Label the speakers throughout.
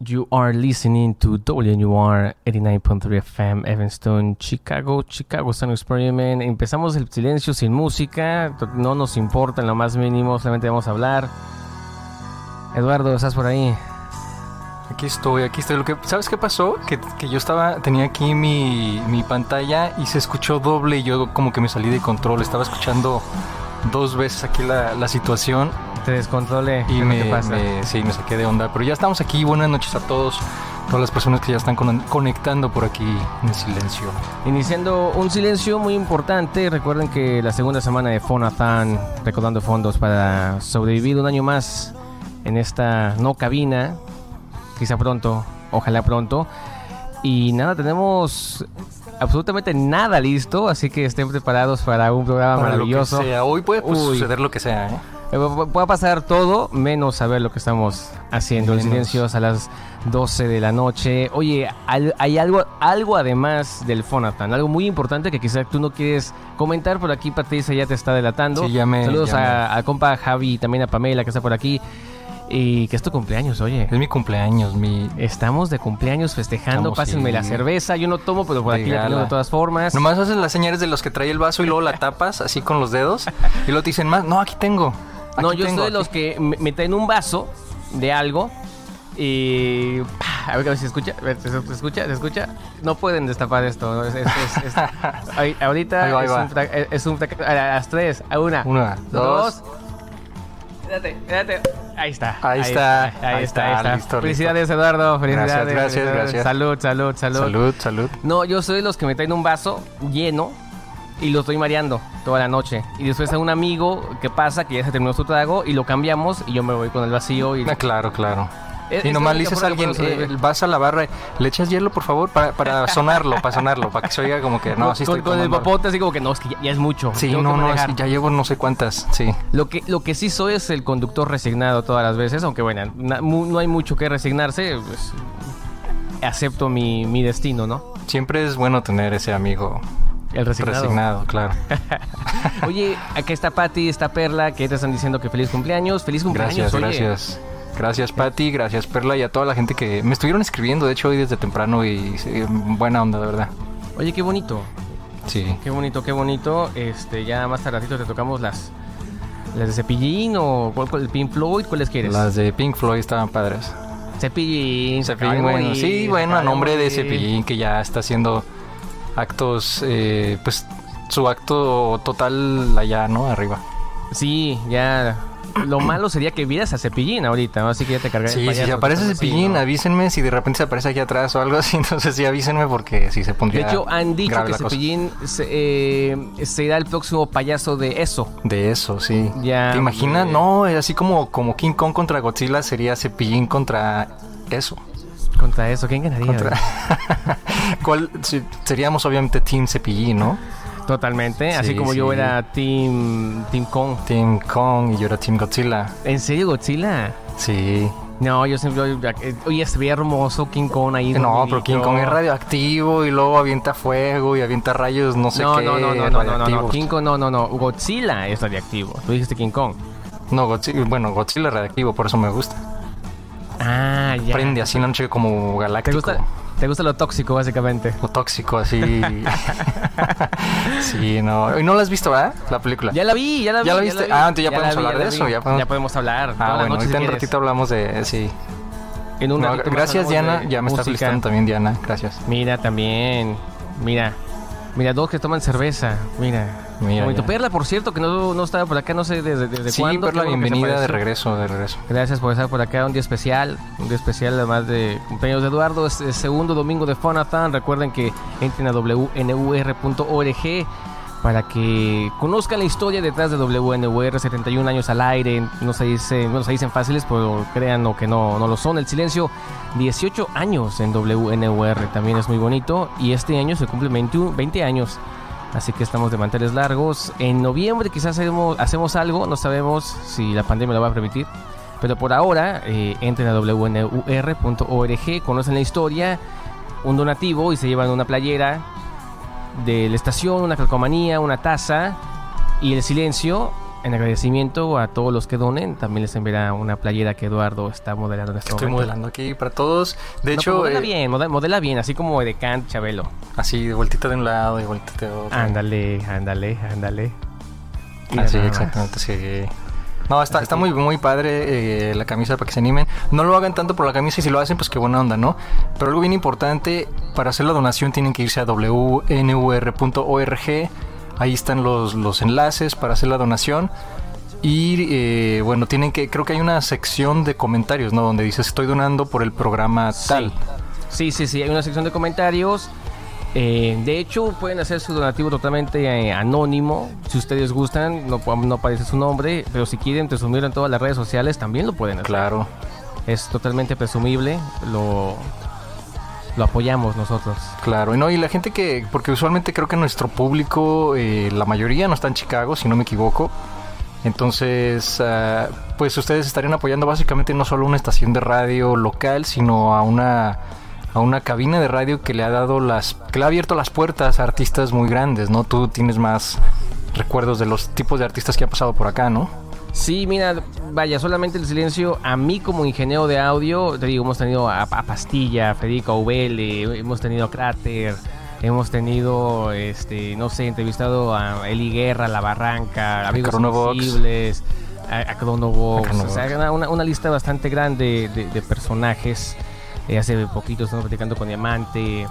Speaker 1: You are listening to WNUR 89.3 FM, Evanston, Chicago, Chicago Sun Experiment. Empezamos el silencio sin música, no nos importa en lo más mínimo, solamente vamos a hablar. Eduardo, ¿estás por ahí?
Speaker 2: Aquí estoy, aquí estoy. Lo que, ¿Sabes qué pasó? Que, que yo estaba, tenía aquí mi, mi pantalla y se escuchó doble y yo como que me salí de control. Estaba escuchando dos veces aquí la, la situación.
Speaker 1: Te descontrole
Speaker 2: y me, me- sí, me saqué de onda. Pero ya estamos aquí. Buenas noches a todos. Todas las personas que ya están con- conectando por aquí en silencio.
Speaker 1: Iniciando un silencio muy importante, recuerden que la segunda semana de Fonatán, recaudando fondos para sobrevivir un año más en esta no cabina, quizá pronto, ojalá pronto. Y nada, tenemos absolutamente nada listo, así que estén preparados para un programa
Speaker 2: Para lo que
Speaker 1: Ah, maravilloso.
Speaker 2: sea. Hoy puede pues,
Speaker 1: Uy.
Speaker 2: suceder lo que sea. ¿eh?
Speaker 1: Eh, pu- Puede pasar todo menos saber lo que estamos haciendo. El
Speaker 2: Menos.
Speaker 1: silencio es a las 12 de la noche. Oye, al- hay algo, algo además del Fonatan, algo muy importante que quizás tú no quieres comentar por aquí. Patricia ya te está delatando.
Speaker 2: Sí, ya me-
Speaker 1: Saludos
Speaker 2: ya
Speaker 1: a, a compa Javi y también a Pamela que está por aquí. Y que es tu cumpleaños, oye.
Speaker 2: Es mi cumpleaños, mi...
Speaker 1: Estamos de cumpleaños festejando.
Speaker 2: Estamos,
Speaker 1: Pásenme
Speaker 2: sí.
Speaker 1: la cerveza. Yo no tomo, pero por
Speaker 2: De
Speaker 1: aquí la tengo
Speaker 2: gala.
Speaker 1: de todas formas.
Speaker 2: Nomás haces las señales de los que trae el vaso y luego la tapas así con los dedos y luego te dicen más. No, aquí tengo. Aquí
Speaker 1: No, yo
Speaker 2: tengo,
Speaker 1: soy de
Speaker 2: aquí".
Speaker 1: los que me, me traen un vaso de algo y. ¡pah! A ver, a ver si escucha, a ver, ¿se se escucha, se escucha. No pueden destapar esto. ¿no? Es- es- es- es- Ay, ahorita
Speaker 2: Ahí va, ahí
Speaker 1: es,
Speaker 2: va.
Speaker 1: un fra- es- es un fraca- A las tres, a una.
Speaker 2: Una, dos.
Speaker 1: Espérate, espérate. Ahí está. Ahí,
Speaker 2: Ahí está, ahí
Speaker 1: está,
Speaker 2: está,
Speaker 1: ahí está.
Speaker 2: listo, listo.
Speaker 1: felicidades, Eduardo. Felicidades.
Speaker 2: gracias,
Speaker 1: felicidades.
Speaker 2: gracias.
Speaker 1: Salud, salud, salud.
Speaker 2: Salud, salud.
Speaker 1: No, yo soy de los que me traen un vaso lleno y lo estoy mareando toda la noche. Y después a un amigo que pasa que ya se terminó su trago y lo cambiamos y yo me voy con el vacío y...
Speaker 2: Ah, claro, claro.
Speaker 1: Eh,
Speaker 2: y
Speaker 1: esa
Speaker 2: nomás
Speaker 1: es
Speaker 2: le
Speaker 1: la
Speaker 2: dices a
Speaker 1: forma que
Speaker 2: alguien,
Speaker 1: puedo sobrevivir.
Speaker 2: eh, vas a la barra, le echas hielo, por favor, para, para sonarlo, para sonarlo, para que se oiga como que no,
Speaker 1: Con-
Speaker 2: así
Speaker 1: con,
Speaker 2: estoy
Speaker 1: con el
Speaker 2: tomando".
Speaker 1: popote así como que no, es que ya, ya es mucho.
Speaker 2: Sí,
Speaker 1: tengo que
Speaker 2: no, no, es
Speaker 1: manejar.
Speaker 2: que ya llevo no sé cuántas, sí.
Speaker 1: Lo que, lo que sí soy es el conductor resignado todas las veces, aunque bueno, na- mu- no hay mucho que resignarse, pues, acepto mi, mi destino, ¿no?
Speaker 2: Siempre es bueno tener ese amigo
Speaker 1: El
Speaker 2: resignado,
Speaker 1: resignado.
Speaker 2: claro.
Speaker 1: Oye, acá está Patty, está Perla, que te están diciendo que feliz cumpleaños. Feliz cumpleaños,
Speaker 2: Gracias,
Speaker 1: oye.
Speaker 2: gracias. Gracias, Patti, gracias, Perla, y a toda la gente que me estuvieron escribiendo, de hecho, hoy desde temprano, y sí, buena onda, de verdad.
Speaker 1: Oye, qué bonito.
Speaker 2: Sí.
Speaker 1: Qué bonito, qué bonito. Este, ya más tardadito te tocamos las las de Cepillín o cuál, cuál- el Pink Floyd, ¿cuáles quieres?
Speaker 2: Las de Pink Floyd estaban padres.
Speaker 1: Cepillín.
Speaker 2: Cepillín,
Speaker 1: Ay,
Speaker 2: bueno,
Speaker 1: morir,
Speaker 2: sí, bueno, a
Speaker 1: ay,
Speaker 2: nombre de
Speaker 1: morir.
Speaker 2: Cepillín, que ya está haciendo actos, eh, pues su acto total allá, ¿no? Arriba.
Speaker 1: Sí, ya. Lo malo sería que vieras a Cepillín ahorita, ¿no? así que ya te cargaré.
Speaker 2: Sí, si se aparece Cepillín, avísenme. Si de repente se aparece aquí atrás o algo así, entonces sí avísenme porque sí se
Speaker 1: De
Speaker 2: pondría.
Speaker 1: hecho, han dicho
Speaker 2: grave
Speaker 1: que
Speaker 2: la cosa.
Speaker 1: Cepillín se- eh, será el próximo payaso de eso.
Speaker 2: De eso, sí.
Speaker 1: Ya,
Speaker 2: ¿Te imaginas?
Speaker 1: de-
Speaker 2: No, así como, como King Kong contra Godzilla sería Cepillín contra eso.
Speaker 1: Contra eso, ¿quién ganaría?
Speaker 2: Contra- ¿Cuál? Sí, seríamos obviamente Team Cepillín, ¿no?
Speaker 1: Totalmente, así
Speaker 2: Sí,
Speaker 1: como yo
Speaker 2: sí.
Speaker 1: era Team, team Kong.
Speaker 2: Team Kong y yo era Team Godzilla.
Speaker 1: ¿En serio, Godzilla?
Speaker 2: Sí.
Speaker 1: No, yo siempre. yo- eh, Oye, se veía hermoso King Kong ahí.
Speaker 2: No,
Speaker 1: dormidito.
Speaker 2: pero King Kong es radioactivo y luego avienta fuego y avienta rayos, no sé
Speaker 1: No,
Speaker 2: qué.
Speaker 1: no, no, no, no, no, no, no,
Speaker 2: radioactivos.
Speaker 1: King Kong, no, no, no. Godzilla es radioactivo. Tú dijiste King Kong.
Speaker 2: No, Godzilla, bueno, Godzilla es radioactivo, por eso me gusta.
Speaker 1: Ah, ya.
Speaker 2: Prende así en la noche como
Speaker 1: ¿Te
Speaker 2: galáctico.
Speaker 1: gusta, te gusta lo tóxico, básicamente.
Speaker 2: O tóxico, así. sí, no. Y no la has visto, ¿verdad? La película.
Speaker 1: Ya la vi, ya la vi.
Speaker 2: ¿Ya la viste? Ah, entonces ya podemos hablar de
Speaker 1: la
Speaker 2: eso,
Speaker 1: vi.
Speaker 2: ya podemos-
Speaker 1: podemos hablar. toda
Speaker 2: ah,
Speaker 1: la
Speaker 2: bueno,
Speaker 1: noche, si
Speaker 2: ahorita en un
Speaker 1: quieres.
Speaker 2: ratito hablamos de. Sí.
Speaker 1: En un
Speaker 2: No,
Speaker 1: ratito más
Speaker 2: gracias,
Speaker 1: hablamos
Speaker 2: Diana.
Speaker 1: de
Speaker 2: Ya me está
Speaker 1: música.
Speaker 2: felicitando también, Diana. Gracias.
Speaker 1: Mira, también. Mira. Mira, dos que toman cerveza. Mira.
Speaker 2: Mira,
Speaker 1: Bonito.
Speaker 2: ya.
Speaker 1: Perla, por cierto, que no, no estaba por acá, no sé desde, desde
Speaker 2: Sí,
Speaker 1: cuándo.
Speaker 2: Perla,
Speaker 1: qué bueno que se
Speaker 2: bienvenida de
Speaker 1: apareció.
Speaker 2: regreso, de regreso.
Speaker 1: Gracias por estar por acá, un día especial, un día especial además de cumpleaños de Eduardo, es el segundo domingo de Fonatán, recuerden que entren a wnur.org para que conozcan la historia detrás de WNUR, 71 años al aire, no se dicen, bueno, se dicen fáciles, pero crean o que no, no lo son, el silencio, 18 años en WNUR, también es muy bonito, y este año se cumplen 21 20 años Así que estamos de manteles largos. En noviembre quizás hacemos, hacemos algo, no sabemos si la pandemia lo va a permitir. Pero por ahora, eh, entren a wnur.org, conocen la historia, un donativo y se llevan una playera de la estación, una calcomanía, una taza y el silencio En agradecimiento a todos los que donen, también les enviará una playera que Eduardo está modelando en este
Speaker 2: Estoy
Speaker 1: momento.
Speaker 2: modelando aquí para todos. De
Speaker 1: No,
Speaker 2: hecho,
Speaker 1: pero modela
Speaker 2: eh,
Speaker 1: bien, mode- modela bien, así como de Kant Chabelo.
Speaker 2: así, de vueltita de un lado y vueltita de otro.
Speaker 1: Ah, Ándale, ándale, ándale. Mira
Speaker 2: Así,
Speaker 1: nada más.
Speaker 2: exactamente, sí. No, está, está muy, muy padre eh, la camisa para que se animen. No lo hagan tanto por la camisa y si lo hacen, pues qué buena onda, ¿no? Pero algo bien importante, para hacer la donación tienen que irse a wnur.org. Ahí están los, los enlaces para hacer la donación. Y eh, bueno, tienen que, creo que hay una sección de comentarios, ¿no? Donde dices, estoy donando por el programa tal.
Speaker 1: Sí, sí, sí, hay una sección de comentarios. Eh, de hecho, pueden hacer su donativo totalmente eh, anónimo. Si ustedes gustan, no, pa- no aparece su nombre, pero si quieren presumirlo en todas las redes sociales, también lo pueden hacer.
Speaker 2: Claro.
Speaker 1: Es totalmente presumible, lo, lo apoyamos nosotros.
Speaker 2: Claro, y no, y la gente que, porque usualmente creo que nuestro público, eh, la mayoría no está en Chicago, si no me equivoco. Entonces, ah, pues ustedes estarían apoyando básicamente no solo una estación de radio local, sino a una a una cabina de radio que le ha dado las que le ha abierto las puertas a artistas muy grandes, ¿no? Tú tienes más recuerdos de los tipos de artistas que han pasado por acá, ¿no?
Speaker 1: Sí, mira, vaya, solamente el silencio a mí como ingeniero de audio, te digo, hemos tenido a, a Pastilla, a Federico Ubele, hemos tenido a Cráter, hemos tenido, este, no sé, entrevistado a Eli Guerra, La Barranca, Amigos
Speaker 2: Cronovox.
Speaker 1: Invisibles, a, a Cronovox,
Speaker 2: A Cronovox.
Speaker 1: o sea, una- una, una lista bastante grande de, de personajes. Eh, hace poquito estamos platicando con Diamante,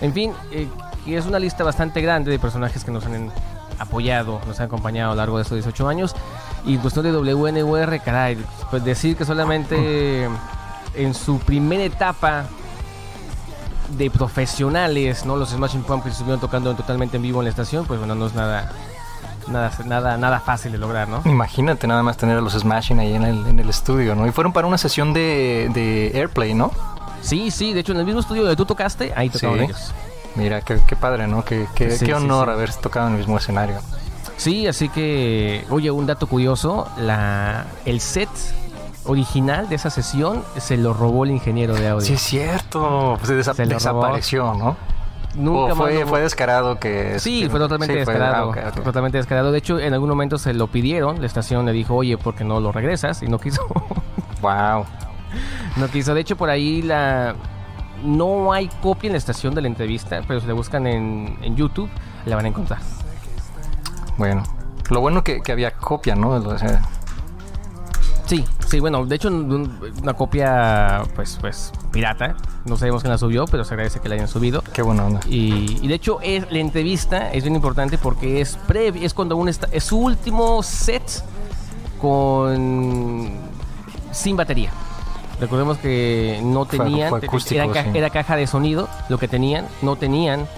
Speaker 1: en fin, eh, que es una lista bastante grande de personajes que nos han apoyado, nos han acompañado a lo largo de estos 18 años. Y en cuestión de WNUR, caray, pues decir que solamente en su primera etapa de profesionales, ¿no? Los Smashing Pumpkins estuvieron tocando totalmente en vivo en la estación, pues bueno, no es nada nada nada nada fácil de lograr, ¿no?
Speaker 2: Imagínate nada más tener a los Smashing ahí en el, en el estudio, ¿no? Y fueron para una sesión de, de Airplay, ¿no?
Speaker 1: Sí, sí, de hecho en el mismo estudio donde tú tocaste, ahí tocaron
Speaker 2: Sí.
Speaker 1: ellos.
Speaker 2: Mira, qué, qué padre, ¿no? Qué, qué-
Speaker 1: Sí,
Speaker 2: qué
Speaker 1: sí,
Speaker 2: honor
Speaker 1: sí.
Speaker 2: haber tocado en el mismo escenario.
Speaker 1: Sí, así que, oye, un dato curioso, la, el set original de esa sesión se lo robó el ingeniero de audio.
Speaker 2: Sí, es cierto. Pues desa-
Speaker 1: Se lo robó.
Speaker 2: desapareció, ¿no?
Speaker 1: Nunca
Speaker 2: O Oh, fue,
Speaker 1: más lo-
Speaker 2: fue descarado que...
Speaker 1: Sí,
Speaker 2: este,
Speaker 1: fue totalmente
Speaker 2: sí, fue-
Speaker 1: descarado.
Speaker 2: ah, ok, ok.
Speaker 1: Totalmente descarado. De hecho, en algún momento se lo pidieron, la estación le dijo, oye, ¿por qué no lo regresas? Y no quiso.
Speaker 2: Wow.
Speaker 1: no quiso. De hecho, por ahí la... No hay copia en la estación de la entrevista, pero si la buscan en, en YouTube, la van a encontrar.
Speaker 2: Bueno. Lo bueno que, que había copia, ¿no? O sea,
Speaker 1: Sí, sí, bueno, de hecho un- una copia pues pues pirata, no sabemos quién la subió, pero se agradece que la hayan subido.
Speaker 2: qué buena onda.
Speaker 1: Y, y de hecho es, la entrevista es bien importante porque es previo, es cuando uno está, es su último set con sin batería. Recordemos que no
Speaker 2: Fue-
Speaker 1: tenían,
Speaker 2: fue acústico,
Speaker 1: era, ca-
Speaker 2: sí.
Speaker 1: era caja de sonido, lo que tenían, no tenían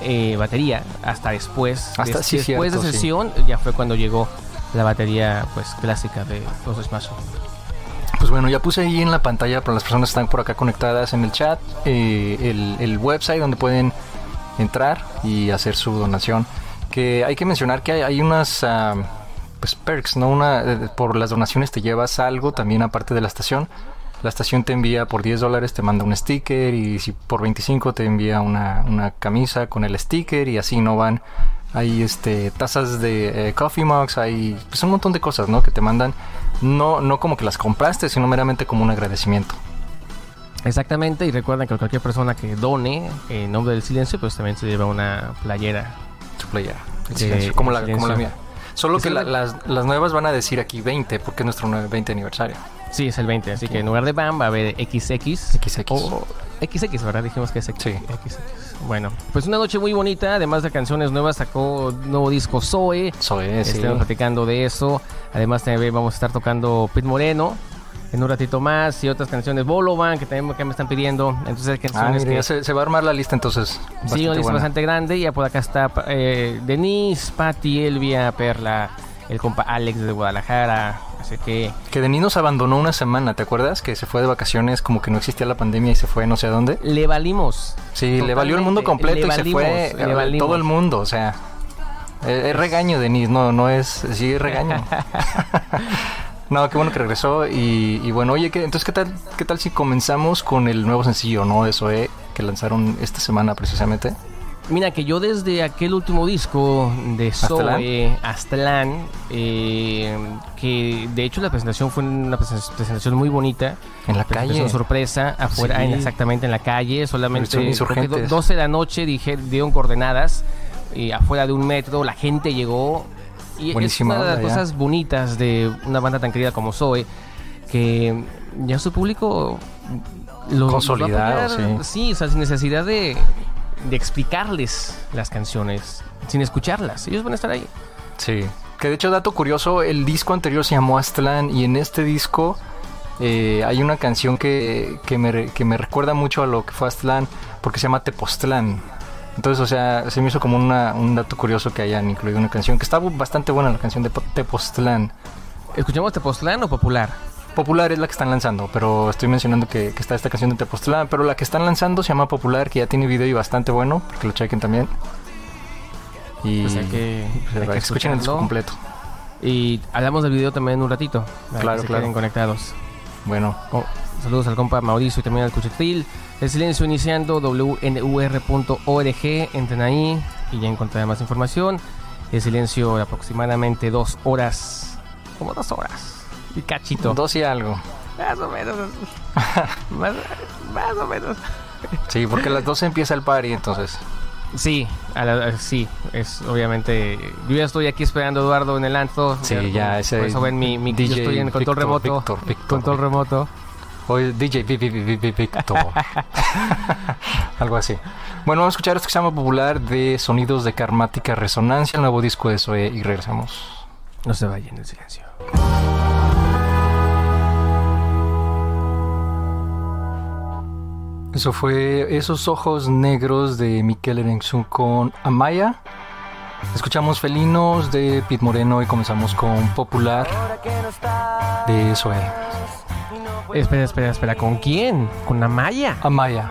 Speaker 1: eh, batería hasta después.
Speaker 2: Hasta-
Speaker 1: Des-
Speaker 2: sí,
Speaker 1: después de
Speaker 2: cierto, sí.
Speaker 1: sesión ya fue cuando llegó la batería pues clásica de los Smash.
Speaker 2: Pues bueno, ya puse ahí en la pantalla para las personas que están por acá conectadas en el chat eh, el, el website donde pueden entrar y hacer su donación. Que hay que mencionar que hay, hay unas ah, pues perks, ¿no? Una, eh, por las donaciones te llevas algo también aparte de la estación. La estación te envía por 10 dólares, te manda un sticker y si por 25 te envía una, una camisa con el sticker y así no van. Hay este, tazas de eh, coffee mugs, hay pues, un montón de cosas ¿no? que te mandan. No, no como que las compraste, sino meramente como un agradecimiento.
Speaker 1: Exactamente, y recuerden que cualquier persona que done en nombre del silencio, pues también se lleva una playera
Speaker 2: Tu playera. El
Speaker 1: De-
Speaker 2: silencio, como, la,
Speaker 1: silencio.
Speaker 2: como la mía. Solo
Speaker 1: Es
Speaker 2: que la-
Speaker 1: el-
Speaker 2: las, las nuevas van a decir aquí 20, porque es nuestro nue- 20 aniversario.
Speaker 1: Sí, es el 20, así que en lugar de BAM va a haber XX.
Speaker 2: XX.
Speaker 1: O XX, ¿verdad? Dijimos que es X-
Speaker 2: Sí.
Speaker 1: XX. Bueno, pues una noche muy bonita, además de canciones nuevas, sacó un nuevo disco Zoe.
Speaker 2: Eso es. sí.
Speaker 1: Estamos platicando de eso. Además también vamos a estar tocando Pit Moreno en un ratito más y otras canciones Bolovan que también que me están pidiendo. Entonces hay
Speaker 2: Ah,
Speaker 1: canciones
Speaker 2: mira,
Speaker 1: que...
Speaker 2: se, se va a armar la lista entonces.
Speaker 1: este Sí,
Speaker 2: Bastante
Speaker 1: una lista
Speaker 2: buena.
Speaker 1: bastante grande. Ya por acá está eh, Denise, Patti, Elvia, Perla, el compa Alex de Guadalajara. Así que
Speaker 2: Que Denis nos abandonó una semana, ¿te acuerdas? Que se fue de vacaciones, como que no existía la pandemia y se fue no sé a dónde.
Speaker 1: le valimos.
Speaker 2: Sí, le valió el mundo
Speaker 1: Totalmente,
Speaker 2: completo
Speaker 1: le
Speaker 2: y se
Speaker 1: valimos, le
Speaker 2: fue a
Speaker 1: valimos.
Speaker 2: todo el mundo, o sea. Es, es regaño, Denis, no, no es. Sí, es regaño. no, qué bueno que regresó. Y, y bueno, oye, ¿qué, entonces, ¿qué tal, ¿qué eh, tal si comenzamos con el nuevo sencillo, no? De Zoe, que lanzaron esta semana precisamente.
Speaker 1: Mira, que yo desde aquel último disco de Zoe, Aztlán, eh, que de hecho la presentación fue una presentación muy bonita.
Speaker 2: En la calle.
Speaker 1: sorpresa, afuera,
Speaker 2: Sí.
Speaker 1: en- exactamente en la calle, solamente
Speaker 2: Son
Speaker 1: creo que do-
Speaker 2: insurgentes.
Speaker 1: 12 de la noche dije, dieron coordenadas, y afuera de un metro, la gente llegó. Y
Speaker 2: Buenísima
Speaker 1: es una de las
Speaker 2: onda, ya.
Speaker 1: cosas bonitas de una banda tan querida como Zoe, que ya su público lo los va a
Speaker 2: Consolidado,
Speaker 1: apoyar, o sea, sin necesidad de, de explicarles las canciones, sin escucharlas. Ellos van a estar ahí.
Speaker 2: Sí. Que de hecho, dato curioso, el disco anterior se llamó Aztlán y en este disco eh, hay una canción que, que me, re- que me recuerda mucho a lo que fue Aztlán porque se llama Tepoztlán. Entonces, o sea, se me hizo como una- un dato curioso que hayan incluido una canción que está bu- bastante buena, la canción de Po- Tepoztlán.
Speaker 1: ¿Escuchamos Tepoztlán o Popular?
Speaker 2: Popular es la que están lanzando, pero estoy mencionando que, que está esta canción de Tepoztlán, pero la que están lanzando se llama Popular, que ya tiene video y bastante bueno, para que lo chequen también. Y
Speaker 1: O sea que,
Speaker 2: pues,
Speaker 1: hay que
Speaker 2: escuchen el disco
Speaker 1: escucharlo.
Speaker 2: completo.
Speaker 1: Y hablamos del video también en un ratito. para
Speaker 2: Claro,
Speaker 1: que se
Speaker 2: claro.
Speaker 1: queden conectados.
Speaker 2: Bueno,
Speaker 1: Oh, saludos al compa Mauricio y también al Cuchetil. El silencio iniciando wnur.org. Entren ahí y ya encontrarán más información. El silencio de aproximadamente dos horas. Como dos horas. Y cachito.
Speaker 2: dos y algo.
Speaker 1: Más o menos. más, más o menos.
Speaker 2: Sí, porque a las 12 empieza el party, entonces.
Speaker 1: Sí, a la- a- sí, es obviamente. Yo ya estoy aquí esperando a Eduardo en el antro.
Speaker 2: Sí, ya, ese
Speaker 1: Por eso ven mi, mi
Speaker 2: DJ
Speaker 1: yo estoy en control
Speaker 2: Víctor,
Speaker 1: remoto.
Speaker 2: Víctor, Víctor,
Speaker 1: control
Speaker 2: Víctor.
Speaker 1: remoto.
Speaker 2: Hoy DJ vi- vi- vi- vi- vi- Víctor. Algo así. Bueno, vamos a escuchar esto que se llama popular de Sonidos de Karmática Resonancia, el nuevo disco de Zoe, y regresamos.
Speaker 1: No se vayan en silencio.
Speaker 2: Eso fue Esos Ojos Negros de Miquel Erenzú con Amaya. Escuchamos Felinos de Pit Moreno y comenzamos con Popular de Zoe.
Speaker 1: Espera, espera, espera. ¿Con quién? ¿Con Amaya?
Speaker 2: Amaya.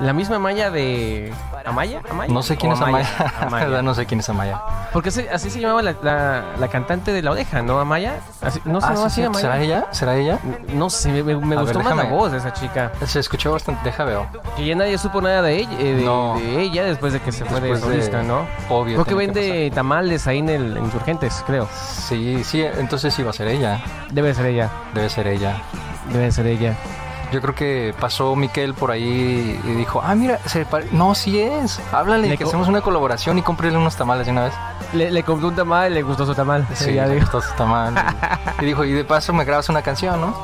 Speaker 1: ¿La misma Amaya de. ¿Amaya? ¿Amaya?
Speaker 2: No sé quién
Speaker 1: ¿O
Speaker 2: es Amaya. La
Speaker 1: Amaya.
Speaker 2: verdad, no sé quién es Amaya.
Speaker 1: Porque se- así se llamaba la, la- la cantante de La Oreja, ¿no? Amaya. Así- no se
Speaker 2: Ah,
Speaker 1: llamaba
Speaker 2: sí,
Speaker 1: así
Speaker 2: sí. ¿Será
Speaker 1: Amaya.
Speaker 2: ella? ¿Será ella?
Speaker 1: No sé, me, me- me
Speaker 2: A ver,
Speaker 1: gustó más la
Speaker 2: déjame.
Speaker 1: voz de esa chica.
Speaker 2: Se escuchó bastante, deja veo.
Speaker 1: Que ya nadie supo nada de ella, eh, de,
Speaker 2: No.
Speaker 1: de ella después de que se fue de
Speaker 2: Después de-
Speaker 1: solista, ¿no?
Speaker 2: Obvio.
Speaker 1: Creo que
Speaker 2: tenía
Speaker 1: vende tamales ahí en el en Insurgentes, creo.
Speaker 2: pasar. Sí, sí, entonces sí va a ser ella.
Speaker 1: Debe ser ella,
Speaker 2: Debe ser ella.
Speaker 1: debe ser ella.
Speaker 2: Yo creo que pasó Miquel por ahí y dijo, ah, mira, se pare- no, sí es. Háblale,
Speaker 1: Le
Speaker 2: que
Speaker 1: co-
Speaker 2: hacemos una colaboración y cómprele unos tamales de una vez.
Speaker 1: Le, le compró un tamal y le gustó su tamal. ya
Speaker 2: le
Speaker 1: digo.
Speaker 2: gustó su tamal. Y dijo, y de paso me grabas una canción, ¿no?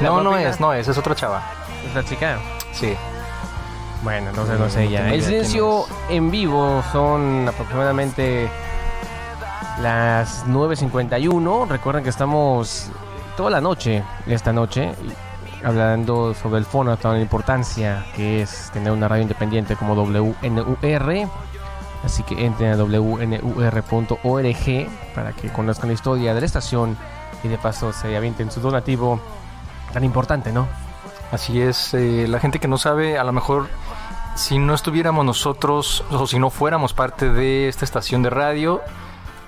Speaker 1: La
Speaker 2: No, no
Speaker 1: propina.
Speaker 2: es, no es, es otra chava.
Speaker 1: Esta chica.
Speaker 2: Sí.
Speaker 1: Bueno,
Speaker 2: Mm,
Speaker 1: entonces no sé
Speaker 2: no tengo
Speaker 1: ella. El
Speaker 2: idea quién
Speaker 1: silencio
Speaker 2: es.
Speaker 1: en vivo son aproximadamente las 9.51. Recuerden que estamos toda la noche, esta noche, y- hablando sobre el fono, toda la importancia que es tener una radio independiente como WNUR. Así que entren a wnur.org para que conozcan la historia de la estación y de paso se avienten su donativo tan importante, ¿no?
Speaker 2: Así es, eh, la gente que no sabe, a lo mejor si no estuviéramos nosotros o si no fuéramos parte de esta estación de radio,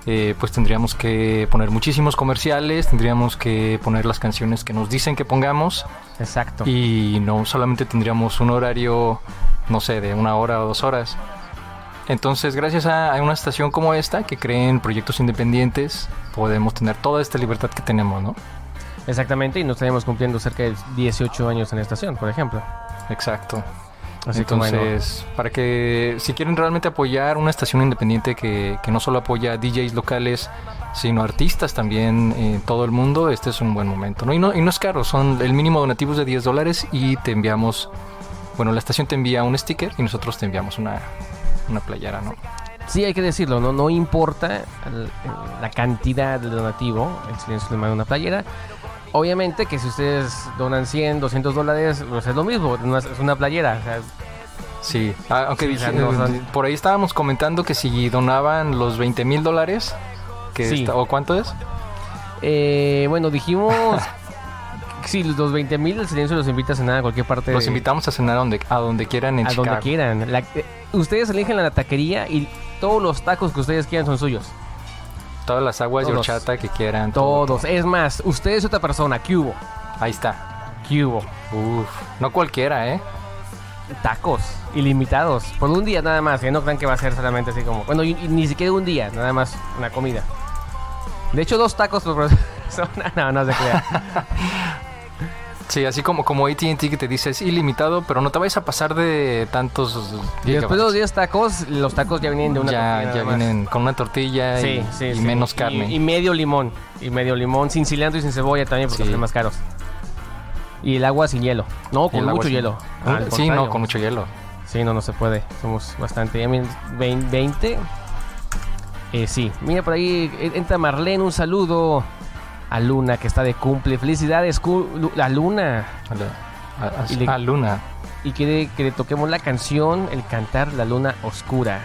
Speaker 2: eh, pues tendríamos que poner muchísimos comerciales, tendríamos que poner las canciones que nos dicen que pongamos
Speaker 1: Exacto.
Speaker 2: y no solamente tendríamos un horario, no sé, de una hora o dos horas. Entonces, gracias a, a una estación como esta que creen proyectos independientes, podemos tener toda esta libertad que tenemos, ¿no?
Speaker 1: Exactamente, y nos estaríamos cumpliendo cerca de 18 años en la estación, por ejemplo.
Speaker 2: Exacto.
Speaker 1: Así que bueno,
Speaker 2: Entonces, para que si quieren realmente apoyar una estación independiente que, que no solo apoya a DJs locales, sino artistas también en todo el mundo, este es un buen momento. ¿no? Y, no, y no es caro, son el mínimo donativo es de 10 dólares y te enviamos, bueno, la estación te envía un sticker y nosotros te enviamos una, una playera, ¿no?
Speaker 1: sí hay que decirlo, no, no importa el- el- la cantidad de donativo, el silencio le manda una playera. Obviamente que si ustedes donan 100, 200 dólares, pues es lo mismo, no es es una playera. o sea,
Speaker 2: Sí, ah, aunque
Speaker 1: Sí,
Speaker 2: dije-
Speaker 1: o sea, no son-
Speaker 2: por ahí estábamos comentando que si donaban los 20 mil dólares, que
Speaker 1: Sí.
Speaker 2: está- ¿o cuánto es?
Speaker 1: eh, bueno, dijimos... Sí, los 20 mil, el silencio los invita a cenar a cualquier parte.
Speaker 2: Los
Speaker 1: de-
Speaker 2: invitamos a cenar a donde, a donde quieran en
Speaker 1: A
Speaker 2: Chicago.
Speaker 1: donde quieran. La- eh, ustedes eligen la taquería y todos los tacos que ustedes quieran son suyos.
Speaker 2: Todas las aguas
Speaker 1: Todos.
Speaker 2: de horchata que quieran. todo.
Speaker 1: Todos. Es más, usted es otra persona. ¿Qué hubo?
Speaker 2: Ahí está.
Speaker 1: ¿Qué hubo?
Speaker 2: Uf. No cualquiera, ¿eh?
Speaker 1: tacos ilimitados por un día nada más. Que no crean que va a ser solamente así como. Bueno, y, y ni siquiera un día, nada más una comida. De hecho, dos tacos por persona. No, no se crean.
Speaker 2: Sí, así como, como ATT que te dice es ilimitado, pero no te vayas a pasar de
Speaker 1: Y
Speaker 2: tantos.
Speaker 1: después
Speaker 2: gigabytes.
Speaker 1: de los 10 tacos, los tacos ya vienen de una tortilla
Speaker 2: ya,
Speaker 1: nada
Speaker 2: ya
Speaker 1: más.
Speaker 2: vienen con una tortilla
Speaker 1: Sí,
Speaker 2: y,
Speaker 1: sí,
Speaker 2: y
Speaker 1: sí.
Speaker 2: menos
Speaker 1: Y-
Speaker 2: carne.
Speaker 1: Y, medio limón. Y medio limón, sin cilantro y sin cebolla también, porque
Speaker 2: Sí.
Speaker 1: son más caros. Y el agua sin hielo. No,
Speaker 2: Y
Speaker 1: con
Speaker 2: el agua
Speaker 1: mucho
Speaker 2: sin-
Speaker 1: hielo. Al
Speaker 2: Ah, sí, no,
Speaker 1: contrario.
Speaker 2: con mucho hielo.
Speaker 1: Sí, no, no se puede. Somos bastante. veinte 20. Eh, sí. Mira, por ahí eh, entra Marlene. Un saludo a Luna, que está de cumple. Felicidades, cu- Lu- la Luna.
Speaker 2: A, la- a- a-
Speaker 1: Y le-
Speaker 2: a Luna.
Speaker 1: Y quiere que le toquemos la canción El Cantar la Luna Oscura.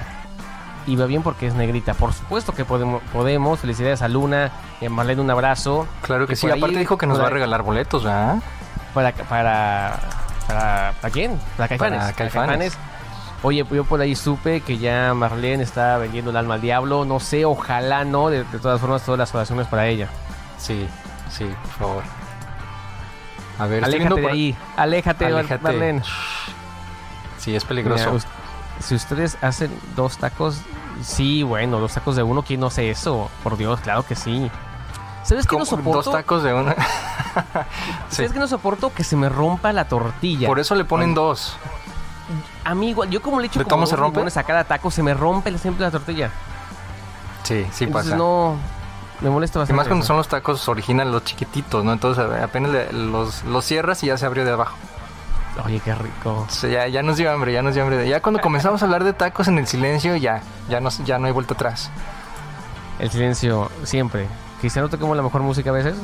Speaker 1: Y va bien porque es negrita. Por supuesto que podemos. podemos. Felicidades a Luna. Y a Marlene un abrazo.
Speaker 2: Claro que
Speaker 1: Y
Speaker 2: sí.
Speaker 1: por ahí-
Speaker 2: Aparte dijo que nos
Speaker 1: por
Speaker 2: va a
Speaker 1: ahí-
Speaker 2: regalar boletos, ¿verdad?
Speaker 1: Para, para, para, ¿para quién? Para Caifanes.
Speaker 2: Para Caifanes.
Speaker 1: Oye, yo por ahí supe que ya Marlene está vendiendo el alma al diablo. No sé, ojalá no. De, de todas formas, todas las oraciones para ella.
Speaker 2: Sí, sí, por favor. A ver, estoy viendo
Speaker 1: Aléjate de
Speaker 2: por-
Speaker 1: ahí. Aléjate, Mar-
Speaker 2: Aléjate.
Speaker 1: Marlene.
Speaker 2: Sí, es
Speaker 1: Mira,
Speaker 2: peligroso.
Speaker 1: us- si ustedes hacen dos tacos, sí, bueno, dos tacos de uno, ¿quién no hace eso? Por Dios, claro que sí. ¿Sabes qué no
Speaker 2: Como
Speaker 1: soporto?
Speaker 2: Dos tacos de una. sí.
Speaker 1: ¿Sabes qué no soporto? Que se me rompa la tortilla.
Speaker 2: Por eso le ponen dos.
Speaker 1: A mí igual, yo como le echo
Speaker 2: ¿De
Speaker 1: como
Speaker 2: cómo
Speaker 1: dos
Speaker 2: se rompe?
Speaker 1: limones a cada taco, se me rompe el siempre la tortilla.
Speaker 2: Sí, sí
Speaker 1: Entonces
Speaker 2: pasa.
Speaker 1: no me molesta
Speaker 2: y
Speaker 1: bastante.
Speaker 2: más cuando
Speaker 1: eso.
Speaker 2: son los tacos originales, los chiquititos, ¿no? Entonces apenas le- los, los cierras y ya se abrió de abajo.
Speaker 1: Oye, qué rico.
Speaker 2: O sea, ya, ya nos dio hambre, ya nos dio hambre. Ya cuando comenzamos a hablar de tacos en el silencio, ya, ya, nos, ya no hay vuelta atrás.
Speaker 1: El silencio siempre. Quizá no toquemos la mejor música a veces,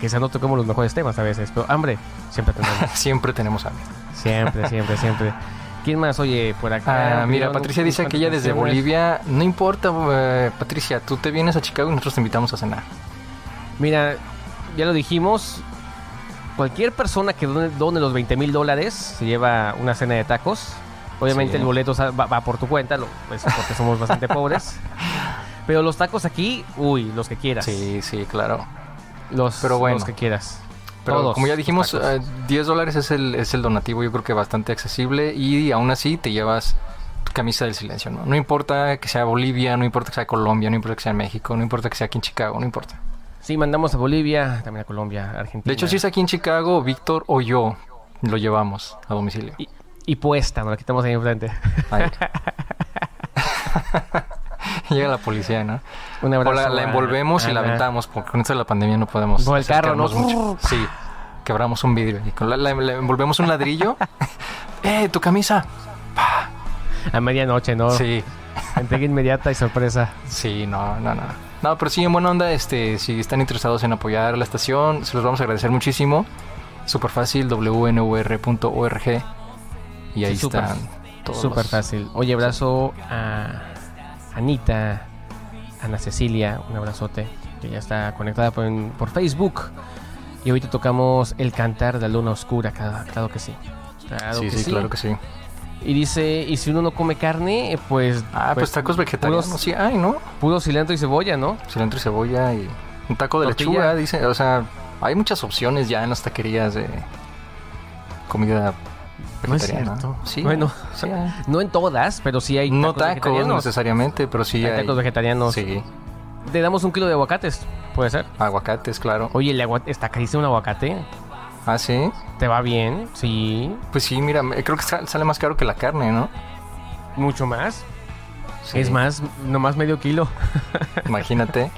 Speaker 1: quizá no toquemos los mejores temas a veces, pero hambre siempre tenemos.
Speaker 2: Siempre tenemos hambre.
Speaker 1: siempre, siempre, siempre. ¿Quién más? Oye, por acá.
Speaker 2: Ah, mira,
Speaker 1: pidieron
Speaker 2: Patricia
Speaker 1: unas
Speaker 2: dice que ella desde
Speaker 1: canciones.
Speaker 2: Bolivia, no importa, eh, Patricia, tú te vienes a Chicago y nosotros te invitamos a cenar.
Speaker 1: Mira, ya lo dijimos. Cualquier persona que done, done los 20 mil dólares se lleva una cena de tacos. Obviamente
Speaker 2: Sí.
Speaker 1: el boleto sa- va, va por tu cuenta, lo- pues, porque somos bastante pobres. Pero los tacos aquí, uy, los que quieras.
Speaker 2: Sí, sí, claro.
Speaker 1: Los,
Speaker 2: Pero bueno.
Speaker 1: los que quieras.
Speaker 2: Pero
Speaker 1: Todos
Speaker 2: como ya dijimos,
Speaker 1: tacos.
Speaker 2: eh, 10 dólares es el, es el donativo, yo creo que bastante accesible y aún así te llevas tu camisa del silencio, ¿no? No importa que sea Bolivia, no importa que sea Colombia, no importa que sea México, no importa que sea aquí en Chicago, no importa.
Speaker 1: Sí, mandamos a Bolivia, también a Colombia, Argentina.
Speaker 2: De hecho, si es aquí en Chicago, Víctor o yo lo llevamos a domicilio.
Speaker 1: Y, y puesta, nos la quitamos ahí enfrente.
Speaker 2: Ahí. Llega la policía, ¿no?
Speaker 1: Un
Speaker 2: O
Speaker 1: abrazo.
Speaker 2: la, la
Speaker 1: a-
Speaker 2: envolvemos y la
Speaker 1: Ana.
Speaker 2: aventamos, porque con esto de la pandemia no podemos.
Speaker 1: Con el carro, ¿no?
Speaker 2: acercarnos mucho. Sí, quebramos un vidrio. Y con la, la- la envolvemos un ladrillo. ¡Eh, tu camisa!
Speaker 1: A medianoche, ¿no?
Speaker 2: Sí,
Speaker 1: Entrega inmediata y sorpresa.
Speaker 2: sí, no, no, no. No, pero sí, en buena onda, este, si están interesados en apoyar la estación, se los vamos a agradecer muchísimo. Súper fácil, wnvr.org. Y ahí
Speaker 1: Sí, súper.
Speaker 2: están todos.
Speaker 1: Súper
Speaker 2: los-
Speaker 1: fácil. Oye, abrazo a Anita, Ana Cecilia, un abrazote, que ya está conectada por, por Facebook. Y ahorita tocamos El Cantar de la Luna Oscura, claro, claro que sí. Claro
Speaker 2: Sí,
Speaker 1: que
Speaker 2: sí,
Speaker 1: sí.
Speaker 2: claro que sí.
Speaker 1: Y dice, y si uno no come carne, eh, pues,
Speaker 2: Ah, pues,
Speaker 1: pues,
Speaker 2: tacos vegetarianos.
Speaker 1: puros-
Speaker 2: Sí, ay, ¿no?
Speaker 1: puro cilantro y cebolla, ¿no?
Speaker 2: cilantro y cebolla y un taco de
Speaker 1: Tortilla.
Speaker 2: lechuga, dice. O sea, hay muchas opciones ya en las taquerías de comida
Speaker 1: No es
Speaker 2: vegetariana.
Speaker 1: cierto.
Speaker 2: Sí,
Speaker 1: Bueno,
Speaker 2: sí hay.
Speaker 1: no en todas, pero sí hay
Speaker 2: no tacos
Speaker 1: vegetarianos.
Speaker 2: necesariamente, pero sí
Speaker 1: Hay
Speaker 2: hay,
Speaker 1: tacos vegetarianos.
Speaker 2: sí,
Speaker 1: Le damos un kilo de aguacates, puede ser.
Speaker 2: aguacates, claro.
Speaker 1: Oye, el aguacate, está carísimo un aguacate.
Speaker 2: Ah, sí.
Speaker 1: ¿Te va bien? Sí.
Speaker 2: Pues sí, mira, me- creo que sal- sale más caro que la carne, ¿no?
Speaker 1: Mucho más.
Speaker 2: Sí,
Speaker 1: Es más, nomás medio kilo.
Speaker 2: Imagínate.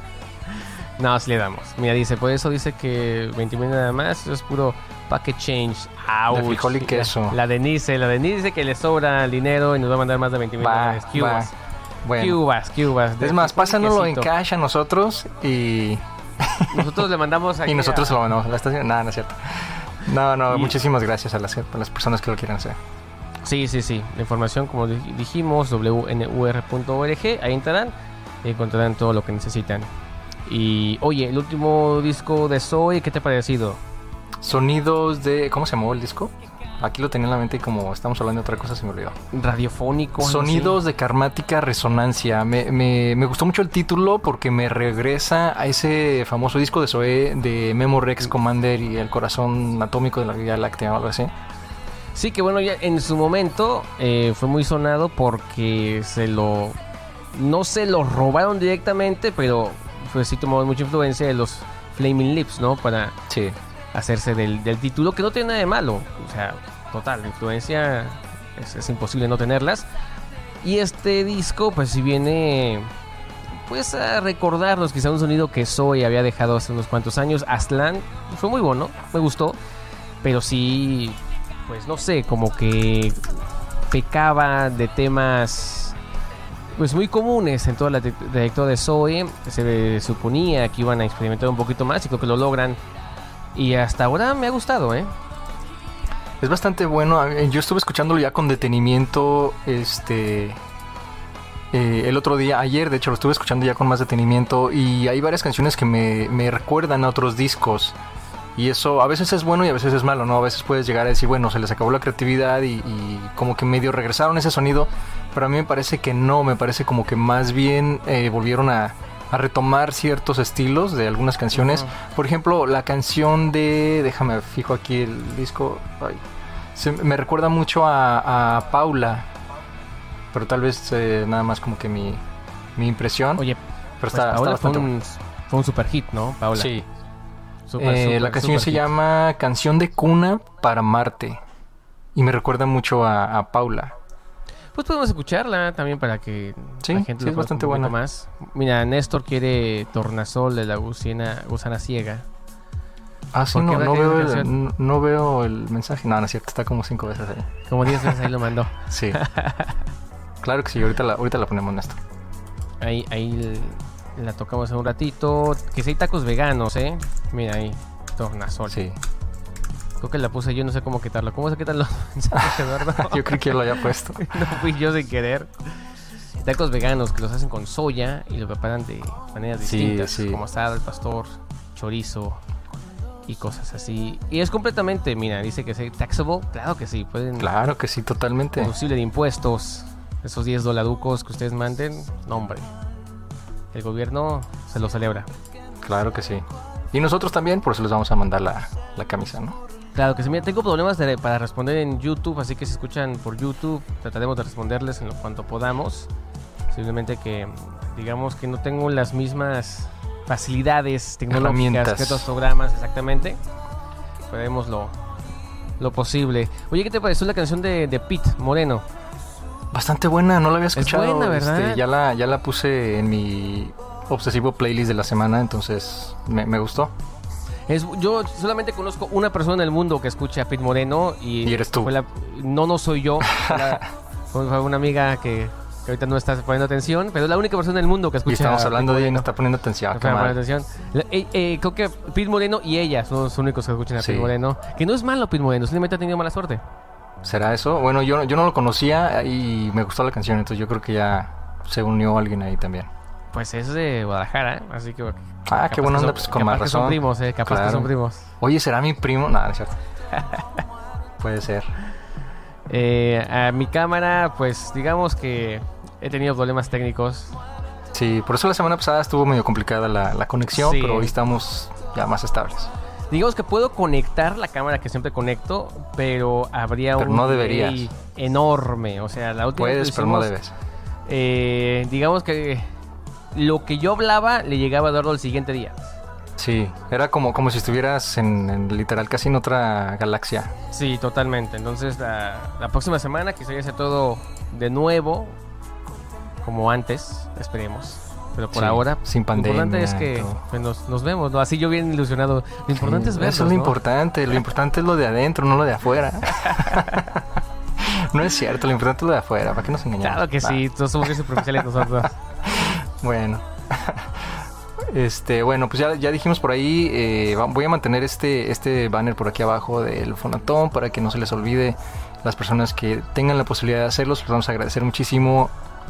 Speaker 1: No, sí le damos. Mira, dice, por eso dice que 20 mil nada más eso es puro packet change. Ouch.
Speaker 2: De frijol y
Speaker 1: La-
Speaker 2: queso.
Speaker 1: La, Denise, la Denise dice que le sobra el dinero y nos va a mandar más de 20 mil
Speaker 2: va,
Speaker 1: dólares. Cubas,
Speaker 2: va. Bueno.
Speaker 1: cubas, cubas. De
Speaker 2: Es más,
Speaker 1: frijol y
Speaker 2: pásanoslo en
Speaker 1: quesito.
Speaker 2: cash a nosotros y,
Speaker 1: Nosotros le mandamos aquí
Speaker 2: y
Speaker 1: a-
Speaker 2: nosotros lo mandamos a la estación. Nada, no es cierto. No, no,
Speaker 1: Y-
Speaker 2: muchísimas gracias a las, a las personas que lo quieran hacer.
Speaker 1: Sí, sí, sí. La información, como dij- dijimos, wnur.org. Ahí entrarán y encontrarán todo lo que necesitan. Y, oye, el último disco de Zoe, ¿qué te ha parecido?
Speaker 2: Sonidos de. ¿Cómo se llamó el disco? Aquí lo tenía en la mente y como estamos hablando de otra cosa se me olvidó.
Speaker 1: Radiofónico. algo así?
Speaker 2: Sonidos de karmática resonancia. Me, me- me gustó mucho el título porque me regresa a ese famoso disco de Zoe de Memo Rex Commander y el corazón atómico de la Vía Láctea o algo así.
Speaker 1: Sí, que bueno, ya en su momento eh, fue muy sonado porque se lo. No se lo robaron directamente, pero pues sí tomó mucha influencia de los Flaming Lips, ¿no? Para
Speaker 2: Sí.
Speaker 1: hacerse del, del título, que no tiene nada de malo. O sea, total, la influencia es, es imposible no tenerlas. Y este disco, pues si viene pues a recordarnos quizá un sonido que Soy había dejado hace unos cuantos años. Aslan fue muy bueno, me gustó, pero sí, pues no sé, como que pecaba de temas pues muy comunes en toda la tra- trayectoria de Zoe. Se suponía que iban a experimentar un poquito más y creo que lo logran. Y hasta ahora me ha gustado, ¿eh?
Speaker 2: Es bastante bueno. a- Yo estuve escuchándolo ya con detenimiento. Este. eh, el otro día, ayer, de hecho, lo estuve escuchando ya con más detenimiento. Y hay varias canciones que me, me recuerdan a otros discos. Y eso a veces es bueno y a veces es malo, ¿no? A veces puedes llegar a decir, bueno, se les acabó la creatividad y, y como que medio regresaron ese sonido. Pero a mí me parece que no, me parece como que más bien eh, volvieron a, a retomar ciertos estilos de algunas canciones. Por ejemplo, la canción de. Déjame fijo aquí el disco. ay, se- me recuerda mucho a, a Paula. Pero tal vez eh, nada más como que mi, mi impresión.
Speaker 1: Oye,
Speaker 2: pero
Speaker 1: pues,
Speaker 2: está, está
Speaker 1: Paola fue
Speaker 2: bastante bueno.
Speaker 1: un, fue un super hit, ¿no? Paola.
Speaker 2: Sí.
Speaker 1: Super,
Speaker 2: Eh,
Speaker 1: super,
Speaker 2: la canción
Speaker 1: super
Speaker 2: se
Speaker 1: hit.
Speaker 2: llama Canción de Cuna para Marte. Y me recuerda mucho a, a Paula.
Speaker 1: Pues podemos escucharla también para que
Speaker 2: Sí,
Speaker 1: la gente
Speaker 2: sí,
Speaker 1: lo
Speaker 2: es
Speaker 1: conozca
Speaker 2: bastante
Speaker 1: un poquito
Speaker 2: buena.
Speaker 1: más. Mira, Néstor quiere Tornasol de la gusana, gusana ciega.
Speaker 2: Ah, sí,
Speaker 1: ¿Por qué
Speaker 2: no,
Speaker 1: habrá
Speaker 2: no,
Speaker 1: caído
Speaker 2: veo
Speaker 1: la
Speaker 2: el,
Speaker 1: canción?
Speaker 2: no- no veo el mensaje. No, no es cierto, está como cinco veces ahí.
Speaker 1: Como 10 veces ahí lo mandó.
Speaker 2: Sí. claro que sí, ahorita la, ahorita la ponemos, Néstor.
Speaker 1: Ahí, ahí la tocamos en un ratito. Que si hay tacos veganos, ¿eh? Mira ahí, Tornasol.
Speaker 2: Sí.
Speaker 1: Creo que la puse yo, no sé cómo quitarlo. ¿Cómo se quitan los mensajes, Eduardo?
Speaker 2: Yo creo que ya lo había puesto.
Speaker 1: no fui yo sin querer. Tacos veganos que los hacen con soya y lo preparan de maneras
Speaker 2: Sí,
Speaker 1: distintas,
Speaker 2: sí.
Speaker 1: como asada, al pastor, chorizo y cosas así. Y es completamente, mira, dice que es taxable, claro que sí, pueden
Speaker 2: Claro que sí, totalmente.
Speaker 1: deducible de impuestos. Esos 10 dolarucos que ustedes manden, no hombre. El gobierno se lo celebra.
Speaker 2: Claro que sí. Y nosotros también, por eso les vamos a mandar la, la camisa, ¿no?
Speaker 1: Claro que sí, mira, tengo problemas de- para responder en YouTube, así que si escuchan por YouTube, trataremos de responderles en lo cuanto podamos. Simplemente que digamos que no tengo las mismas facilidades tecnológicas
Speaker 2: Herramientas.
Speaker 1: que otros programas, exactamente. Pero haremos lo, lo posible. Oye, ¿qué te pareció la canción de, de Pete Moreno?
Speaker 2: Bastante buena, no la había escuchado.
Speaker 1: buena, ¿verdad?
Speaker 2: este, ya, la, ya la puse en mi obsesivo playlist de la semana, entonces me, me gustó.
Speaker 1: Es, yo solamente conozco una persona en el mundo que escucha a Pete Moreno y,
Speaker 2: Y eres tú.
Speaker 1: fue la- no, no soy yo. Fue, la- fue una amiga que, que ahorita no está poniendo atención, pero es la única persona en el mundo que escucha.
Speaker 2: Y estamos
Speaker 1: a
Speaker 2: hablando
Speaker 1: Pete
Speaker 2: de ella, no
Speaker 1: Moreno.
Speaker 2: está poniendo atención. ah,
Speaker 1: No
Speaker 2: qué
Speaker 1: está poniendo
Speaker 2: mal.
Speaker 1: atención. La- eh, eh, creo que Pete Moreno y ella son los únicos que escuchan a
Speaker 2: Sí.
Speaker 1: Pete Moreno. Que no es malo Pete Moreno, simplemente ha tenido mala suerte.
Speaker 2: ¿Será eso? Bueno, yo, yo no lo conocía y me gustó la canción, entonces yo creo que ya se unió alguien ahí también.
Speaker 1: Pues es de Guadalajara, ¿eh? así que.
Speaker 2: Ah,
Speaker 1: capaz
Speaker 2: qué buena
Speaker 1: que
Speaker 2: onda,
Speaker 1: son-
Speaker 2: pues con
Speaker 1: capaz
Speaker 2: más
Speaker 1: que son
Speaker 2: razón.
Speaker 1: primos, eh, capaz que
Speaker 2: Claro.
Speaker 1: son primos.
Speaker 2: Oye, ¿será mi primo? No, no es cierto. Puede ser.
Speaker 1: Eh, a mi cámara, pues digamos que he tenido problemas técnicos.
Speaker 2: Sí, por eso la semana pasada estuvo medio complicada la, la conexión,
Speaker 1: Sí.
Speaker 2: pero hoy estamos ya más estables.
Speaker 1: Digamos que puedo conectar la cámara que siempre conecto, pero habría
Speaker 2: Pero
Speaker 1: un
Speaker 2: no deberías.
Speaker 1: delay enorme. O sea, la última
Speaker 2: Puedes,
Speaker 1: vez que
Speaker 2: pero no
Speaker 1: hicimos,
Speaker 2: debes.
Speaker 1: eh, digamos que lo que yo hablaba le llegaba a Eduardo el siguiente día.
Speaker 2: Sí, era como, como si estuvieras en, en literal casi en otra galaxia.
Speaker 1: Sí, totalmente. Entonces, la, la próxima semana quizá ya sea todo de nuevo, como antes, esperemos. Pero por
Speaker 2: Sí,
Speaker 1: ahora,
Speaker 2: sin pandemia.
Speaker 1: lo importante es que
Speaker 2: todo.
Speaker 1: pues, nos, nos vemos, ¿no? Así yo bien ilusionado. Lo importante es
Speaker 2: Sí,
Speaker 1: vernos,
Speaker 2: Eso es lo
Speaker 1: ¿no?
Speaker 2: importante. Lo importante es lo de adentro, no lo de afuera. no es cierto, lo importante es lo de afuera. ¿Para qué nos engañamos?
Speaker 1: Claro que
Speaker 2: Ah,
Speaker 1: sí, todos somos bien superficiales nosotros.
Speaker 2: Bueno. Este, bueno, pues ya, ya dijimos por ahí, eh, va- voy a mantener este, este banner por aquí abajo del Fonatón para que no se les olvide las personas que tengan la posibilidad de hacerlos, les vamos a agradecer muchísimo.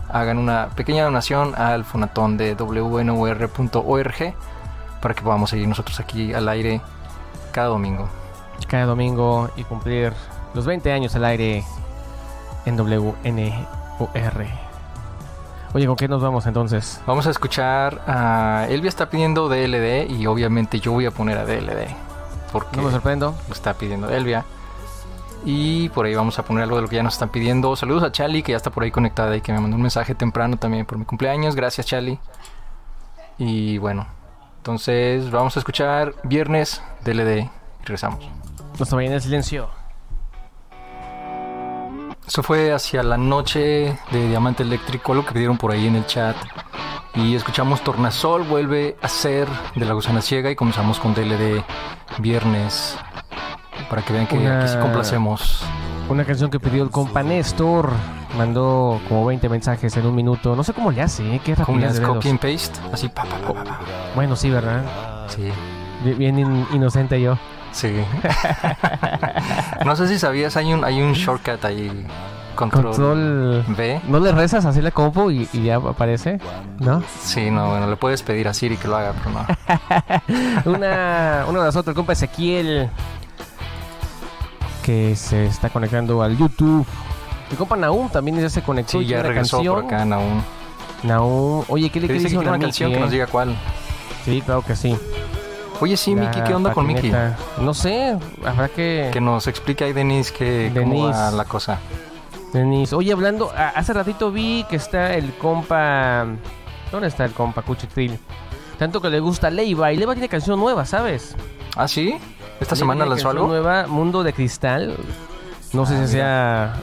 Speaker 2: Hagan una pequeña donación al Fonatón de wnur.org para que podamos seguir nosotros aquí al aire cada domingo.
Speaker 1: cada domingo y cumplir los 20 años al aire en WNUR. Oye, ¿con qué nos vamos entonces?
Speaker 2: Vamos a escuchar a Elvia está pidiendo DLD y obviamente yo voy a poner a DLD porque
Speaker 1: No me sorprendo.
Speaker 2: lo está pidiendo Elvia. Y por ahí vamos a poner algo de lo que ya nos están pidiendo. Saludos a Chali, que ya está por ahí conectada y que me mandó un mensaje temprano también por mi cumpleaños. Gracias, Chali. Y bueno, entonces vamos a escuchar Viernes DLD y regresamos.
Speaker 1: Nos vayan en silencio.
Speaker 2: Eso fue hacia la noche de Diamante Eléctrico, lo que pidieron por ahí en el chat. Y escuchamos Tornasol vuelve a ser de la gusana ciega y comenzamos con DLD Viernes. Para que vean que
Speaker 1: Una-
Speaker 2: aquí sí complacemos.
Speaker 1: Una canción que pidió el compa Néstor. Mandó como 20 mensajes en un minuto. No sé cómo le hace, ¿eh? Qué
Speaker 2: Como
Speaker 1: rapidez
Speaker 2: las
Speaker 1: de dedos.
Speaker 2: copy and paste, así pa pa pa pa. pa.
Speaker 1: Bueno, sí, ¿verdad?
Speaker 2: Sí.
Speaker 1: Bien- Bien in- inocente yo.
Speaker 2: Sí. no sé si sabías, hay un, hay un shortcut ahí. Control,
Speaker 1: Control.
Speaker 2: B.
Speaker 1: ¿No le rezas así la compu y, y ya aparece? ¿No?
Speaker 2: Sí, no, bueno, le puedes pedir a Siri que lo haga, pero no.
Speaker 1: Una, un abrazo al compa Ezequiel. Que se está conectando al YouTube. El compa Naum también ya se conectó.
Speaker 2: Sí,
Speaker 1: y tiene
Speaker 2: ya
Speaker 1: una
Speaker 2: regresó por
Speaker 1: canción.
Speaker 2: acá, aún.
Speaker 1: Naum. Oye, ¿qué le
Speaker 2: Te
Speaker 1: qué
Speaker 2: dice
Speaker 1: dice
Speaker 2: que tiene una
Speaker 1: Naum,
Speaker 2: canción
Speaker 1: eh?
Speaker 2: que nos diga cuál.
Speaker 1: Sí, claro que sí.
Speaker 2: Oye, sí,
Speaker 1: La
Speaker 2: Miki, ¿qué onda con Miki?
Speaker 1: patineta. No sé, habrá que...
Speaker 2: Que nos explique ahí, Denise, que, cómo
Speaker 1: Denise.
Speaker 2: va la cosa.
Speaker 1: Denise, Oye, hablando, a- hace ratito vi que está el compa... ¿Dónde está el compa Cuchitril? Tanto que le gusta Leiva y Leiva tiene canción nueva, ¿sabes?
Speaker 2: ¿Ah, sí?
Speaker 1: Leiva
Speaker 2: ¿Esta semana
Speaker 1: tiene
Speaker 2: lanzó
Speaker 1: canción
Speaker 2: algo?
Speaker 1: nueva, Mundo de Cristal. No sé
Speaker 2: Ah,
Speaker 1: si
Speaker 2: mira.
Speaker 1: sea...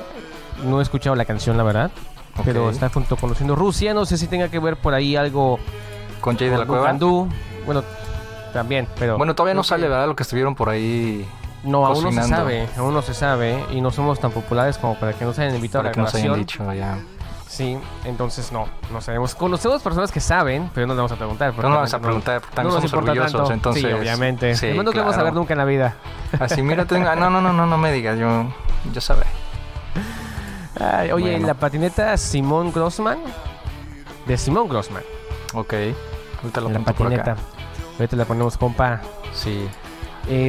Speaker 1: No he escuchado la canción, la verdad.
Speaker 2: Ok.
Speaker 1: Pero está junto conociendo Rusia. No sé si tenga que ver por ahí algo...
Speaker 2: Con Jay de la
Speaker 1: con
Speaker 2: Cueva.
Speaker 1: Gandú. Bueno, también, pero...
Speaker 2: Bueno, todavía no
Speaker 1: creo que-
Speaker 2: sale, ¿verdad? Lo que estuvieron por ahí.
Speaker 1: No, aún no se
Speaker 2: cocinando.
Speaker 1: sabe, aún no se sabe y no somos tan populares como para que nos hayan invitado
Speaker 2: Para
Speaker 1: a la
Speaker 2: que nos hayan
Speaker 1: grabación.
Speaker 2: dicho ya.
Speaker 1: Sí, entonces no, no sabemos. Conocemos personas que saben, pero no le vamos a preguntar. porque
Speaker 2: No nos vamos a
Speaker 1: no-
Speaker 2: preguntar, porque
Speaker 1: no nos
Speaker 2: también somos
Speaker 1: importa
Speaker 2: orgullosos,
Speaker 1: tanto.
Speaker 2: entonces.
Speaker 1: Sí, obviamente.
Speaker 2: Sí,
Speaker 1: Además, no que vamos a
Speaker 2: claro.
Speaker 1: ver nunca en la vida.
Speaker 2: Así, mira, tengo... ah, no, no, no, no, no me digas, yo, yo sabré.
Speaker 1: Ay, oye,
Speaker 2: Bueno.
Speaker 1: la patineta Simón Grossman, de Simón Grossman,
Speaker 2: Ok, ahorita lo
Speaker 1: la
Speaker 2: apunto por
Speaker 1: patineta.
Speaker 2: acá.
Speaker 1: Ahorita la ponemos, compa.
Speaker 2: Sí,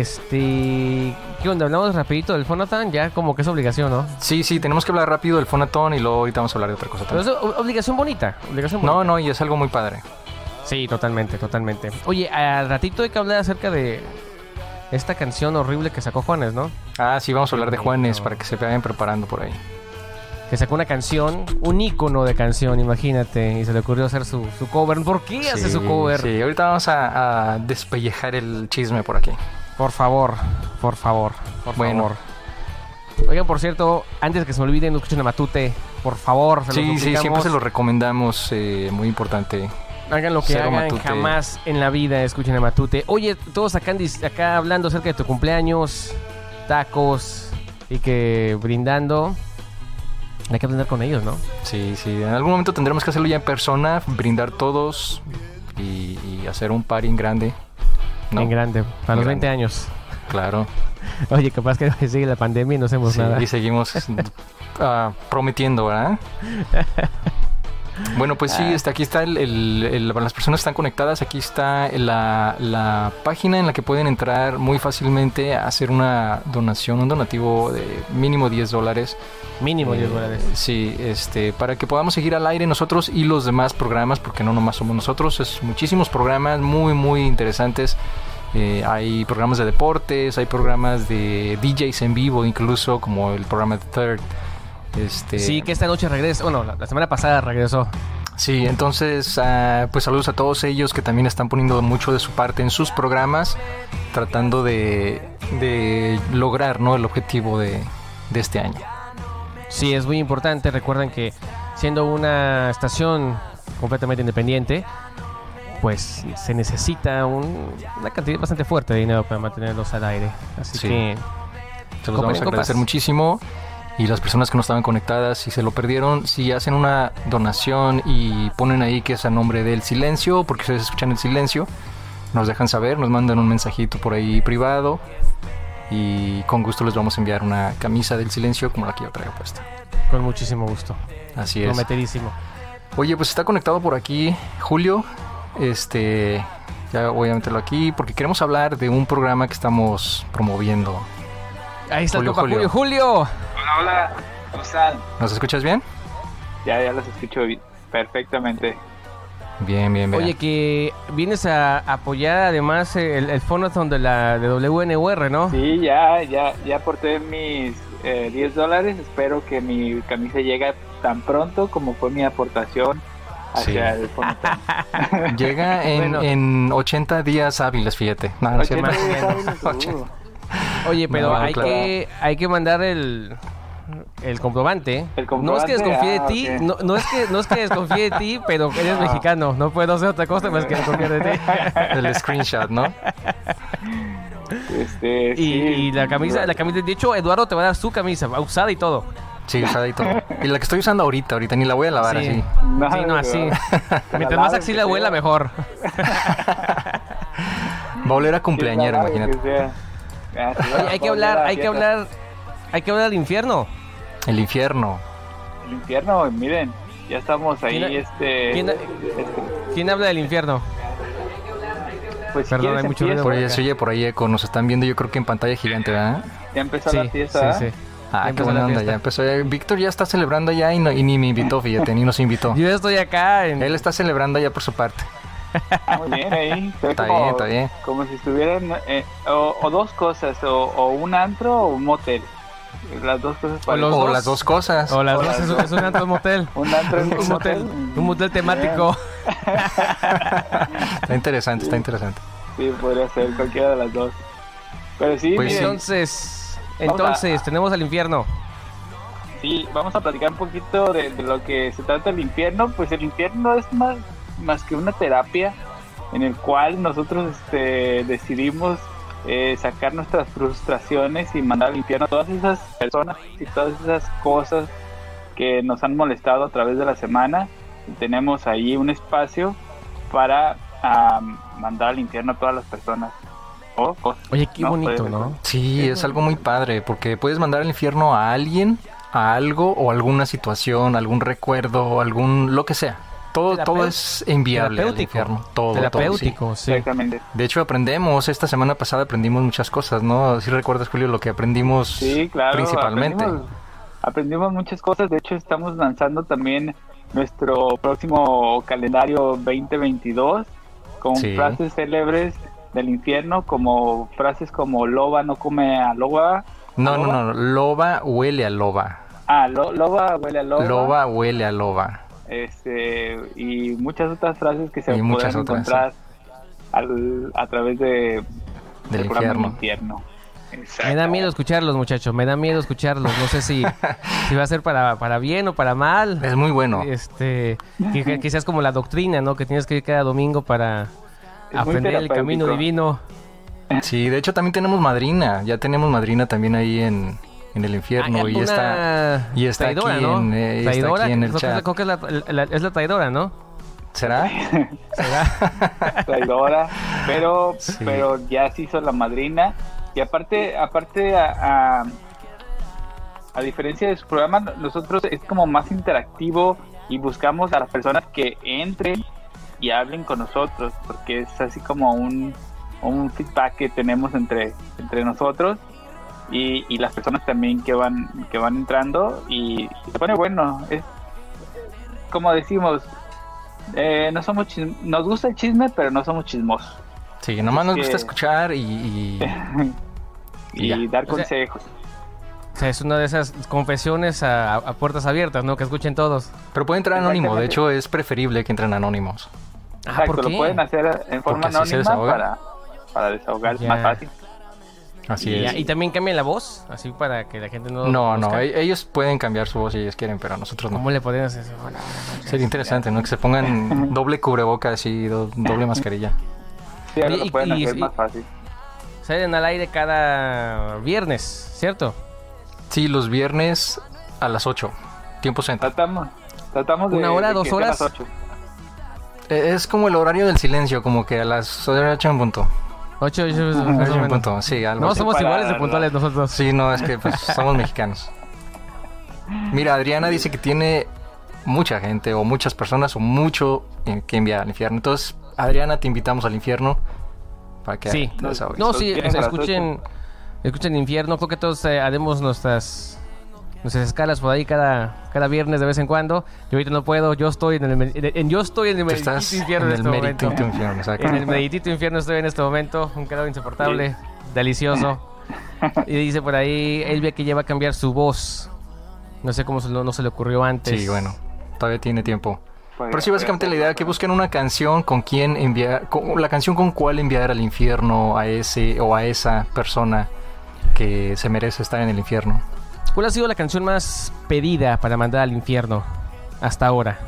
Speaker 1: Este, ¿qué onda? Hablamos rapidito del Fonatan, ya como que es obligación, ¿no?
Speaker 2: sí, sí, tenemos que hablar rápido del fonatón y luego ahorita vamos a hablar de otra cosa
Speaker 1: Pero es
Speaker 2: también.
Speaker 1: o- obligación bonita, obligación bonita.
Speaker 2: No, no, y es algo muy padre.
Speaker 1: Sí, totalmente, totalmente. Oye, al ratito hay que hablar acerca de esta canción horrible que sacó Juanes, ¿no?
Speaker 2: Ah, sí, vamos a hablar de
Speaker 1: Bonito.
Speaker 2: Juanes para que se vayan preparando por ahí.
Speaker 1: Que sacó una canción, un ícono de canción, imagínate, y se le ocurrió hacer su, su cover. ¿Por qué hace
Speaker 2: Sí,
Speaker 1: su cover?
Speaker 2: Sí, ahorita vamos a, a despellejar el chisme por aquí.
Speaker 1: Por favor, por favor, por
Speaker 2: Bueno.
Speaker 1: favor. Oigan, por cierto, antes que se me olviden, no escuchen a Matute, por favor, se
Speaker 2: Sí,
Speaker 1: los
Speaker 2: sí, siempre
Speaker 1: suplicamos.
Speaker 2: se lo recomendamos, eh, muy importante.
Speaker 1: Hagan lo que
Speaker 2: Cero
Speaker 1: hagan,
Speaker 2: Matute.
Speaker 1: jamás en la vida escuchen a Matute. Oye, todos acá, en dis- acá hablando acerca de tu cumpleaños, tacos y que brindando. Hay que brindar con ellos, ¿no?
Speaker 2: Sí, sí, en algún momento tendremos que hacerlo ya en persona, brindar todos y, y hacer un party en grande. ¿no?
Speaker 1: En grande, para
Speaker 2: En
Speaker 1: los 20
Speaker 2: grande.
Speaker 1: años.
Speaker 2: Claro.
Speaker 1: Oye, capaz que sigue la pandemia y no hacemos
Speaker 2: Sí,
Speaker 1: nada.
Speaker 2: y seguimos ah, prometiendo, ¿verdad? Bueno, pues sí, está, aquí está el, el- el- las personas que están conectadas, aquí está la, la página en la que pueden entrar muy fácilmente a hacer una donación, un donativo de mínimo 10 dólares.
Speaker 1: Mínimo 10
Speaker 2: Eh,
Speaker 1: dólares.
Speaker 2: Sí, este, para que podamos seguir al aire nosotros y los demás programas, porque no nomás somos nosotros, es muchísimos programas muy, muy interesantes. Eh, hay programas de deportes, hay programas de DJs en vivo, incluso como el programa de Third. Este,
Speaker 1: Sí, que esta noche regresa. Bueno, la, la semana pasada regresó.
Speaker 2: Sí, entonces, ah, pues saludos a todos ellos que también están poniendo mucho de su parte en sus programas, tratando de, de lograr ¿no? el objetivo de, de este año.
Speaker 1: Sí, es muy importante. Recuerden que siendo una estación completamente independiente, pues se necesita un- una cantidad bastante fuerte de dinero para mantenerlos al aire. Así
Speaker 2: Sí.
Speaker 1: que
Speaker 2: Se los vamos a
Speaker 1: Compas.
Speaker 2: agradecer muchísimo. Y las personas que no estaban conectadas, si se lo perdieron, si hacen una donación y ponen ahí que es a nombre del silencio, porque ustedes escuchan el silencio, nos dejan saber, nos mandan un mensajito por ahí privado. Y con gusto les vamos a enviar una camisa del silencio como la que yo traigo puesta.
Speaker 1: con muchísimo gusto.
Speaker 2: Así es.
Speaker 1: Prometidísimo.
Speaker 2: Oye, pues está conectado por aquí Julio. Este, ya voy a meterlo aquí porque queremos hablar de un programa que estamos promoviendo.
Speaker 1: Ahí está
Speaker 2: Julio,
Speaker 1: el compa Julio.
Speaker 2: Julio.
Speaker 1: Julio.
Speaker 3: Hola, hola, ¿cómo están?
Speaker 2: ¿Nos escuchas bien?
Speaker 3: Ya, ya los escucho bien, perfectamente.
Speaker 2: Bien, bien, bien.
Speaker 1: Oye, que vienes a apoyar además el, el Fonathon de la de WNUR, ¿no?
Speaker 3: Sí, ya, ya, ya aporté mis eh, 10 dólares. Espero que mi camisa llegue tan pronto como fue mi aportación hacia
Speaker 2: Sí.
Speaker 3: el Fonathon.
Speaker 2: Llega en,
Speaker 1: Bueno.
Speaker 2: en 80 días hábiles, fíjate. No, no es cierto.
Speaker 3: 80
Speaker 1: más o
Speaker 3: días
Speaker 1: menos.
Speaker 3: hábiles, seguro.
Speaker 1: Oye, pero
Speaker 2: No,
Speaker 1: hay
Speaker 2: claro.
Speaker 1: que hay que mandar el el comprobante.
Speaker 3: El
Speaker 1: No es que
Speaker 3: comprobante,
Speaker 1: desconfíe de
Speaker 3: ah,
Speaker 1: ti,
Speaker 3: ok.
Speaker 1: no, no es que no es que desconfíe de ti, pero eres
Speaker 3: Ah.
Speaker 1: mexicano, no puedo hacer otra cosa más que desconfiar de ti.
Speaker 2: El screenshot, ¿no?
Speaker 3: Este,
Speaker 1: Y,
Speaker 3: sí,
Speaker 1: y la camisa, la camisa, de hecho Eduardo te va a dar su camisa, usada y todo.
Speaker 2: Sí, usada y todo. Y la que estoy usando ahorita, ahorita ni la voy a lavar
Speaker 1: Sí.
Speaker 2: así.
Speaker 3: No,
Speaker 1: sí, no,
Speaker 3: no,
Speaker 1: así.
Speaker 3: la
Speaker 1: Mientras más
Speaker 3: laves,
Speaker 1: axila
Speaker 3: que
Speaker 1: huela,
Speaker 3: sea.
Speaker 1: mejor.
Speaker 2: Va a oler a cumpleañero,
Speaker 3: Sí, la
Speaker 2: imagínate.
Speaker 3: que sea. Ah, sí,
Speaker 1: Oye, hay que
Speaker 3: vamos a
Speaker 1: hablar,
Speaker 3: la
Speaker 1: hay que
Speaker 3: fiesta.
Speaker 1: hablar, hay que hablar del infierno.
Speaker 2: El infierno.
Speaker 3: El infierno, miren, ya estamos ahí,
Speaker 1: ¿Quién-
Speaker 3: este,
Speaker 1: quién-
Speaker 3: este,
Speaker 1: ¿Quién habla del infierno?
Speaker 3: Pues si
Speaker 1: Perdón,
Speaker 3: quieres
Speaker 1: hay mucho
Speaker 3: empieza.
Speaker 2: Por
Speaker 1: ruido.
Speaker 2: ahí se oye por ahí eco. Nos están viendo, yo creo que en pantalla gigante, ¿verdad?
Speaker 3: Ya empezó la fiesta. ¿eh? ¿verdad?
Speaker 1: sí, sí. Ya
Speaker 2: Ah, qué
Speaker 1: empezó
Speaker 2: buena
Speaker 1: la
Speaker 2: onda,
Speaker 1: fiesta.
Speaker 2: ya empezó. ya. Víctor ya está celebrando ya y, no- y ni me invitó, fíjate, ni nos invitó.
Speaker 1: Yo estoy acá en,
Speaker 2: Él está celebrando ya por su parte.
Speaker 3: Ah, Muy bien ahí. Se ve
Speaker 2: Está
Speaker 3: como,
Speaker 2: bien, está bien.
Speaker 3: Como si estuvieran eh, o, o dos cosas, o, o un antro o un motel. Las dos cosas
Speaker 1: O
Speaker 2: O
Speaker 1: los-
Speaker 3: parecidas.
Speaker 1: dos?
Speaker 2: las dos cosas.
Speaker 1: O las
Speaker 3: O
Speaker 1: dos,
Speaker 3: las
Speaker 1: es, un-
Speaker 3: dos.
Speaker 1: es un antro motel.
Speaker 3: Un antro
Speaker 1: un,
Speaker 3: en
Speaker 1: un motel, un motel temático.
Speaker 2: Está interesante, está interesante.
Speaker 3: Sí, podría ser cualquiera de las dos. Pero sí,
Speaker 2: Pues
Speaker 3: miren,
Speaker 1: Entonces,
Speaker 3: Vamos
Speaker 1: entonces tenemos al infierno.
Speaker 3: Sí, vamos a platicar un poquito de, de lo que se trata el infierno. Pues el infierno es más, más que una terapia en el cual nosotros este, decidimos eh, sacar nuestras frustraciones y mandar al infierno a todas esas personas y todas esas cosas que nos han molestado a través de la semana. Y tenemos ahí un espacio para ah, mandar al infierno a todas las personas. O cosas.
Speaker 1: Oye, qué
Speaker 3: No,
Speaker 1: bonito,
Speaker 3: puede
Speaker 1: ¿no?
Speaker 2: Sí, es algo muy padre porque puedes mandar al infierno a alguien, a algo o alguna situación, algún recuerdo, algún lo que sea. Todo,
Speaker 1: Terapeu-
Speaker 2: todo es enviable al
Speaker 1: Terapéutico.
Speaker 2: infierno. Todo, todo, sí.
Speaker 1: Terapéutico, sí.
Speaker 3: Exactamente.
Speaker 2: De hecho, aprendemos. Esta semana pasada aprendimos muchas cosas, ¿no? Si recuerdas, Julio, lo que aprendimos
Speaker 3: Sí, claro.
Speaker 2: principalmente.
Speaker 3: Aprendimos, aprendimos muchas cosas. De hecho, estamos lanzando también nuestro próximo calendario 2022 con
Speaker 2: Sí.
Speaker 3: frases célebres del infierno, como frases como loba no come a loba.
Speaker 2: No, no, no. Loba huele a loba.
Speaker 3: Ah, lo- loba huele a loba.
Speaker 2: Loba huele a loba.
Speaker 3: Este, y muchas otras frases que se
Speaker 2: Y
Speaker 3: pueden
Speaker 2: muchas otras,
Speaker 3: encontrar al- a través de,
Speaker 2: Del
Speaker 3: del programa
Speaker 2: infierno.
Speaker 3: infierno. Exacto.
Speaker 1: Me da miedo escucharlos, muchachos. Me da miedo escucharlos. No sé si, si va a ser para, para bien o para mal.
Speaker 2: Es muy bueno.
Speaker 1: Este, que- que- quizás como la doctrina, ¿no? Que tienes que ir cada domingo para
Speaker 3: muy
Speaker 1: aprender el camino
Speaker 3: terapéutico.
Speaker 1: divino.
Speaker 2: Sí, de hecho también tenemos madrina. Ya tenemos madrina también ahí en, en el infierno.
Speaker 1: Hay
Speaker 2: y está.
Speaker 1: alguna
Speaker 2: y está
Speaker 1: traidora,
Speaker 2: aquí
Speaker 1: ¿no?
Speaker 2: en, eh, está
Speaker 1: Traidora,
Speaker 2: aquí en el
Speaker 1: creo que es la-
Speaker 2: chat.
Speaker 1: creo que es la, la- es la traidora, ¿no?
Speaker 2: ¿Será?
Speaker 1: ¿Será?
Speaker 3: traidora, pero,
Speaker 2: Sí.
Speaker 3: pero ya se hizo la madrina. Y aparte, aparte a, a, a diferencia de su programa, nosotros es como más interactivo y buscamos a las personas que entren y hablen con nosotros, porque es así como un, un feedback que tenemos entre, entre nosotros. Y, y las personas también que van que van entrando y se pone bueno es como decimos eh, no somos chism- nos gusta el chisme, pero no somos chismosos.
Speaker 2: Sí, nomás nos
Speaker 3: que-
Speaker 2: gusta escuchar y, y-
Speaker 3: y
Speaker 2: Ya.
Speaker 3: dar
Speaker 1: O sea-
Speaker 3: consejos.
Speaker 1: O sea, es una de esas confesiones a, a puertas abiertas, ¿no? Que escuchen todos.
Speaker 2: Pero puede entrar anónimo, de
Speaker 3: Exactamente.
Speaker 2: hecho es preferible que entren anónimos.
Speaker 1: Ah, ¿por
Speaker 3: Exacto,
Speaker 1: qué?
Speaker 3: lo pueden hacer en forma
Speaker 2: Porque así se
Speaker 3: anónima
Speaker 2: desahogan.
Speaker 3: para, para desahogar
Speaker 1: Ya.
Speaker 3: más fácil.
Speaker 2: Así
Speaker 1: y,
Speaker 2: es.
Speaker 1: y también cambian la voz, así para que la gente no.
Speaker 2: no, no,
Speaker 1: busca.
Speaker 2: e- ellos pueden cambiar su voz si ellos quieren, pero nosotros no.
Speaker 1: ¿Cómo le podrían hacer eso? Bueno,
Speaker 2: Sería interesante, ¿no? Que se pongan doble cubrebocas y do- doble mascarilla.
Speaker 3: Sí, ahora
Speaker 1: Oye, y-
Speaker 3: lo pueden
Speaker 1: y-
Speaker 3: hacer
Speaker 1: y-
Speaker 3: más fácil.
Speaker 1: Salen al aire cada viernes, ¿cierto?
Speaker 2: Sí, los viernes a las 8, tiempo central.
Speaker 3: Tratamos, tratamos de.
Speaker 1: ¿Una hora,
Speaker 3: de que
Speaker 1: dos
Speaker 3: sea a las
Speaker 1: horas?
Speaker 3: ocho.
Speaker 1: Ah.
Speaker 2: E- Es como el horario del silencio, como que a las 8 en punto.
Speaker 1: Ocho, ocho, más o
Speaker 2: 8 en
Speaker 1: menos.
Speaker 2: punto, sí, algo
Speaker 1: No
Speaker 2: así.
Speaker 1: somos
Speaker 3: Para
Speaker 1: iguales de
Speaker 3: la-
Speaker 1: puntuales nosotros.
Speaker 2: Sí, no, es que pues, somos mexicanos. Mira, Adriana dice que tiene mucha gente o muchas personas o mucho en- que enviar al infierno. Entonces, Adriana, te invitamos al infierno para que
Speaker 1: Sí.
Speaker 2: te desahogues.
Speaker 1: No, sí,
Speaker 3: Bien,
Speaker 1: o sea,
Speaker 3: a las
Speaker 1: escuchen, escuchen Infierno. Creo que todos eh, haremos nuestras nuestras escalas por ahí cada, cada viernes de vez en cuando. Yo ahorita no puedo, yo estoy en el, en, en- yo estoy en el
Speaker 2: Tú
Speaker 1: meritito
Speaker 2: estás
Speaker 1: infierno en,
Speaker 2: en el
Speaker 1: este
Speaker 2: meritito
Speaker 1: momento.
Speaker 2: infierno, exacto.
Speaker 1: En el meritito infierno estoy en este momento, un calor insoportable, delicioso. Y dice por ahí, Elvia que lleva a cambiar su voz. No sé cómo se lo- no se le ocurrió antes.
Speaker 2: Sí, bueno, todavía tiene tiempo.
Speaker 3: Podría-
Speaker 2: Pero sí, básicamente la
Speaker 3: podría-
Speaker 2: idea es que busquen una canción con quién enviar, con- la canción con cuál enviar al infierno a ese o a esa persona que se merece estar en el infierno.
Speaker 1: ¿Cuál ha sido la canción más pedida para mandar al infierno hasta ahora?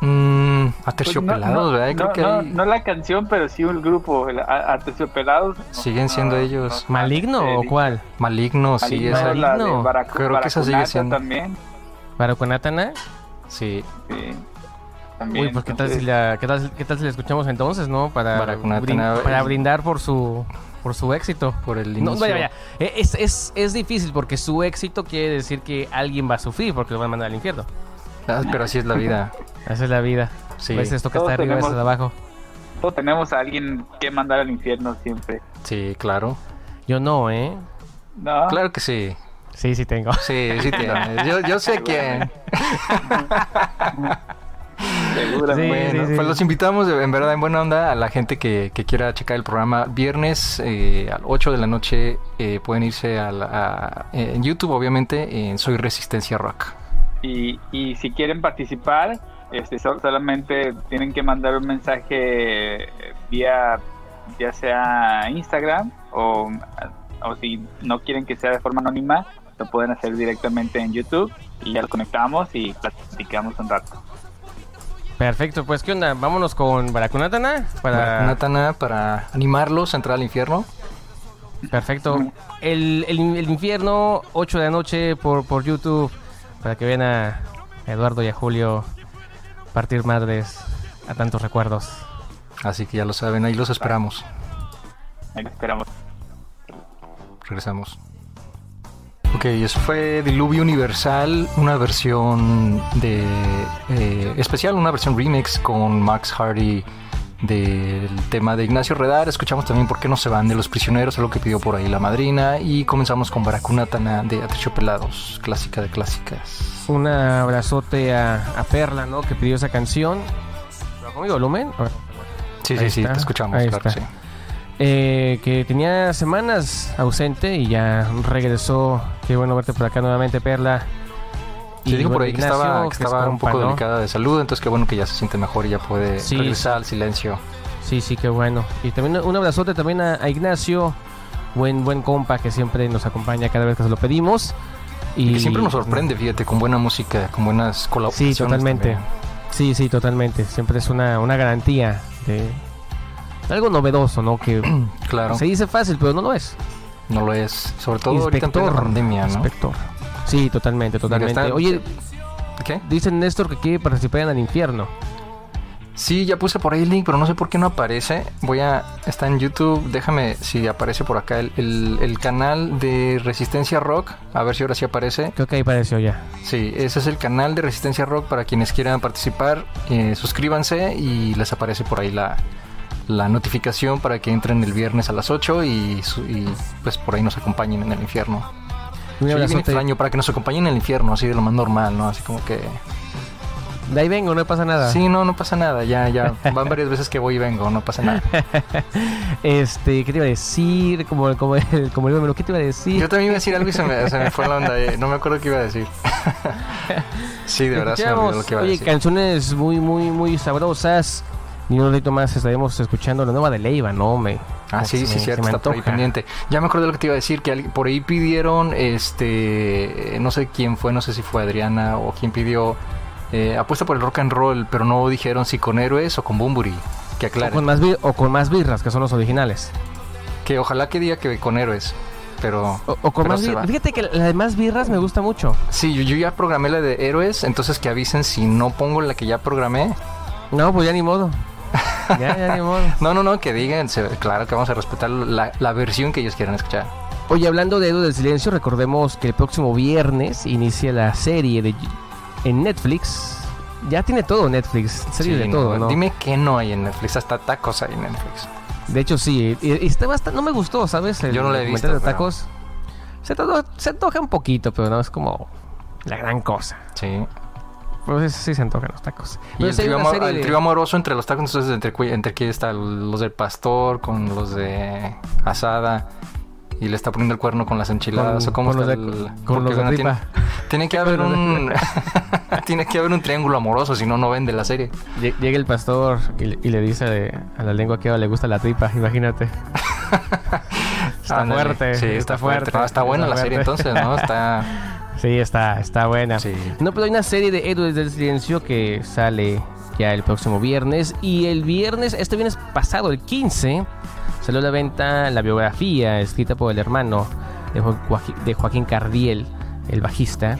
Speaker 2: Mm,
Speaker 3: Pues no-
Speaker 2: aterciopelados,
Speaker 3: no,
Speaker 2: ¿verdad? Creo
Speaker 3: no,
Speaker 2: que
Speaker 3: no,
Speaker 2: ahí
Speaker 3: no la canción, pero sí un grupo, el a- Aterciopelados. no,
Speaker 2: Siguen siendo
Speaker 3: no,
Speaker 2: ellos.
Speaker 3: no,
Speaker 1: ¿Maligno
Speaker 3: eh,
Speaker 1: o cuál?
Speaker 2: maligno, sí,
Speaker 3: Maligno,
Speaker 2: esa,
Speaker 1: es
Speaker 3: la de
Speaker 1: maligno.
Speaker 3: Baracu-
Speaker 2: Creo que esa sigue
Speaker 3: Baracunata
Speaker 2: siendo.
Speaker 3: También,
Speaker 1: ¿Baroconatana?
Speaker 2: sí,
Speaker 3: sí, también,
Speaker 1: Uy, pues ¿qué tal, si
Speaker 3: entonces,
Speaker 1: la, qué, tal, qué tal si la escuchamos entonces, no? Para,
Speaker 2: Baroconatana.
Speaker 1: brin- para brindar por su, por su éxito.
Speaker 2: por el inicio.
Speaker 1: No, vaya, vaya. Eh, Es, es, es difícil porque su éxito quiere decir que alguien va a sufrir porque lo van a mandar al infierno.
Speaker 2: Ah, pero así es la vida.
Speaker 1: Esa es la vida.
Speaker 2: Sí,
Speaker 1: A veces toca
Speaker 3: Todos
Speaker 1: estar arriba, a veces
Speaker 3: tenemos-
Speaker 1: abajo.
Speaker 3: todos tenemos a alguien que mandar al infierno siempre.
Speaker 2: sí, claro.
Speaker 1: Yo no, ¿eh?
Speaker 3: No,
Speaker 2: Claro que sí.
Speaker 1: Sí, sí tengo.
Speaker 2: Sí, sí tienes. Yo, yo sé quién.
Speaker 1: Sí,
Speaker 3: seguramente.
Speaker 2: Bueno,
Speaker 1: sí, sí.
Speaker 2: pues los invitamos de- en verdad en buena onda a la gente que, que quiera checar el programa viernes eh, a las 8 de la noche eh, pueden irse a, la- a- en YouTube obviamente en Soy Resistencia Rock.
Speaker 3: Y, y si quieren participar, este, sol- solamente tienen que mandar un mensaje eh, vía, ya sea Instagram o, o si no quieren que sea de forma anónima, lo pueden hacer directamente en YouTube y ya lo conectamos y platicamos un rato.
Speaker 1: Perfecto, pues ¿qué onda? Vámonos con Baracunatana para...
Speaker 2: Natana para animarlos a entrar al infierno.
Speaker 1: Perfecto. El, el- el infierno, 8 de la noche por, por YouTube, para que vean a Eduardo y a Julio partir madres a tantos recuerdos.
Speaker 2: Así que ya lo saben, ahí los esperamos.
Speaker 3: Ahí lo esperamos.
Speaker 2: Regresamos. Ok, eso fue Diluvio Universal, una versión de eh, especial, una versión remix con Max Hardy del tema de Ignacio Redar. Escuchamos también por qué no se van de los prisioneros, algo que pidió por ahí la madrina. Y comenzamos con Baracunatana de Aterciopelados, clásica de clásicas.
Speaker 1: Un abrazote a, a Perla, ¿no? Que pidió esa canción. ¿Bajo mi volumen? A ver.
Speaker 2: Sí,
Speaker 1: Ahí
Speaker 2: sí, sí,
Speaker 1: está,
Speaker 2: te escuchamos,
Speaker 1: ahí
Speaker 2: claro que
Speaker 1: está.
Speaker 2: sí.
Speaker 1: Eh, que tenía semanas ausente y ya regresó. Qué bueno verte por acá nuevamente, Perla.
Speaker 2: Sí, digo por
Speaker 1: bueno,
Speaker 2: ahí que
Speaker 1: Ignacio,
Speaker 2: estaba, que
Speaker 1: es
Speaker 2: estaba un
Speaker 1: compa,
Speaker 2: poco
Speaker 1: ¿no?
Speaker 2: delicada de salud, entonces qué bueno que ya se siente mejor y ya puede
Speaker 1: Sí.
Speaker 2: regresar al silencio.
Speaker 1: Sí, sí, qué bueno. Y también un abrazote también a, a Ignacio, buen buen compa que siempre nos acompaña cada vez que se lo pedimos. Y
Speaker 2: Y que siempre nos sorprende, fíjate, con buena música, con buenas colaboraciones.
Speaker 1: totalmente.
Speaker 2: también.
Speaker 1: Sí, sí, totalmente. Siempre es una, una garantía de algo novedoso, ¿no? Que
Speaker 2: Claro,
Speaker 1: se dice fácil, pero no lo es.
Speaker 2: no lo es. Sobre todo ahorita en plena pandemia, ¿no?
Speaker 1: Inspector. Sí, totalmente, totalmente.
Speaker 2: está-
Speaker 1: Oye,
Speaker 2: ¿Qué?
Speaker 1: dice Néstor que quiere participar en el infierno.
Speaker 2: Sí, ya puse por ahí el link, pero no sé por qué no aparece. Voy a... Está en YouTube. Déjame si aparece por acá el, el- el canal de Resistencia Rock. A ver si ahora sí aparece.
Speaker 1: Creo que ahí pareció ya.
Speaker 2: Sí, ese es el canal de Resistencia Rock para quienes quieran participar. eh, suscríbanse y les aparece por ahí la, la notificación para que entren el viernes a las 8 y, su- y pues por ahí nos acompañen en el infierno.
Speaker 1: Un
Speaker 2: Sí, bien
Speaker 1: abrazote.
Speaker 2: extraño, para que nos acompañen en el infierno, así de lo más normal, ¿no? Así como que...
Speaker 1: De ahí vengo, no pasa nada.
Speaker 2: Sí, no, no pasa nada, ya, ya. Van varias veces que voy y vengo, no pasa nada.
Speaker 1: Este, ¿qué te iba a decir? Como, como el, como el número, ¿qué te iba a decir?
Speaker 2: Yo también iba a decir algo y se me, se me fue la onda, eh, no me acuerdo qué iba a decir. Sí, de verdad se me olvidó lo
Speaker 1: Escuchamos,
Speaker 2: que iba a
Speaker 1: oye,
Speaker 2: decir.
Speaker 1: canciones muy, muy, muy sabrosas. Y en un ratito más estaremos escuchando la nueva de Leiva, ¿no? Me,
Speaker 2: Ah, sí,
Speaker 1: se
Speaker 2: sí,
Speaker 1: me-
Speaker 2: cierto,
Speaker 1: se me
Speaker 2: está por ahí
Speaker 1: antoja.
Speaker 2: pendiente. Ya me acuerdo de lo que te iba a decir, que alguien- por ahí pidieron, este, no sé quién fue, no sé si fue Adriana o quién pidió eh, apuesta por el rock and roll, pero no dijeron si con héroes o con Bumburi, que
Speaker 1: O con,
Speaker 2: aclaren.
Speaker 1: más bir- o con más birras, que son los originales.
Speaker 2: Que ojalá que diga que con héroes, pero...
Speaker 1: O, o con
Speaker 2: Pero
Speaker 1: más
Speaker 2: se
Speaker 1: bir-
Speaker 2: va.
Speaker 1: Fíjate que la de más birras me gusta mucho.
Speaker 2: Sí, yo, yo ya programé la de héroes, entonces que avisen si no pongo la que ya programé.
Speaker 1: No, pues ya ni modo. Ya, ya ni modo.
Speaker 2: No, no, no, que digan, se- claro que vamos a respetar la, la versión que ellos quieran escuchar.
Speaker 1: Oye, hablando de Edu del Silencio, recordemos que el próximo viernes inicia la serie de, en Netflix. Ya tiene todo Netflix, serie
Speaker 2: Sí,
Speaker 1: de
Speaker 2: no,
Speaker 1: todo, ¿no?
Speaker 2: Dime que no hay en Netflix, hasta tacos hay en Netflix.
Speaker 1: De hecho, sí. Y, y está bastante, no me gustó, ¿sabes? El
Speaker 2: Yo no la he
Speaker 1: documental
Speaker 2: visto,
Speaker 1: de tacos. Se, to- se antoja un poquito, pero no es como la gran cosa.
Speaker 2: Sí.
Speaker 1: Pues sí, sí se antojan los tacos.
Speaker 2: Y
Speaker 1: Pero
Speaker 2: el
Speaker 1: sí hay
Speaker 2: trío,
Speaker 1: una
Speaker 2: amor-
Speaker 1: serie
Speaker 2: el
Speaker 1: de-
Speaker 2: trío amoroso entre los tacos, entonces entre, cu- entre aquí está los del pastor con los de asada y le está poniendo el cuerno con las enchiladas
Speaker 1: Con-
Speaker 2: o cómo
Speaker 1: con
Speaker 2: está
Speaker 1: los de-
Speaker 2: el-
Speaker 1: con
Speaker 2: porque,
Speaker 1: los de
Speaker 2: bueno, tiene,
Speaker 1: tripa.
Speaker 2: tiene que haber un tiene que haber un triángulo amoroso, si no no vende la serie.
Speaker 1: Lle- Llega el pastor y le, y le dice de- a la lengua que ahora le gusta la tripa, imagínate. Está
Speaker 2: Ándale.
Speaker 1: fuerte,
Speaker 2: Sí, está,
Speaker 1: está
Speaker 2: fuerte.
Speaker 1: fuerte,
Speaker 2: No, está buena
Speaker 1: está
Speaker 2: la serie
Speaker 1: fuerte.
Speaker 2: entonces, ¿no? Está
Speaker 1: Sí, está, está buena.
Speaker 2: Sí.
Speaker 1: No, pero hay una serie de Héroes del Silencio que sale ya el próximo viernes. Y el viernes, este viernes pasado, el 15, salió a la venta la biografía escrita por el hermano de, Jo- Joaqui- de Joaquín Cardiel, el bajista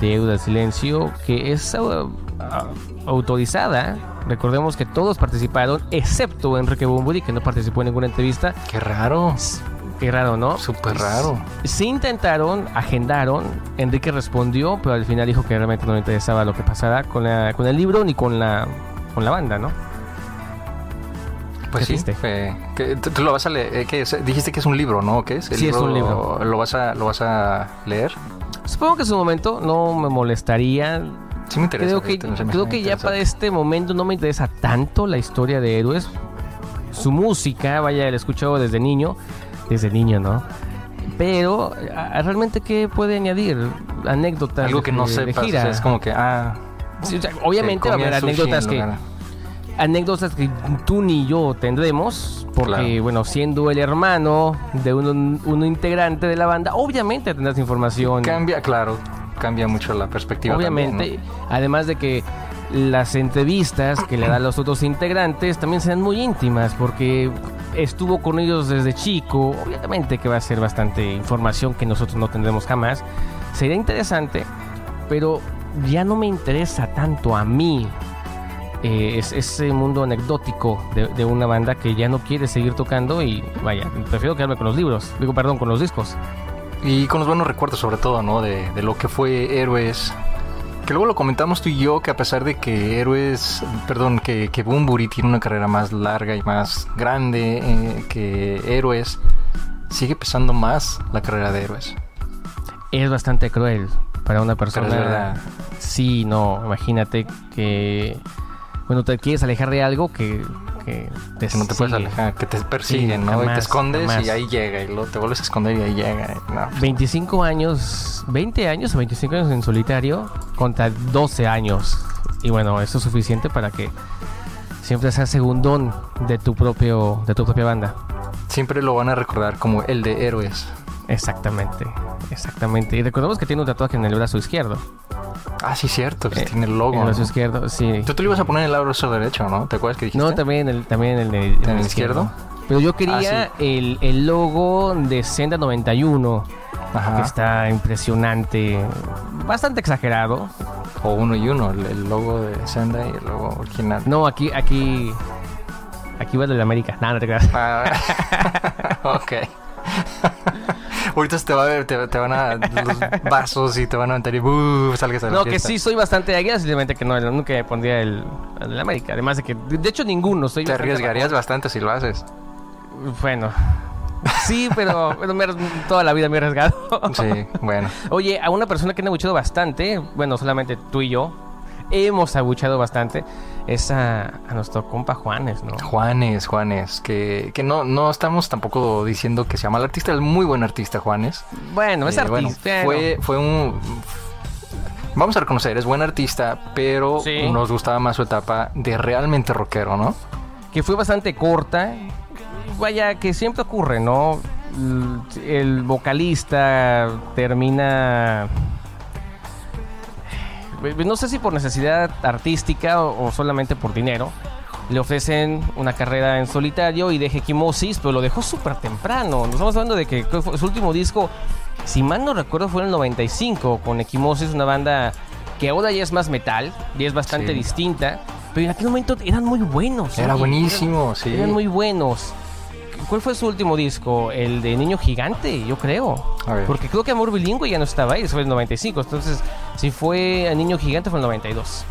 Speaker 1: de Héroes del Silencio, que es ah, ah, autorizada. Recordemos que todos participaron, excepto Enrique Bumburi, que no participó en ninguna entrevista.
Speaker 2: qué raro,
Speaker 1: Qué raro, ¿no?
Speaker 2: súper raro.
Speaker 1: Se intentaron, agendaron, Enrique respondió, pero al final dijo que realmente no le interesaba lo que pasara con, la- con el libro ni con la, con la banda, ¿no?
Speaker 2: Pues
Speaker 1: Qué
Speaker 2: sí,
Speaker 1: triste.
Speaker 2: eh, que tú, tú lo vas a leer, eh, ¿qué es? dijiste que es un libro, ¿no? ¿Qué es? El
Speaker 1: Sí, es un libro.
Speaker 2: Lo, lo vas a lo vas a leer.
Speaker 1: Supongo que en su momento no me molestaría.
Speaker 2: Sí me interesa.
Speaker 1: Creo que,
Speaker 2: fíjate, no se me
Speaker 1: creo
Speaker 2: hace
Speaker 1: que ya para
Speaker 2: interesante.
Speaker 1: este momento no me interesa tanto la historia de héroes. Su música, vaya, la he escuchado desde niño. Desde niño, ¿no? Pero a- realmente, ¿qué puede añadir? Anécdotas.
Speaker 2: Algo que no
Speaker 1: de- de
Speaker 2: sepas, o
Speaker 1: gira.
Speaker 2: sea, es como que, ah...
Speaker 1: Sí, o sea, obviamente va a
Speaker 2: comía
Speaker 1: haber
Speaker 2: sushi en
Speaker 1: anécdotas que,
Speaker 2: lugar-
Speaker 1: anécdotas que tú ni yo tendremos, porque
Speaker 2: Claro.
Speaker 1: bueno, siendo el hermano de un, un integrante de la banda, obviamente tendrás información.
Speaker 2: Cambia, claro, cambia mucho la perspectiva
Speaker 1: obviamente,
Speaker 2: también,
Speaker 1: además de que las entrevistas que le dan los otros integrantes también serán muy íntimas, porque estuvo con ellos desde chico, obviamente que va a ser bastante información que nosotros no tendremos jamás. Sería interesante, pero ya no me interesa tanto a mí eh, es ese mundo anecdótico de, de una banda que ya no quiere seguir tocando y vaya, prefiero quedarme con los libros, digo, perdón, con los discos.
Speaker 2: ¿no? Y con los buenos recuerdos, sobre todo, ¿no? De, de lo que fue Héroes. Que luego lo comentamos tú y yo, que a pesar de que Héroes, perdón, que, que Bumburi tiene una carrera más larga y más grande eh, que Héroes, sigue pesando más la carrera de Héroes.
Speaker 1: Es bastante cruel para una persona.
Speaker 2: Pero es verdad.
Speaker 1: Sí, no, imagínate que cuando te quieres alejar de algo que, que te
Speaker 2: Que no te puedes
Speaker 1: sigue.
Speaker 2: alejar, que te persiguen,
Speaker 1: Sí,
Speaker 2: ¿no? y
Speaker 1: jamás,
Speaker 2: te escondes
Speaker 1: jamás.
Speaker 2: y ahí llega, y luego te vuelves a esconder y ahí llega. y no.
Speaker 1: 25 años, 20 años o 25 años en solitario contra 12 años. Y bueno, eso es suficiente para que siempre seas segundón de tu propio de tu propia banda.
Speaker 2: Siempre lo van a recordar como el de Héroes.
Speaker 1: Exactamente, exactamente. Y recordemos que tiene un tatuaje en el brazo izquierdo.
Speaker 2: Ah, sí, cierto, pues
Speaker 1: Eh,
Speaker 2: tiene el logo.
Speaker 1: en el brazo
Speaker 2: ¿no?
Speaker 1: izquierdo, sí.
Speaker 2: Tú te lo ibas a poner en el brazo derecho, ¿no? ¿Te acuerdas que dijiste?
Speaker 1: No, también en el, también en el, en
Speaker 2: ¿En
Speaker 1: el
Speaker 2: el izquierdo? Ah,
Speaker 1: Pero yo quería el, el logo de Senda 91, que
Speaker 2: Ajá.
Speaker 1: está impresionante, bastante exagerado.
Speaker 2: O uno y uno, el, el logo de Senda y el logo original.
Speaker 1: No, aquí, aquí, aquí va el de la América. Nada, no te creas.
Speaker 2: Ah, ok. Ahorita se te, va a ver, te, te van a los vasos y te van a aventar y ¡buh! salgas a la
Speaker 1: No, que
Speaker 2: fiesta.
Speaker 1: sí soy bastante de águila, simplemente que no, nunca me pondría el, el de la América. Además de que, de hecho, ninguno. Soy
Speaker 2: Te
Speaker 1: bastante-
Speaker 2: arriesgarías bastante si lo haces.
Speaker 1: Bueno, sí, pero, pero me- toda la vida me he arriesgado.
Speaker 2: Sí, bueno.
Speaker 1: Oye, a una persona que han abuchado bastante, bueno, solamente tú y yo, hemos abuchado bastante, es a, a nuestro compa Juanes, ¿no?
Speaker 2: Juanes, Juanes, que, que no, no estamos tampoco diciendo que sea mal artista, es muy buen artista, Juanes.
Speaker 1: Bueno, es
Speaker 2: Eh, bueno,
Speaker 1: artista.
Speaker 2: fue, fue un. Vamos a reconocer, es buen artista, pero
Speaker 1: Sí.
Speaker 2: nos gustaba más su etapa de realmente rockero, ¿no?
Speaker 1: ¿no? Que fue bastante corta. Vaya, que siempre ocurre, ¿no? L- El vocalista termina. No sé si por necesidad artística o o solamente por dinero. Le ofrecen una carrera en solitario y deje Quimosis, pero lo dejó súper temprano. Nos estamos hablando de que creo que fue su último disco, si mal no recuerdo, fue en el 95 con Equimosis, una banda que ahora ya es más metal, ya es bastante
Speaker 2: Sí.
Speaker 1: distinta, pero en aquel momento eran muy buenos.
Speaker 2: Era
Speaker 1: oye,
Speaker 2: buenísimo,
Speaker 1: eran-
Speaker 2: sí.
Speaker 1: Eran muy buenos. ¿Cuál fue su último disco? El de Niño Gigante, yo creo.
Speaker 2: A ver.
Speaker 1: Porque creo que Amor Bilingüe ya no estaba ahí, eso fue el 95. Entonces, si fue a Niño Gigante fue el 92.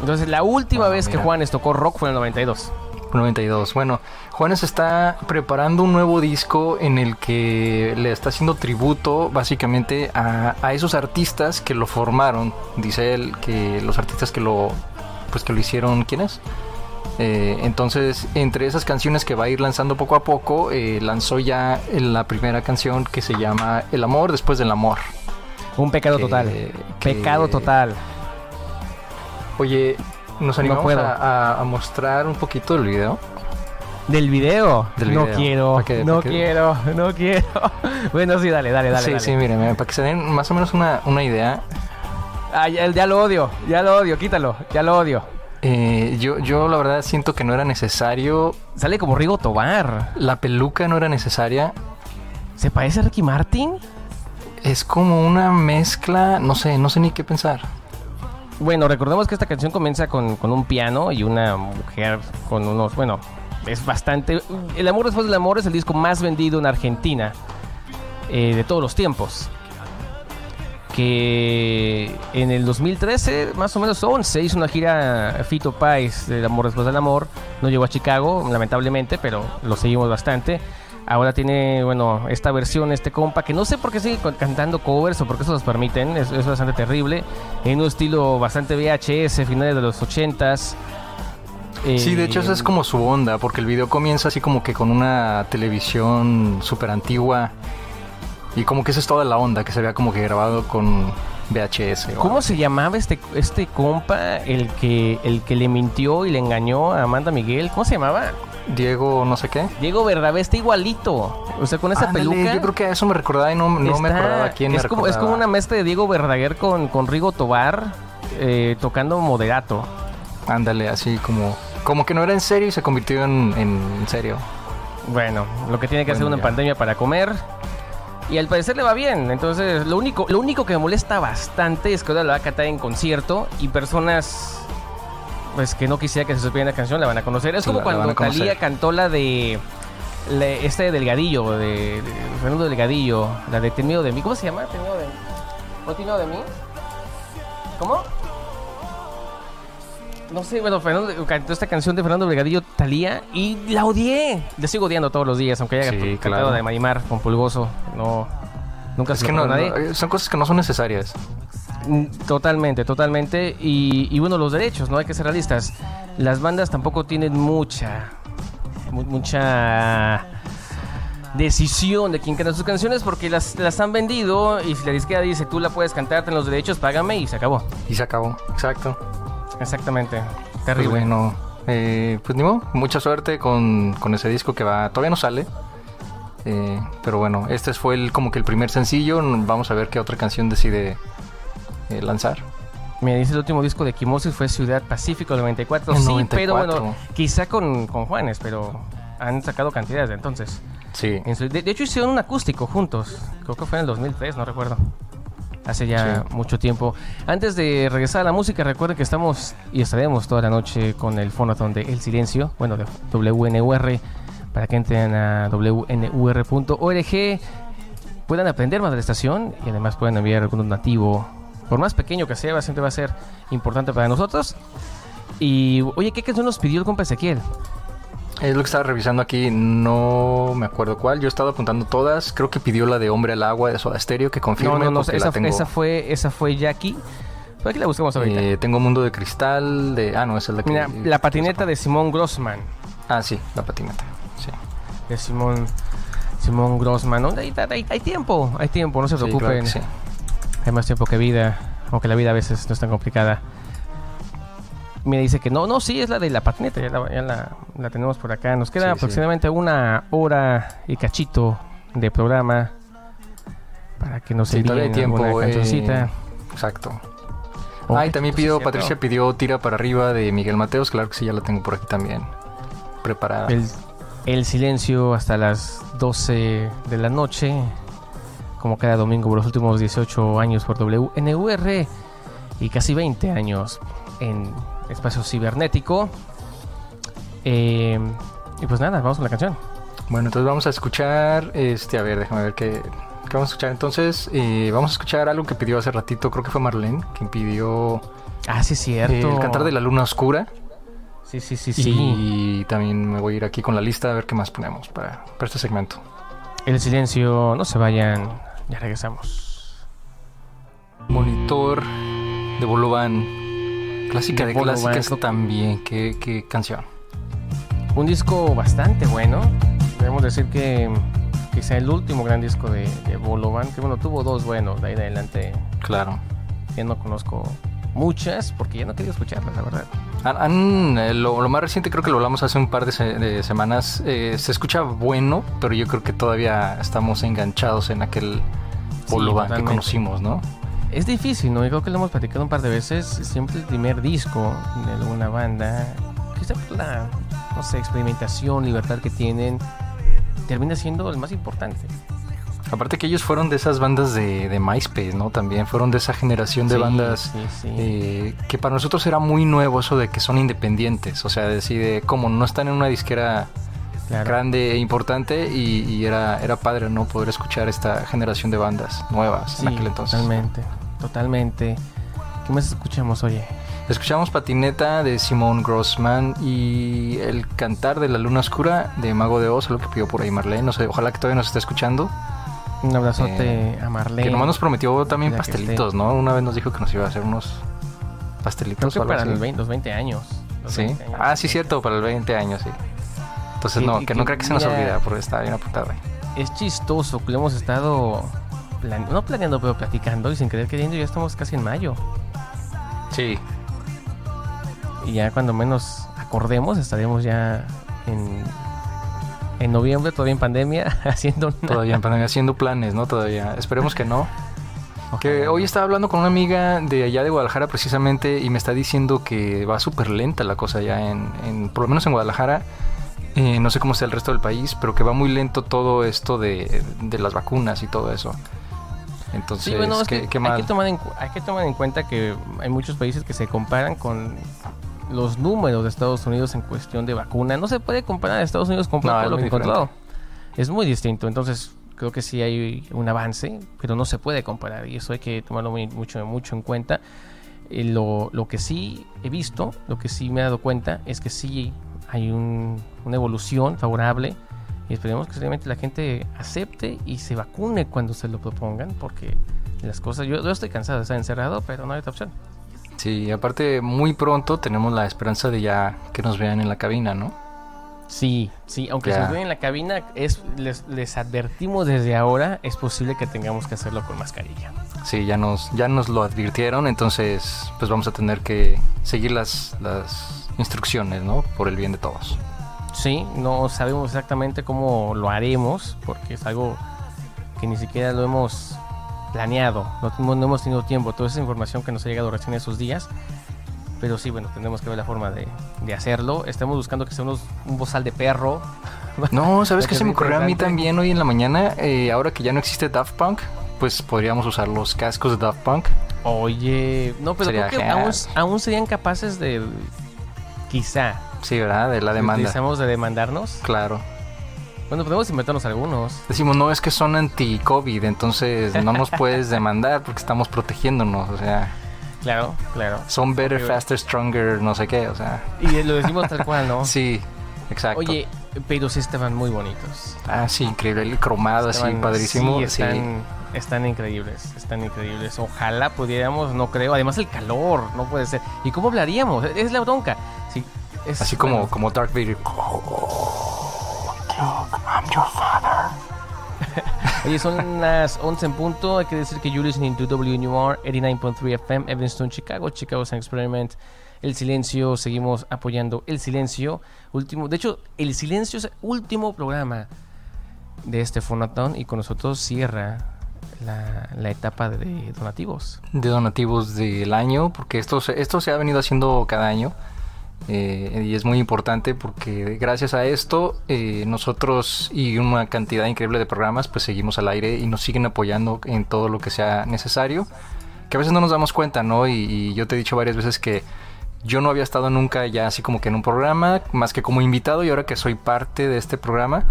Speaker 1: Entonces, la última
Speaker 2: Ah,
Speaker 1: vez que
Speaker 2: mira.
Speaker 1: Juanes tocó rock fue en el 92.
Speaker 2: 92. Bueno, Juanes está preparando un nuevo disco en el que le está haciendo tributo básicamente a, a esos artistas que lo formaron. Dice él que los artistas que lo, pues que lo hicieron, ¿quiénes? Eh, entonces, entre esas canciones que va a ir lanzando poco a poco, eh, lanzó ya la primera canción que se llama El amor después del amor.
Speaker 1: Un pecado que, total. Que... Pecado total.
Speaker 2: Oye, nos animamos no a, a, mostrar un poquito el video.
Speaker 1: ¿Del video? Del video. No quiero,
Speaker 2: Ah,
Speaker 1: que, no quiero, no quiero. bueno, sí, dale, Eh, dale, dale.
Speaker 2: Sí,
Speaker 1: dale.
Speaker 2: sí, miren, miren, para que se den más o menos una, una idea.
Speaker 1: Ah, ya, ya lo odio, ya lo odio, quítalo, ya lo odio.
Speaker 2: Eh, yo, yo la verdad siento que no era necesario.
Speaker 1: Sale como Rigo Tobar.
Speaker 2: La peluca no era necesaria.
Speaker 1: ¿Se parece a Ricky Martin?
Speaker 2: Es como una mezcla, no sé, no sé ni qué pensar.
Speaker 1: Bueno, recordemos que esta canción comienza con, con un piano y una mujer con unos. Bueno, es bastante. El amor después del amor es el disco más vendido en Argentina eh, de todos los tiempos que en el 2013, más o menos 11, hizo una gira Fito Páez del Amor después del Amor. No llegó a Chicago, lamentablemente, pero lo seguimos bastante. Ahora tiene, bueno, esta versión, este compa, que no sé por qué sigue cantando covers o por qué se los permiten, es, es bastante terrible. En un estilo bastante VHS, finales de los 80s.
Speaker 2: Eh, sí, de hecho esa es como su onda, porque el video comienza así como que con una televisión súper antigua. Y como que esa es toda la onda, que se vea como que grabado con VHS.
Speaker 1: ¿Cómo algo. se llamaba este, este compa, el que, el que le mintió y le engañó a Amanda Miguel? ¿Cómo se llamaba?
Speaker 2: Diego, no sé qué.
Speaker 1: Diego Bernabé está igualito. O sea, con esa Ándale, peluca.
Speaker 2: Yo creo que a eso me recordaba y no, no está, me acordaba quién
Speaker 1: es
Speaker 2: me
Speaker 1: como,
Speaker 2: recordaba.
Speaker 1: Es como una mezcla de Diego Verdaguer con, con Rigo Tobar eh, tocando moderato.
Speaker 2: Ándale, así como. Como que no era en serio y se convirtió en, en serio.
Speaker 1: Bueno, lo que tiene que bueno, hacer una ya. pandemia para comer y al parecer le va bien. Entonces, lo único, lo único que me molesta bastante es que ahora la va a cantar en concierto y personas pues que no quisiera que se supieran la canción la van a conocer. Es como la, cuando Talía cantó la de la, esta de Delgadillo, de, de, Fernando Delgadillo, la de Tenido de mí. ¿Cómo se llama? Tenido de mí. ¿No Tenido de mí? ¿Cómo? No sé, bueno, Fernando cantó esta canción de Fernando Delgadillo Talía y la odié. La sigo odiando todos los días, aunque haya sí, cantado claro. de Marimar con Pulgoso. No. Nunca
Speaker 2: es se que no, eh, nadie. no, son cosas que no son necesarias.
Speaker 1: Totalmente, totalmente. Y, y, bueno, los derechos, ¿no? Hay que ser realistas. Las bandas tampoco tienen mucha. Mucha decisión de quién canta sus canciones porque las, las han vendido y si la disquera dice tú la puedes cantarte en los derechos, págame y se acabó.
Speaker 2: Y se acabó, exacto.
Speaker 1: Exactamente. Terrible.
Speaker 2: Pues bueno, eh, pues Nimo, mucha suerte con, con, ese disco que va. Todavía no sale. Eh, pero bueno, este fue el, como que el primer sencillo. Vamos a ver qué otra canción decide eh, lanzar.
Speaker 1: Me dice el último disco de Quimosis fue Ciudad Pacífico 94. Sí, 94. pero bueno, quizá con, con, Juanes, pero han sacado cantidades de entonces.
Speaker 2: Sí.
Speaker 1: De, de, hecho, hicieron un acústico juntos. Creo que fue en el 2003, no recuerdo hace ya sí. mucho tiempo. Antes de regresar a la música, recuerden que estamos y estaremos toda la noche con el fonathon de El Silencio, bueno, de WNUR, para que entren a wnur.org, puedan aprender más de la estación y además puedan enviar algún nativo, por más pequeño que sea, siempre va a ser importante para nosotros. Y, oye, ¿qué canción nos pidió el compa Ezequiel?
Speaker 2: Es lo que estaba revisando aquí, no me acuerdo cuál. Yo he estado apuntando todas. Creo que pidió la de Hombre al Agua de Soda Stereo, que confirme no, no, no,
Speaker 1: esa,
Speaker 2: la tengo.
Speaker 1: esa, fue, esa fue Jackie. ¿Por qué la buscamos ahorita?
Speaker 2: Eh, tengo Mundo de Cristal, de... Ah, no, esa es la que...
Speaker 1: Mira, la patineta de Simón Grossman.
Speaker 2: Ah, sí, la patineta, sí.
Speaker 1: De Simón... Simón Grossman. Hay, hay, hay, tiempo, hay tiempo, no se preocupen. Sí, claro sí. Hay más tiempo que vida, aunque la vida a veces no es tan complicada me dice que no, no, sí, es la de la patineta, ya la, ya la, la tenemos por acá. Nos queda sí, aproximadamente sí. una hora y cachito de programa para que nos sí, envíen tiempo, cancioncita. Pues Eh,
Speaker 2: exacto. Oh, ah, y también pidió, Patricia pidió Tira para arriba de Miguel Mateos, claro que sí, ya la tengo por aquí también preparada.
Speaker 1: El, el silencio hasta las 12 de la noche, como cada domingo por los últimos 18 años por WNUR y casi 20 años en espacio cibernético. Eh, y pues nada, vamos con la canción.
Speaker 2: Bueno, entonces vamos a escuchar, este, a ver, déjame ver qué, qué vamos a escuchar. Entonces, eh, vamos a escuchar algo que pidió hace ratito, creo que fue Marlene, quien pidió...
Speaker 1: Ah, sí, cierto.
Speaker 2: Eh, el cantar de la luna oscura.
Speaker 1: Sí, sí, sí, sí.
Speaker 2: Y también me voy a ir aquí con la lista a ver qué más ponemos para, para este segmento.
Speaker 1: El silencio, no se vayan. Ya regresamos.
Speaker 2: Monitor de Bolovan. Clásica
Speaker 1: De
Speaker 2: de,
Speaker 1: Bolovan,
Speaker 2: clásicas
Speaker 1: creo que-
Speaker 2: también. Qué, qué canción.
Speaker 1: Un disco bastante bueno. Podemos decir que quizá el último gran disco de, de Bolovan, que bueno, tuvo dos buenos, de ahí en adelante
Speaker 2: Claro.
Speaker 1: ya no conozco muchas, porque ya no quería escucharlas, la verdad.
Speaker 2: Han- han, eh, lo, lo más reciente creo que lo hablamos hace un par de, se- de semanas. eh, se escucha bueno, pero yo creo que todavía estamos enganchados en aquel
Speaker 1: Sí,
Speaker 2: Bolovan que
Speaker 1: totalmente.
Speaker 2: conocimos, ¿no?
Speaker 1: Es difícil, ¿no? Y creo que lo hemos platicado un par de veces. Siempre el primer disco de alguna banda, quizá por la, no sé, experimentación, libertad que tienen, termina siendo el más importante.
Speaker 2: Aparte que ellos fueron de esas bandas de, de MySpace, ¿no? También fueron de esa generación de
Speaker 1: Sí,
Speaker 2: bandas
Speaker 1: Sí, sí.
Speaker 2: eh, que para nosotros era muy nuevo eso de que son independientes. O sea, decide como no están en una disquera
Speaker 1: claro.
Speaker 2: grande e importante y, y era, era padre, ¿no? Poder escuchar esta generación de bandas nuevas
Speaker 1: Sí,
Speaker 2: en aquel entonces.
Speaker 1: totalmente, totalmente. ¿Qué más escuchamos, oye?
Speaker 2: Escuchamos Patineta de Simón Grossman y El Cantar de la Luna Oscura de Mago de Oz, lo que pidió por ahí Marlene. No sé, ojalá que todavía nos esté escuchando.
Speaker 1: Un abrazote
Speaker 2: Eh,
Speaker 1: a Marlene.
Speaker 2: que nomás nos prometió también
Speaker 1: ya que esté.
Speaker 2: pastelitos, ¿no? Una vez nos dijo que nos iba a hacer unos
Speaker 1: Creo
Speaker 2: pastelitos.
Speaker 1: que
Speaker 2: o algo
Speaker 1: para
Speaker 2: así.
Speaker 1: los 20, los 20 años. los
Speaker 2: Sí.
Speaker 1: 20 años.
Speaker 2: Ah, sí, cierto, para el 20 años, sí. Entonces,
Speaker 1: Y-
Speaker 2: no,
Speaker 1: y
Speaker 2: que no
Speaker 1: que
Speaker 2: crea que se nos
Speaker 1: mira-
Speaker 2: olvida, porque está bien apuntado ahí.
Speaker 1: Es chistoso que lo hemos estado, plan- no planeando, pero platicando y sin querer queriendo, ya estamos casi en mayo.
Speaker 2: Sí,
Speaker 1: Y ya cuando menos acordemos, estaremos ya en, en noviembre, todavía en pandemia, haciendo una-
Speaker 2: todavía en pandemia, haciendo planes, ¿no? Todavía. Esperemos que no. Que
Speaker 1: Ojalá.
Speaker 2: hoy estaba hablando con una amiga de allá de Guadalajara precisamente y me está diciendo que va súper lenta la cosa ya en, en- por lo menos en Guadalajara. Eh, no sé cómo está el resto del país, pero que va muy lento todo esto de, de las vacunas y todo eso. Entonces,
Speaker 1: Sí, bueno, es
Speaker 2: qué,
Speaker 1: que
Speaker 2: qué
Speaker 1: hay,
Speaker 2: mal.
Speaker 1: que tomar en, cu- hay que tomar en cuenta que hay muchos países que se comparan con los números de Estados Unidos en cuestión de vacuna. No se puede comparar a Estados Unidos con
Speaker 2: No, es
Speaker 1: todo lo
Speaker 2: muy
Speaker 1: que
Speaker 2: diferente.
Speaker 1: encontrado. Es muy distinto. Entonces, creo que sí hay un avance, pero no se puede comparar. Y eso hay que tomarlo muy- mucho, mucho en cuenta. Eh, Lo, lo que sí he visto, lo que sí me he dado cuenta, es que sí hay un- una evolución favorable y esperemos que realmente la gente acepte y se vacune cuando se lo propongan, porque las cosas. Yo, yo estoy cansado de estar encerrado, pero no hay otra opción.
Speaker 2: Sí, aparte muy pronto tenemos la esperanza de ya que nos vean en la cabina, ¿no?
Speaker 1: Sí, sí, aunque
Speaker 2: Ya.
Speaker 1: se nos ven en la cabina, es, les, les advertimos desde ahora, es posible que tengamos que hacerlo con mascarilla.
Speaker 2: Sí, ya nos, ya nos lo advirtieron, entonces pues vamos a tener que seguir las, las instrucciones, ¿no? Por el bien de todos.
Speaker 1: Sí, no sabemos exactamente cómo lo haremos, porque es algo que ni siquiera lo hemos planeado, no, tenemos- no hemos tenido tiempo, toda esa información que nos ha llegado recién esos días, pero sí, bueno, tenemos que ver la forma de, de hacerlo, estamos buscando que sea unos- un bozal de perro.
Speaker 2: No, ¿sabes qué
Speaker 1: que
Speaker 2: se me
Speaker 1: es
Speaker 2: ocurrió a mí
Speaker 1: interesante.
Speaker 2: también hoy en la mañana? Eh, ahora que ya no existe Daft Punk, pues podríamos usar los cascos de Daft Punk.
Speaker 1: Oye, no, pero
Speaker 2: Sería
Speaker 1: creo que
Speaker 2: genial.
Speaker 1: aún, aún serían capaces de, quizá,
Speaker 2: Sí, ¿verdad? De la demanda.
Speaker 1: utilizamos de demandarnos.
Speaker 2: Claro.
Speaker 1: Bueno, podemos inventarnos algunos.
Speaker 2: Decimos, no, es que son anti-COVID, entonces no nos puedes demandar porque estamos protegiéndonos, o sea,
Speaker 1: Claro, claro.
Speaker 2: son better,
Speaker 1: Ok.
Speaker 2: faster, stronger, no sé qué, o sea.
Speaker 1: Y lo decimos tal cual, ¿no?
Speaker 2: Sí, exacto.
Speaker 1: Oh. Oye, pero sí estaban muy bonitos.
Speaker 2: Ah, sí, increíble, el cromado así,
Speaker 1: Estaban-
Speaker 2: padrísimo.
Speaker 1: Sí,
Speaker 2: sí.
Speaker 1: están, están increíbles, están increíbles. Ojalá pudiéramos, no creo. Además el calor, no puede ser. ¿Y cómo hablaríamos? Es la bronca. Sí, es-
Speaker 2: Así como,
Speaker 1: bueno,
Speaker 2: como Dark Vader.
Speaker 1: Oye, son las 11 en punto. Hay que decir que you're listening to WNUR 89.3 FM, Evanston, Chicago, Chicago's an Experiment. El silencio, seguimos apoyando el silencio. Último, de hecho, el silencio es el último programa de este Fonatón y con nosotros cierra la, la etapa de donativos.
Speaker 2: de donativos del año, porque esto, se- esto se ha venido haciendo cada año eh, y es muy importante porque gracias a esto eh, nosotros y una cantidad increíble de programas pues seguimos al aire y nos siguen apoyando en todo lo que sea necesario, que a veces no nos damos cuenta, ¿no? Y, y yo te he dicho varias veces que yo no había estado nunca ya así como que en un programa, más que como invitado y ahora que soy parte de este programa.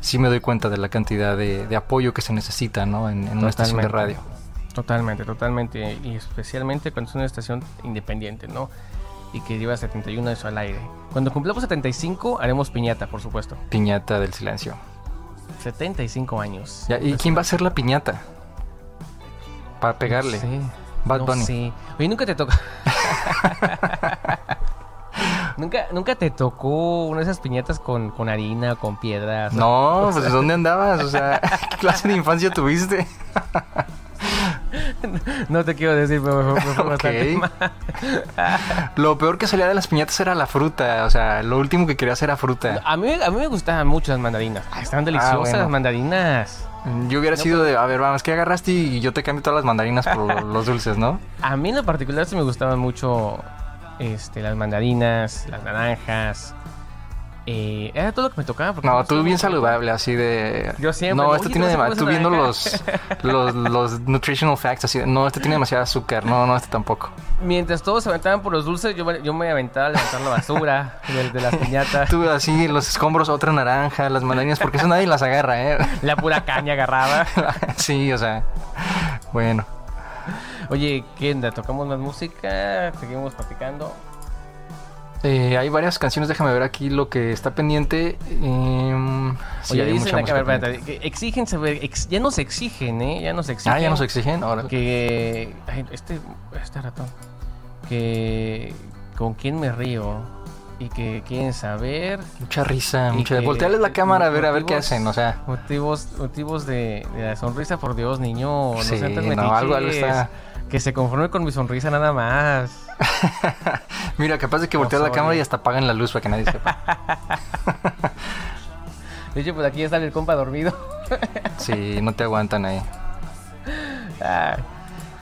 Speaker 2: Sí me doy cuenta de la cantidad de, de apoyo que se necesita, ¿no? En, en una estación de radio.
Speaker 1: Totalmente. Totalmente, totalmente. Y especialmente cuando es una estación independiente, ¿no? y que lleva 71 eso al aire. Cuando cumplamos 75 haremos piñata, por supuesto.
Speaker 2: Piñata del silencio.
Speaker 1: 75 años.
Speaker 2: Ya, ¿Y
Speaker 1: Entonces,
Speaker 2: quién va a hacer la piñata? Para pegarle.
Speaker 1: no sé,
Speaker 2: Bad
Speaker 1: no
Speaker 2: Bunny.
Speaker 1: sé. Oye, nunca te toca. nunca, nunca te tocó una de esas piñatas con, con harina, con piedras.
Speaker 2: No, pues ¿dónde andabas? O sea, ¿qué clase de infancia tuviste?
Speaker 1: No te quiero decir, pero fue, fue bastante
Speaker 2: Ok.
Speaker 1: mal.
Speaker 2: Lo peor que salía de las piñatas era la fruta. O sea, lo último que querías era fruta.
Speaker 1: A mí, a mí me gustaban mucho las mandarinas. Ah, Estaban deliciosas
Speaker 2: bueno.
Speaker 1: las mandarinas.
Speaker 2: Yo hubiera sido
Speaker 1: pues.
Speaker 2: de, a ver, vamos, ¿qué agarraste? Y yo te cambio todas las mandarinas por los dulces, ¿no?
Speaker 1: A mí en lo particular se me gustaban mucho este, las mandarinas, las naranjas. Eh, era todo lo que me tocaba. porque me
Speaker 2: No,
Speaker 1: gustaba
Speaker 2: tú bien
Speaker 1: mucho.
Speaker 2: saludable, así de...
Speaker 1: Yo siempre,
Speaker 2: No,
Speaker 1: oye,
Speaker 2: esto
Speaker 1: ¿tú vas
Speaker 2: tiene
Speaker 1: a
Speaker 2: demasiado...
Speaker 1: comer
Speaker 2: Tú viendo los,
Speaker 1: naranja?
Speaker 2: los, los nutritional facts, así de, No, este tiene demasiado azúcar. No, no, este tampoco.
Speaker 1: Mientras todos se aventaban por los dulces, yo, me- yo me aventaba a levantar la basura de, de las piñatas.
Speaker 2: Tú así, los escombros, otra naranja, las mandarinas, porque eso nadie las agarra, ¿eh?
Speaker 1: La pura caña agarraba.
Speaker 2: sí, o sea... Bueno.
Speaker 1: Oye, ¿qué onda? ¿Tocamos más música? ¿Seguimos platicando?
Speaker 2: Eh, hay varias canciones, déjame ver aquí lo que está pendiente. Em, sí,
Speaker 1: Oye,
Speaker 2: hay
Speaker 1: dicen
Speaker 2: mucha
Speaker 1: acá, a ver,
Speaker 2: música
Speaker 1: espérate, que exigen saber, ex- ya nos exigen, ¿eh? Ya nos exigen.
Speaker 2: pendiente. Ah, ya nos exigen. Ahora,
Speaker 1: Que. ay, este, este ratón. Que. ¿Con quién me río? Y que quieren saber.
Speaker 2: mucha risa,
Speaker 1: y
Speaker 2: mucha.
Speaker 1: que-
Speaker 2: Voltearles la cámara a ver, a ver qué
Speaker 1: motivos-
Speaker 2: hacen, o sea.
Speaker 1: Motivos, motivos de, de la sonrisa, por Dios, niño. No
Speaker 2: Sí,
Speaker 1: sean tan
Speaker 2: no, algo- algo
Speaker 1: metiches.
Speaker 2: está-
Speaker 1: Que se conforme con mi sonrisa nada más.
Speaker 2: Mira, capaz de que
Speaker 1: No,
Speaker 2: volteas la
Speaker 1: sorry.
Speaker 2: cámara y hasta apagan la luz para que nadie sepa.
Speaker 1: De hecho, pues aquí ya sale el compa dormido.
Speaker 2: Sí, no te aguantan ahí.
Speaker 1: Ah.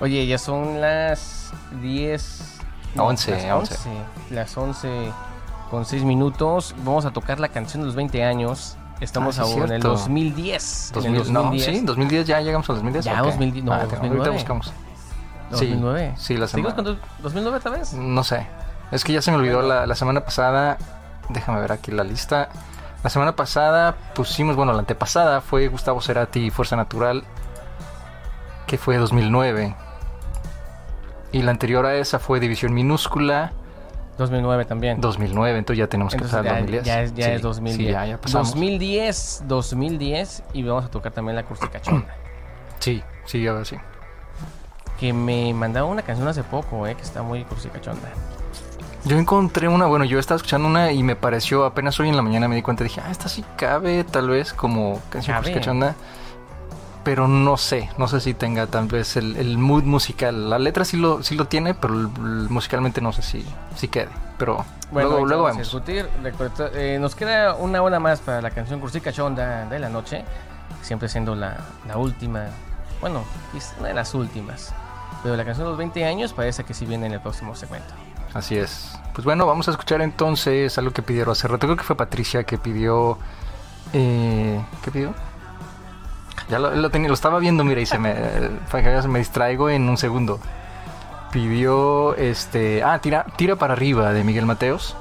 Speaker 1: Oye, ya son las 10.
Speaker 2: Once,
Speaker 1: las
Speaker 2: once.
Speaker 1: 11. Las 11 con 6 minutos. Vamos a tocar la canción de los 20 años. Estamos
Speaker 2: Ah, sí,
Speaker 1: aún en el
Speaker 2: cierto.
Speaker 1: 2010. en el
Speaker 2: 2000, no, sí, 2010 ya llegamos al 2010.
Speaker 1: Ya,
Speaker 2: ¿o qué?
Speaker 1: 2010, no,
Speaker 2: Ah, te-
Speaker 1: 2009.
Speaker 2: Ahorita buscamos. Sí,
Speaker 1: 2009.
Speaker 2: sí, la
Speaker 1: ¿Seguimos
Speaker 2: semana.
Speaker 1: con dos- 2009 otra vez?
Speaker 2: No sé. Es que ya se me olvidó la, la semana pasada. Déjame ver aquí la lista. La semana pasada pusimos, bueno, la antepasada fue Gustavo Cerati y Fuerza Natural, que fue 2009. Y la anterior a esa fue División Minúscula,
Speaker 1: 2009 también.
Speaker 2: 2009. Entonces ya tenemos que
Speaker 1: Entonces
Speaker 2: pasar al
Speaker 1: ya,
Speaker 2: 2010.
Speaker 1: ya es, ya
Speaker 2: Sí,
Speaker 1: es 2010.
Speaker 2: Sí, ya, ya pasamos.
Speaker 1: 2010, 2010. Y vamos a tocar también la acústica chonda.
Speaker 2: Sí, sí, ahora sí.
Speaker 1: que me mandaron una canción hace poco, eh, que está muy acústica chonda.
Speaker 2: Yo encontré una, bueno, yo estaba escuchando una y me pareció, apenas hoy en la mañana me di cuenta, dije, ah, esta sí cabe, tal vez, como canción
Speaker 1: Cabe.
Speaker 2: cachonda. Pero no sé, no sé si tenga tal vez el, el mood musical. La letra sí lo, sí lo tiene, pero el- el- musicalmente no sé si, si quede. Pero luego,
Speaker 1: ahorita
Speaker 2: luego
Speaker 1: vamos a
Speaker 2: vemos.
Speaker 1: discutir. Recuerda- eh, nos queda una hora más para la canción Cursica Chonda de la noche, siempre siendo la, la última, bueno, es una de las últimas. Pero la canción de los 20 años parece que sí viene en el próximo segmento.
Speaker 2: Así es. Pues bueno, vamos a escuchar entonces algo que pidieron hace rato. Creo que fue Patricia que pidió. eh, ¿Qué pidió? Ya lo, lo tenía, lo estaba viendo, mira, y se me, para que veas, me distraigo en un segundo. Pidió este. Ah, tira, tira para arriba de Miguel Mateos.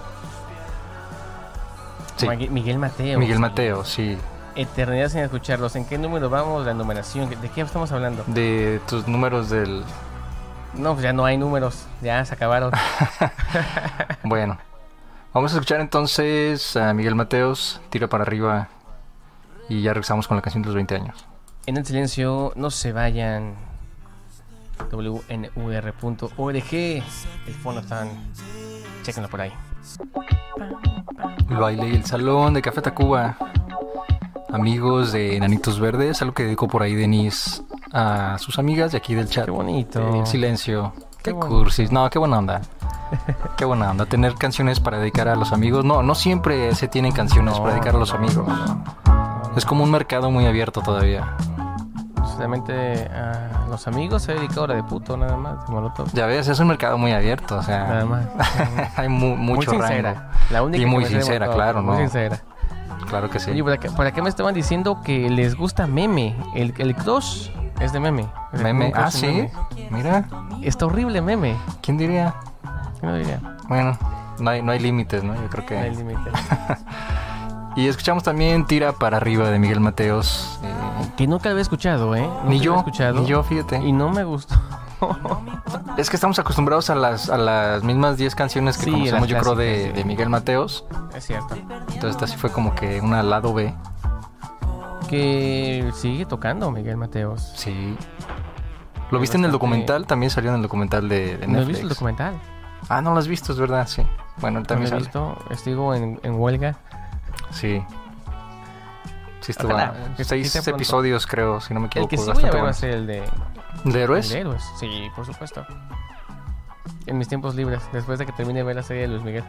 Speaker 2: Sí,
Speaker 1: Magui- Miguel Mateo.
Speaker 2: Miguel Mateos, sí.
Speaker 1: Eternidad sin escucharlos. ¿En qué número vamos? La numeración. ¿De qué estamos hablando?
Speaker 2: De tus números del.
Speaker 1: No, pues ya no hay números. Ya se acabaron.
Speaker 2: Bueno. Vamos a escuchar entonces a Miguel Mateos, tira para arriba. Y ya regresamos con la canción de los 20 años.
Speaker 1: En el silencio, no se vayan. wnr.org, el Fonatán. Chéquenlo por ahí.
Speaker 2: El baile y el salón de Café Tacuba. Amigos de Enanitos Verdes, algo que dedicó por ahí Denise a sus amigas de aquí del chat.
Speaker 1: Qué bonito.
Speaker 2: El silencio.
Speaker 1: Qué
Speaker 2: Qué,
Speaker 1: bonito.
Speaker 2: cursis. No, qué buena onda. Qué buena onda. Tener canciones para dedicar a los amigos. No, no siempre se tienen canciones
Speaker 1: No.
Speaker 2: para dedicar a los amigos.
Speaker 1: Ah,
Speaker 2: Es como un mercado muy abierto todavía.
Speaker 1: Solamente a los amigos se ha dedicado la de puto, nada más. de Molotov.
Speaker 2: Ya ves, es un mercado muy abierto. O
Speaker 1: Nada
Speaker 2: sea,
Speaker 1: más.
Speaker 2: hay mu- mucho
Speaker 1: muy sincera.
Speaker 2: rango.
Speaker 1: La única
Speaker 2: Y
Speaker 1: que
Speaker 2: muy
Speaker 1: me sé de
Speaker 2: sincera,
Speaker 1: Molotov,
Speaker 2: claro,
Speaker 1: Muy
Speaker 2: ¿no?
Speaker 1: sincera.
Speaker 2: Claro que sí.
Speaker 1: Oye, pues, por acá, por acá me estaban diciendo que les gusta meme. El, el crush es de meme. Es de
Speaker 2: Meme.
Speaker 1: un crush
Speaker 2: Ah,
Speaker 1: de
Speaker 2: sí.
Speaker 1: meme.
Speaker 2: Mira.
Speaker 1: Está horrible meme.
Speaker 2: ¿Quién diría?
Speaker 1: Yo no diría.
Speaker 2: Bueno, no hay, no hay límites, ¿no? Yo creo que...
Speaker 1: No hay límite.
Speaker 2: Y escuchamos también Tira para arriba de Miguel Mateos. eh,
Speaker 1: Que nunca lo había escuchado, ¿eh? Nunca
Speaker 2: ni
Speaker 1: lo
Speaker 2: yo,
Speaker 1: había escuchado.
Speaker 2: ni yo, fíjate.
Speaker 1: Y no me gustó.
Speaker 2: Es que estamos acostumbrados a las, a las mismas 10 canciones que
Speaker 1: Sí,
Speaker 2: conocemos,
Speaker 1: las
Speaker 2: yo creo, de,
Speaker 1: clásicas, sí.
Speaker 2: de Miguel Mateos.
Speaker 1: Es cierto.
Speaker 2: Entonces, esta sí fue como que una lado B.
Speaker 1: Que sigue tocando Miguel Mateos.
Speaker 2: Sí. ¿Lo viste en
Speaker 1: bastante-
Speaker 2: el documental? También salió en el documental de, de Netflix.
Speaker 1: No he visto el documental.
Speaker 2: Ah, no lo has visto, es verdad, sí. Bueno,
Speaker 1: No lo
Speaker 2: también
Speaker 1: he
Speaker 2: sale.
Speaker 1: visto. Estuvo en, en huelga.
Speaker 2: Sí. Sí, estuvo
Speaker 1: Ojalá, que se
Speaker 2: seis
Speaker 1: quite pronto.
Speaker 2: episodios, creo, si no me
Speaker 1: El
Speaker 2: equivoco.
Speaker 1: que sí voy a ver
Speaker 2: bastante
Speaker 1: va a
Speaker 2: buenos.
Speaker 1: ser el de,
Speaker 2: ¿De héroes?
Speaker 1: el de héroes. Sí, por supuesto. En mis tiempos libres, después de que termine de ver la serie de Luis Miguel.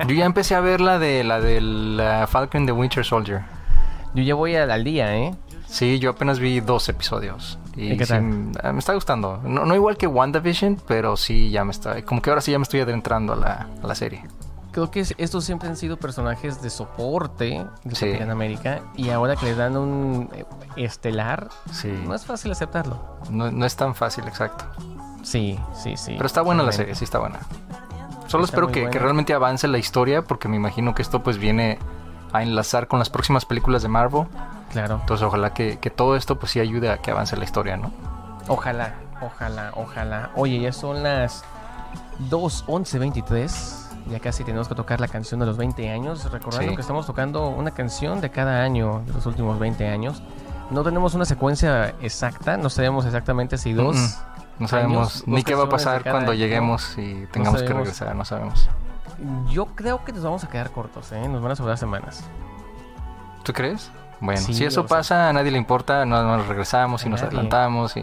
Speaker 2: Yo ya empecé a ver la de la del la Falcon de Winter Soldier.
Speaker 1: Yo ya voy al, al día, ¿eh?
Speaker 2: Sí, yo apenas vi dos episodios. ¿Y,
Speaker 1: ¿Y qué
Speaker 2: sí,
Speaker 1: tal?
Speaker 2: mm, ah, me está gustando. No, no igual que WandaVision, pero sí, ya me está. Como que ahora sí ya me estoy adentrando a la, a la serie.
Speaker 1: Creo que es- estos siempre han sido personajes de soporte de
Speaker 2: Sí.
Speaker 1: Capitán América y ahora que les dan un eh, estelar,
Speaker 2: Sí.
Speaker 1: no es fácil aceptarlo.
Speaker 2: No, no es tan fácil, exacto.
Speaker 1: Sí, sí, sí.
Speaker 2: Pero está buena la
Speaker 1: totalmente.
Speaker 2: serie, sí está buena. Solo
Speaker 1: Está
Speaker 2: espero
Speaker 1: muy
Speaker 2: que, que
Speaker 1: buena.
Speaker 2: realmente avance la historia, porque me imagino que esto pues viene a enlazar con las próximas películas de Marvel.
Speaker 1: Claro.
Speaker 2: Entonces ojalá que, que todo esto pues sí ayude a que avance la historia, ¿no?
Speaker 1: Ojalá, ojalá, ojalá. Oye, ya son las 2.11.23. Ya casi tenemos que tocar la canción de los 20 años. Recordando
Speaker 2: Sí.
Speaker 1: que estamos tocando una canción de cada año de los últimos 20 años. No tenemos una secuencia exacta, no sabemos exactamente si dos.
Speaker 2: No sabemos
Speaker 1: Años,
Speaker 2: ni
Speaker 1: dos
Speaker 2: qué va
Speaker 1: canciones
Speaker 2: a
Speaker 1: de
Speaker 2: pasar
Speaker 1: cada
Speaker 2: cuando
Speaker 1: año.
Speaker 2: lleguemos y tengamos que
Speaker 1: sabemos.
Speaker 2: regresar, no sabemos.
Speaker 1: Yo creo que nos vamos a quedar cortos, ¿eh? Nos van a sobrar semanas.
Speaker 2: ¿Tú crees? Bueno,
Speaker 1: Sí,
Speaker 2: si eso
Speaker 1: o sea-
Speaker 2: pasa, a nadie le importa, no- nos regresamos
Speaker 1: A
Speaker 2: y nos
Speaker 1: nadie.
Speaker 2: adelantamos y...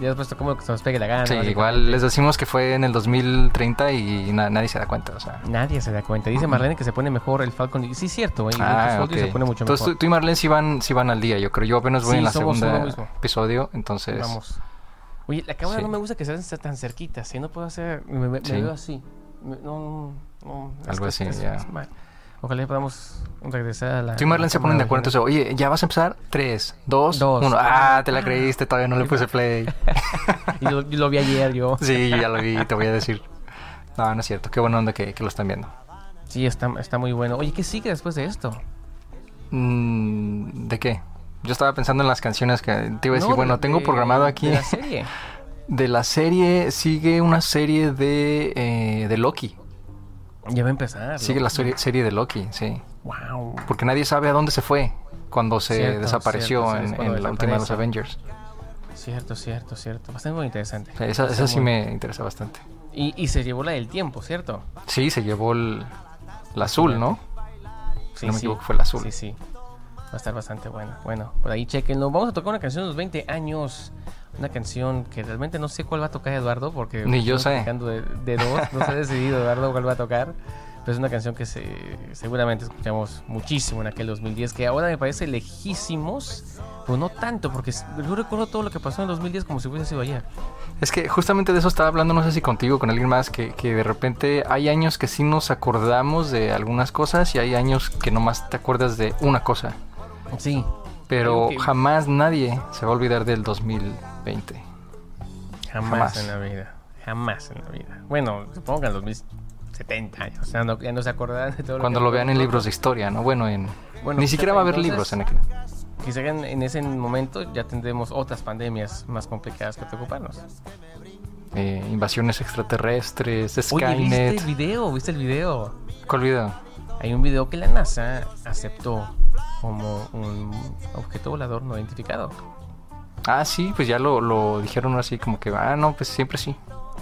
Speaker 1: Ya después como que se nos pegue la gana.
Speaker 2: sí,
Speaker 1: básicamente.
Speaker 2: igual les decimos que fue en el 2030 y na- nadie se da cuenta, o sea...
Speaker 1: Nadie se da cuenta. Dice Marlene que se pone mejor el Falcon. Y Sí, es cierto, ¿eh? El Winter
Speaker 2: Ah, ok.
Speaker 1: Soldier se pone mucho
Speaker 2: entonces tú,
Speaker 1: mejor.
Speaker 2: tú y Marlene sí van, sí van al día, yo creo. Yo apenas voy
Speaker 1: Sí,
Speaker 2: en la
Speaker 1: somos uno
Speaker 2: segunda
Speaker 1: mismo.
Speaker 2: episodio, entonces...
Speaker 1: Vamos. Oye, la cámara
Speaker 2: Sí.
Speaker 1: no me gusta que sean sea tan cerquita. Si no puedo hacer. Me, me- me
Speaker 2: Sí.
Speaker 1: veo así. Me- no, no, no,
Speaker 2: Algo así, ya.
Speaker 1: mal. Ojalá podamos regresar a la.
Speaker 2: Tú y Marlene se ponen de acuerdo,
Speaker 1: cámara
Speaker 2: entonces, oye, ¿ya vas a empezar? Tres, dos,
Speaker 1: Dos.
Speaker 2: uno. Ah, te la creíste, todavía no le puse play.
Speaker 1: original. Y lo, yo lo vi ayer yo.
Speaker 2: Sí, yo ya lo vi, te voy a decir. No, no es cierto. Qué buena onda que, que lo están viendo.
Speaker 1: Sí, está, está muy bueno. Oye, ¿qué sigue después de esto?
Speaker 2: Mm, ¿De qué? Yo estaba pensando en las canciones que te iba a decir.
Speaker 1: No,
Speaker 2: bueno,
Speaker 1: de-
Speaker 2: tengo
Speaker 1: de-
Speaker 2: programado aquí.
Speaker 1: de la serie.
Speaker 2: De la serie, sigue una serie de, eh, de Loki.
Speaker 1: Ya va a empezar.
Speaker 2: Sigue la serie, serie de Loki, sí.
Speaker 1: Wow.
Speaker 2: Porque nadie sabe a dónde se fue cuando se
Speaker 1: Cierto,
Speaker 2: desapareció
Speaker 1: cierto, sí, es
Speaker 2: en,
Speaker 1: cuando
Speaker 2: en la última de los
Speaker 1: desaparece.
Speaker 2: Avengers.
Speaker 1: Cierto, cierto, cierto. Bastante muy interesante.
Speaker 2: O sea, Esa,
Speaker 1: Está
Speaker 2: esa sí
Speaker 1: muy-
Speaker 2: me interesa bastante.
Speaker 1: Y, y se llevó la del tiempo, ¿cierto?
Speaker 2: Sí, se llevó el, el azul, ¿no?
Speaker 1: Sí,
Speaker 2: no me equivoco, fue el azul.
Speaker 1: Sí, sí. Va a estar bastante bueno. Bueno, por ahí chequenlo. Vamos a tocar una canción de los 20 años. Una canción que realmente no sé cuál va a tocar Eduardo, porque.
Speaker 2: Ni yo
Speaker 1: estamos
Speaker 2: sé.
Speaker 1: platicando De, de dos, no se ha decidido Eduardo cuál va a tocar. Pero es una canción que se, seguramente escuchamos muchísimo en aquel 2010, que ahora me parece lejísimos, pero no tanto, porque yo recuerdo todo lo que pasó en el 2010 como si hubiese sido ayer.
Speaker 2: Es que justamente de eso estaba hablando, no sé si contigo, o con alguien más, que, que de repente hay años que sí nos acordamos de algunas cosas y hay años que nomás te acuerdas de una cosa.
Speaker 1: Sí,
Speaker 2: Pero
Speaker 1: Creo que-
Speaker 2: jamás nadie se va a olvidar del 2020.
Speaker 1: Jamás,
Speaker 2: Jamás.
Speaker 1: en la vida. Jamás en la vida. Bueno, supongo que en los 70 años. O sea, no, ya no se acordarán de todo lo
Speaker 2: Cuando
Speaker 1: que
Speaker 2: lo vean en libros de historia, ¿no? Bueno, en...
Speaker 1: Bueno,
Speaker 2: ni siquiera va a haber
Speaker 1: entonces-
Speaker 2: libros en aquel.
Speaker 1: Quizá en, en ese momento ya tendremos otras pandemias más complicadas que preocuparnos.
Speaker 2: Eh, invasiones extraterrestres,
Speaker 1: Oye, ¿viste
Speaker 2: Skynet.
Speaker 1: el video? ¿Viste el video?
Speaker 2: ¿Cuál video?
Speaker 1: Hay un video que la NASA aceptó como un objeto volador no identificado.
Speaker 2: Ah, sí, pues ya lo, lo dijeron así como que, ah, no, pues siempre sí.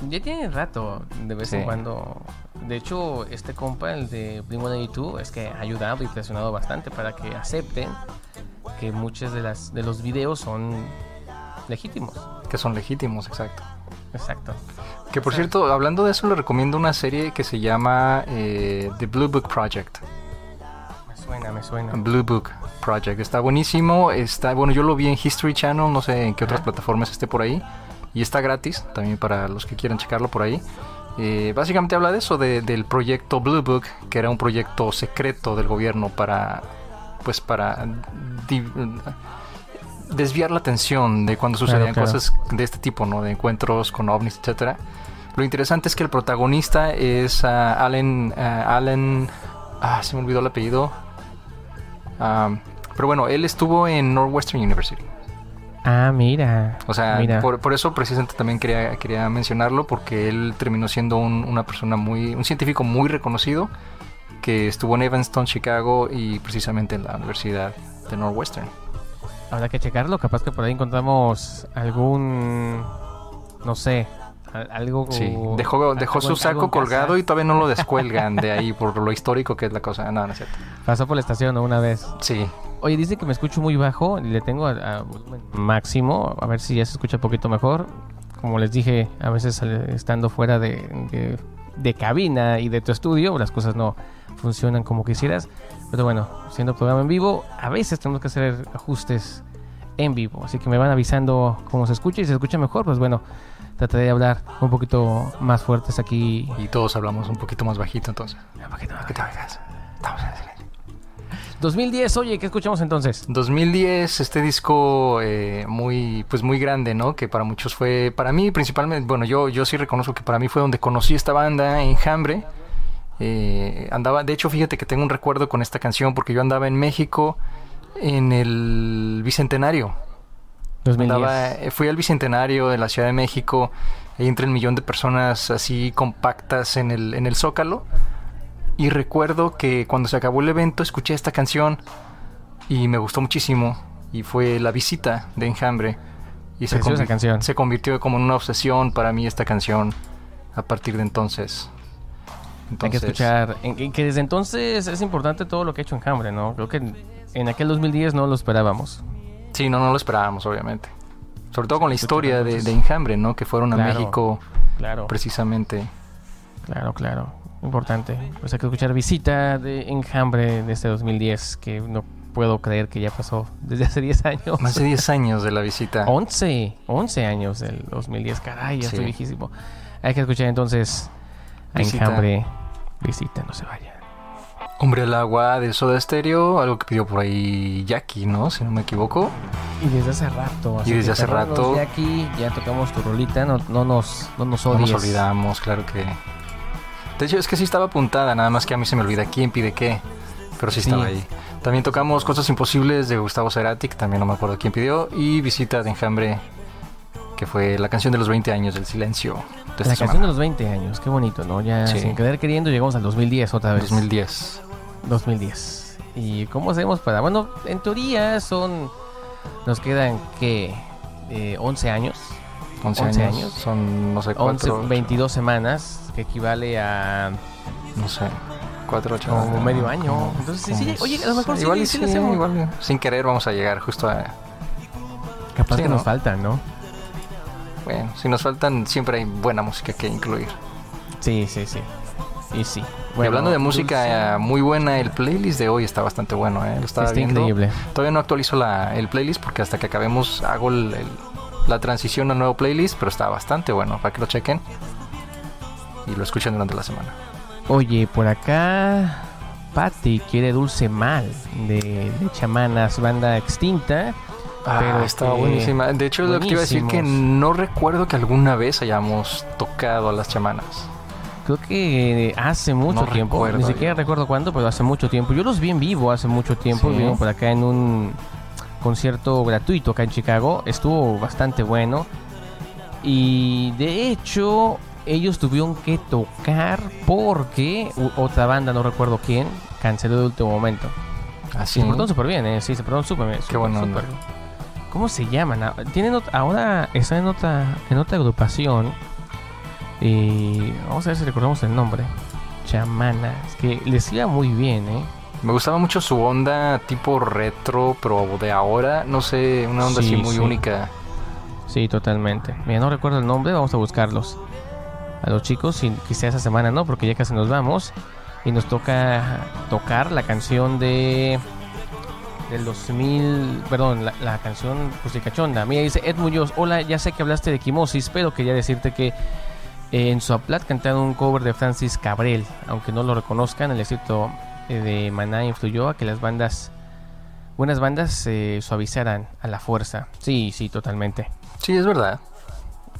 Speaker 1: Ya tiene rato, de vez en
Speaker 2: Sí.
Speaker 1: cuando. De hecho, este compa, el de Blink-182, es que ha ayudado y presionado bastante para que acepten que muchos de, las, de los videos son legítimos.
Speaker 2: Que son legítimos, exacto.
Speaker 1: Exacto.
Speaker 2: Que por cierto, hablando de eso, le recomiendo una serie que se llama eh, The Blue Book Project.
Speaker 1: Me suena, me suena.
Speaker 2: Blue Book Project. Está buenísimo. Está, bueno, yo lo vi en History Channel, no sé en qué otras
Speaker 1: Ajá.
Speaker 2: plataformas esté por ahí. Y está gratis también para los que quieran checarlo por ahí. Eh, básicamente habla de eso, de- del proyecto Blue Book, que era un proyecto secreto del gobierno para, pues para di- desviar la atención de cuando
Speaker 1: Claro,
Speaker 2: sucedían
Speaker 1: claro.
Speaker 2: cosas de este tipo, ¿no? De encuentros con ovnis, etcétera. Lo interesante es que el protagonista es ah, Allen, ah, Allen, ah, se me olvidó el Ah, apellido, Am, pero bueno, él estuvo en Northwestern University.
Speaker 1: Ah, mira.
Speaker 2: O sea,
Speaker 1: mira.
Speaker 2: por, por eso precisamente también quería, quería mencionarlo, porque él terminó siendo un- una persona muy, un científico muy reconocido, que estuvo en Evanston, Chicago y precisamente en la Universidad de Northwestern.
Speaker 1: Habrá que checarlo, capaz que por ahí encontramos algún, no sé, al- algo...
Speaker 2: Sí, dejó, dejó su saco colgado y todavía no lo descuelgan de ahí por lo histórico que es la cosa. No, no es cierto.
Speaker 1: Pasó por la estación ¿no? una vez.
Speaker 2: Sí,
Speaker 1: Oye, dice que me escucho muy bajo, le tengo a, a volumen máximo, a ver si ya se escucha un poquito mejor. Como les dije, a veces al- estando fuera de, de- de cabina y de tu estudio, las cosas no funcionan como quisieras. Pero bueno, siendo programa en vivo, a veces tenemos que hacer ajustes en vivo. Así que me van avisando cómo se escucha y si se escucha mejor, pues bueno, trataré de hablar un poquito más fuertes aquí.
Speaker 2: y todos hablamos un poquito más bajito entonces.
Speaker 1: Un poquito más.
Speaker 2: Que te oigas. Estamos en silencio.
Speaker 1: 2010, oye, ¿qué escuchamos entonces?
Speaker 2: 2010, este disco eh, muy, pues muy grande, ¿no? Que para muchos fue, para mí principalmente, bueno, yo, yo sí reconozco que para mí fue donde conocí esta banda, Enjambre. Eh, andaba, de hecho, fíjate que tengo un recuerdo con esta canción porque yo andaba en México en el Bicentenario.
Speaker 1: 2010.
Speaker 2: Andaba- eh, fui al Bicentenario de la Ciudad de México, ahí entre el millón de personas así compactas en el, en el Zócalo. Y recuerdo que cuando se acabó el evento escuché esta canción y me gustó muchísimo. Y fue La Visita de Enjambre. Y
Speaker 1: Preciosa
Speaker 2: convi-
Speaker 1: canción.
Speaker 2: se convirtió como en una obsesión para mí esta canción a partir de entonces.
Speaker 1: Hay que
Speaker 2: Entonces,
Speaker 1: escuchar. En- en que desde entonces es importante todo lo que ha hecho Enjambre, ¿no? Creo que en, en aquel 2010 no lo esperábamos.
Speaker 2: Sí, no, no lo esperábamos, obviamente. Sobre todo con la historia de,
Speaker 1: entonces.
Speaker 2: de Enjambre, ¿no? Que fueron a
Speaker 1: Claro.
Speaker 2: México
Speaker 1: Claro,
Speaker 2: precisamente.
Speaker 1: Pues, claro, claro. Importante. Pues hay que escuchar Visita de Enjambre de este 2010, que no puedo creer que ya pasó desde hace 10 años.
Speaker 2: Más de 10 años de la visita.
Speaker 1: Oh. 11, 11 años del 2010, caray, ya
Speaker 2: Sí.
Speaker 1: estoy viejísimo. Hay que escuchar entonces a
Speaker 2: Visita.
Speaker 1: Enjambre Visita, no se vaya.
Speaker 2: Hombre al agua de Soda Stereo, algo que pidió por ahí Jackie, ¿no? Si no me equivoco.
Speaker 1: Y desde hace rato. así
Speaker 2: Y desde
Speaker 1: que
Speaker 2: hace
Speaker 1: perdónanos,
Speaker 2: rato.
Speaker 1: De aquí ya tocamos tu rolita, no, no nos, no nos
Speaker 2: No
Speaker 1: odies.
Speaker 2: nos olvidamos, claro que. De hecho, es que sí estaba apuntada, nada más que a mí se me olvida quién pide qué. Pero sí,
Speaker 1: Sí.
Speaker 2: estaba ahí. También tocamos Cosas Imposibles de Gustavo Cerati, que también no me acuerdo quién pidió. Y Visita de Enjambre, que fue la canción de los 20 años del silencio. De esta
Speaker 1: La canción de
Speaker 2: semana,
Speaker 1: los 20 años, qué bonito, ¿no? Ya
Speaker 2: Sí.
Speaker 1: sin querer queriendo llegamos al 2010 otra vez.
Speaker 2: 2010.
Speaker 1: 2010. ¿Y cómo hacemos para...? Bueno, en teoría son... Nos quedan, ¿qué? Eh, 11 años.
Speaker 2: 11,
Speaker 1: 11
Speaker 2: años.
Speaker 1: años.
Speaker 2: Son, no sé,
Speaker 1: 11,
Speaker 2: 4.
Speaker 1: 22 semanas, que equivale a
Speaker 2: No sé. 4, 8.
Speaker 1: como medio año. Entonces, sí, sí, oye, a lo mejor sí,
Speaker 2: igual,
Speaker 1: sí,
Speaker 2: y
Speaker 1: sí
Speaker 2: sí,
Speaker 1: le hacemos.
Speaker 2: igual eh, sin querer vamos a llegar justo a...
Speaker 1: Capaz
Speaker 2: Sí,
Speaker 1: que
Speaker 2: ¿no?
Speaker 1: nos faltan, ¿no?
Speaker 2: Bueno, si nos faltan siempre hay buena música que incluir.
Speaker 1: Sí, sí, sí. Y sí.
Speaker 2: y hablando de
Speaker 1: Bueno, pues,
Speaker 2: música eh, muy buena, el playlist de hoy está bastante bueno, ¿eh? Lo estaba
Speaker 1: Está
Speaker 2: viendo.
Speaker 1: increíble.
Speaker 2: Todavía no actualizo la- el playlist porque hasta que acabemos hago el- el- la transición al nuevo playlist, pero está bastante bueno para que lo chequen y lo escuchen durante la semana.
Speaker 1: Oye, por acá Patty quiere Dulce Mal de, de Chamanas, banda extinta.
Speaker 2: Ah,
Speaker 1: pero
Speaker 2: estaba
Speaker 1: que-
Speaker 2: buenísima. De hecho, es lo que te iba a decir que
Speaker 1: buenísimos.
Speaker 2: no recuerdo que alguna vez hayamos tocado a las chamanas.
Speaker 1: Creo que eh, hace mucho
Speaker 2: No
Speaker 1: tiempo,
Speaker 2: recuerdo
Speaker 1: ni
Speaker 2: yo.
Speaker 1: siquiera recuerdo cuándo, pero hace mucho tiempo. Yo los vi en vivo hace mucho tiempo,
Speaker 2: Sí.
Speaker 1: vino por acá en un concierto gratuito acá en Chicago. Estuvo bastante bueno. Y de hecho, ellos tuvieron que tocar porque u- otra banda, no recuerdo quién, canceló de último momento.
Speaker 2: Así.
Speaker 1: Sí, se portaron súper bien, ¿eh? Sí, se portaron súper bien. súper,
Speaker 2: buena onda.
Speaker 1: súper. ¿Cómo se llaman? Ah, Tienen ot- ahora están en otra, en otra agrupación. Y vamos a ver si recordamos el nombre. Chamanas. Que les iba muy bien, ¿eh?
Speaker 2: Me gustaba mucho su onda tipo retro, pero de ahora, no sé, una onda
Speaker 1: Sí,
Speaker 2: así muy
Speaker 1: sí.
Speaker 2: única.
Speaker 1: Sí, totalmente. Mira, no recuerdo el nombre, vamos a buscarlos. A los chicos, y quizá esa semana no, porque ya casi nos vamos. Y nos toca tocar la canción de. Del 2000, perdón, la, la canción Pusicachonda. Mira, dice Ed Muñoz: Hola, ya sé que hablaste de Quimosis, pero quería decirte que eh, en Suaplat cantaron un cover de Francis Cabrel. Aunque no lo reconozcan, el éxito eh, de Maná influyó a que las bandas, buenas bandas, se suavizaran a la fuerza. Sí, sí, totalmente.
Speaker 2: Sí, es verdad.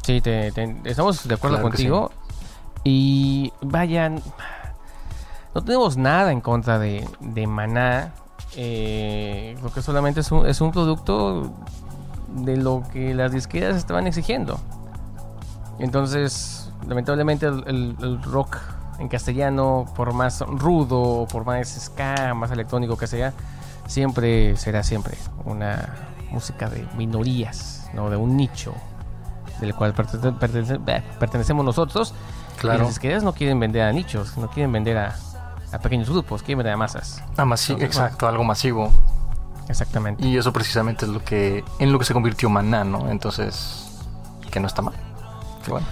Speaker 1: Sí, te- te- estamos de acuerdo
Speaker 2: Claro que
Speaker 1: contigo. Y vayan, no tenemos nada en contra de, de Maná. Eh, lo que solamente es un, es un producto de lo que las disqueras estaban exigiendo. Entonces, lamentablemente el, el- el rock en castellano, por más rudo, por más ska, más electrónico que sea, siempre será siempre una música de minorías, no de un nicho del cual pertene- pertenece- bah, pertenecemos nosotros. Y
Speaker 2: Claro.
Speaker 1: las disqueras no quieren vender a nichos, no quieren vender a, a pequeños grupos, quieren vender a masas.
Speaker 2: Ah, masi- exacto, algo masivo.
Speaker 1: Exactamente.
Speaker 2: Y eso precisamente es lo que en lo que se convirtió Maná, ¿no? Entonces, que no está mal. Que bueno.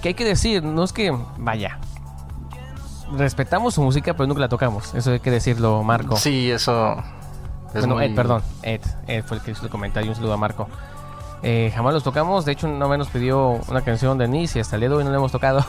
Speaker 1: que hay que decir, no es que vaya. Respetamos su música, pero nunca la tocamos. Eso hay que decirlo, Marco.
Speaker 2: Sí, eso es
Speaker 1: bueno,
Speaker 2: muy-
Speaker 1: Ed, perdón. Ed, Ed fue el que hizo el comentario. Un saludo a Marco. Eh, jamás los tocamos. De hecho, no menos pidió una canción de Nice y hasta el día de hoy no la hemos tocado.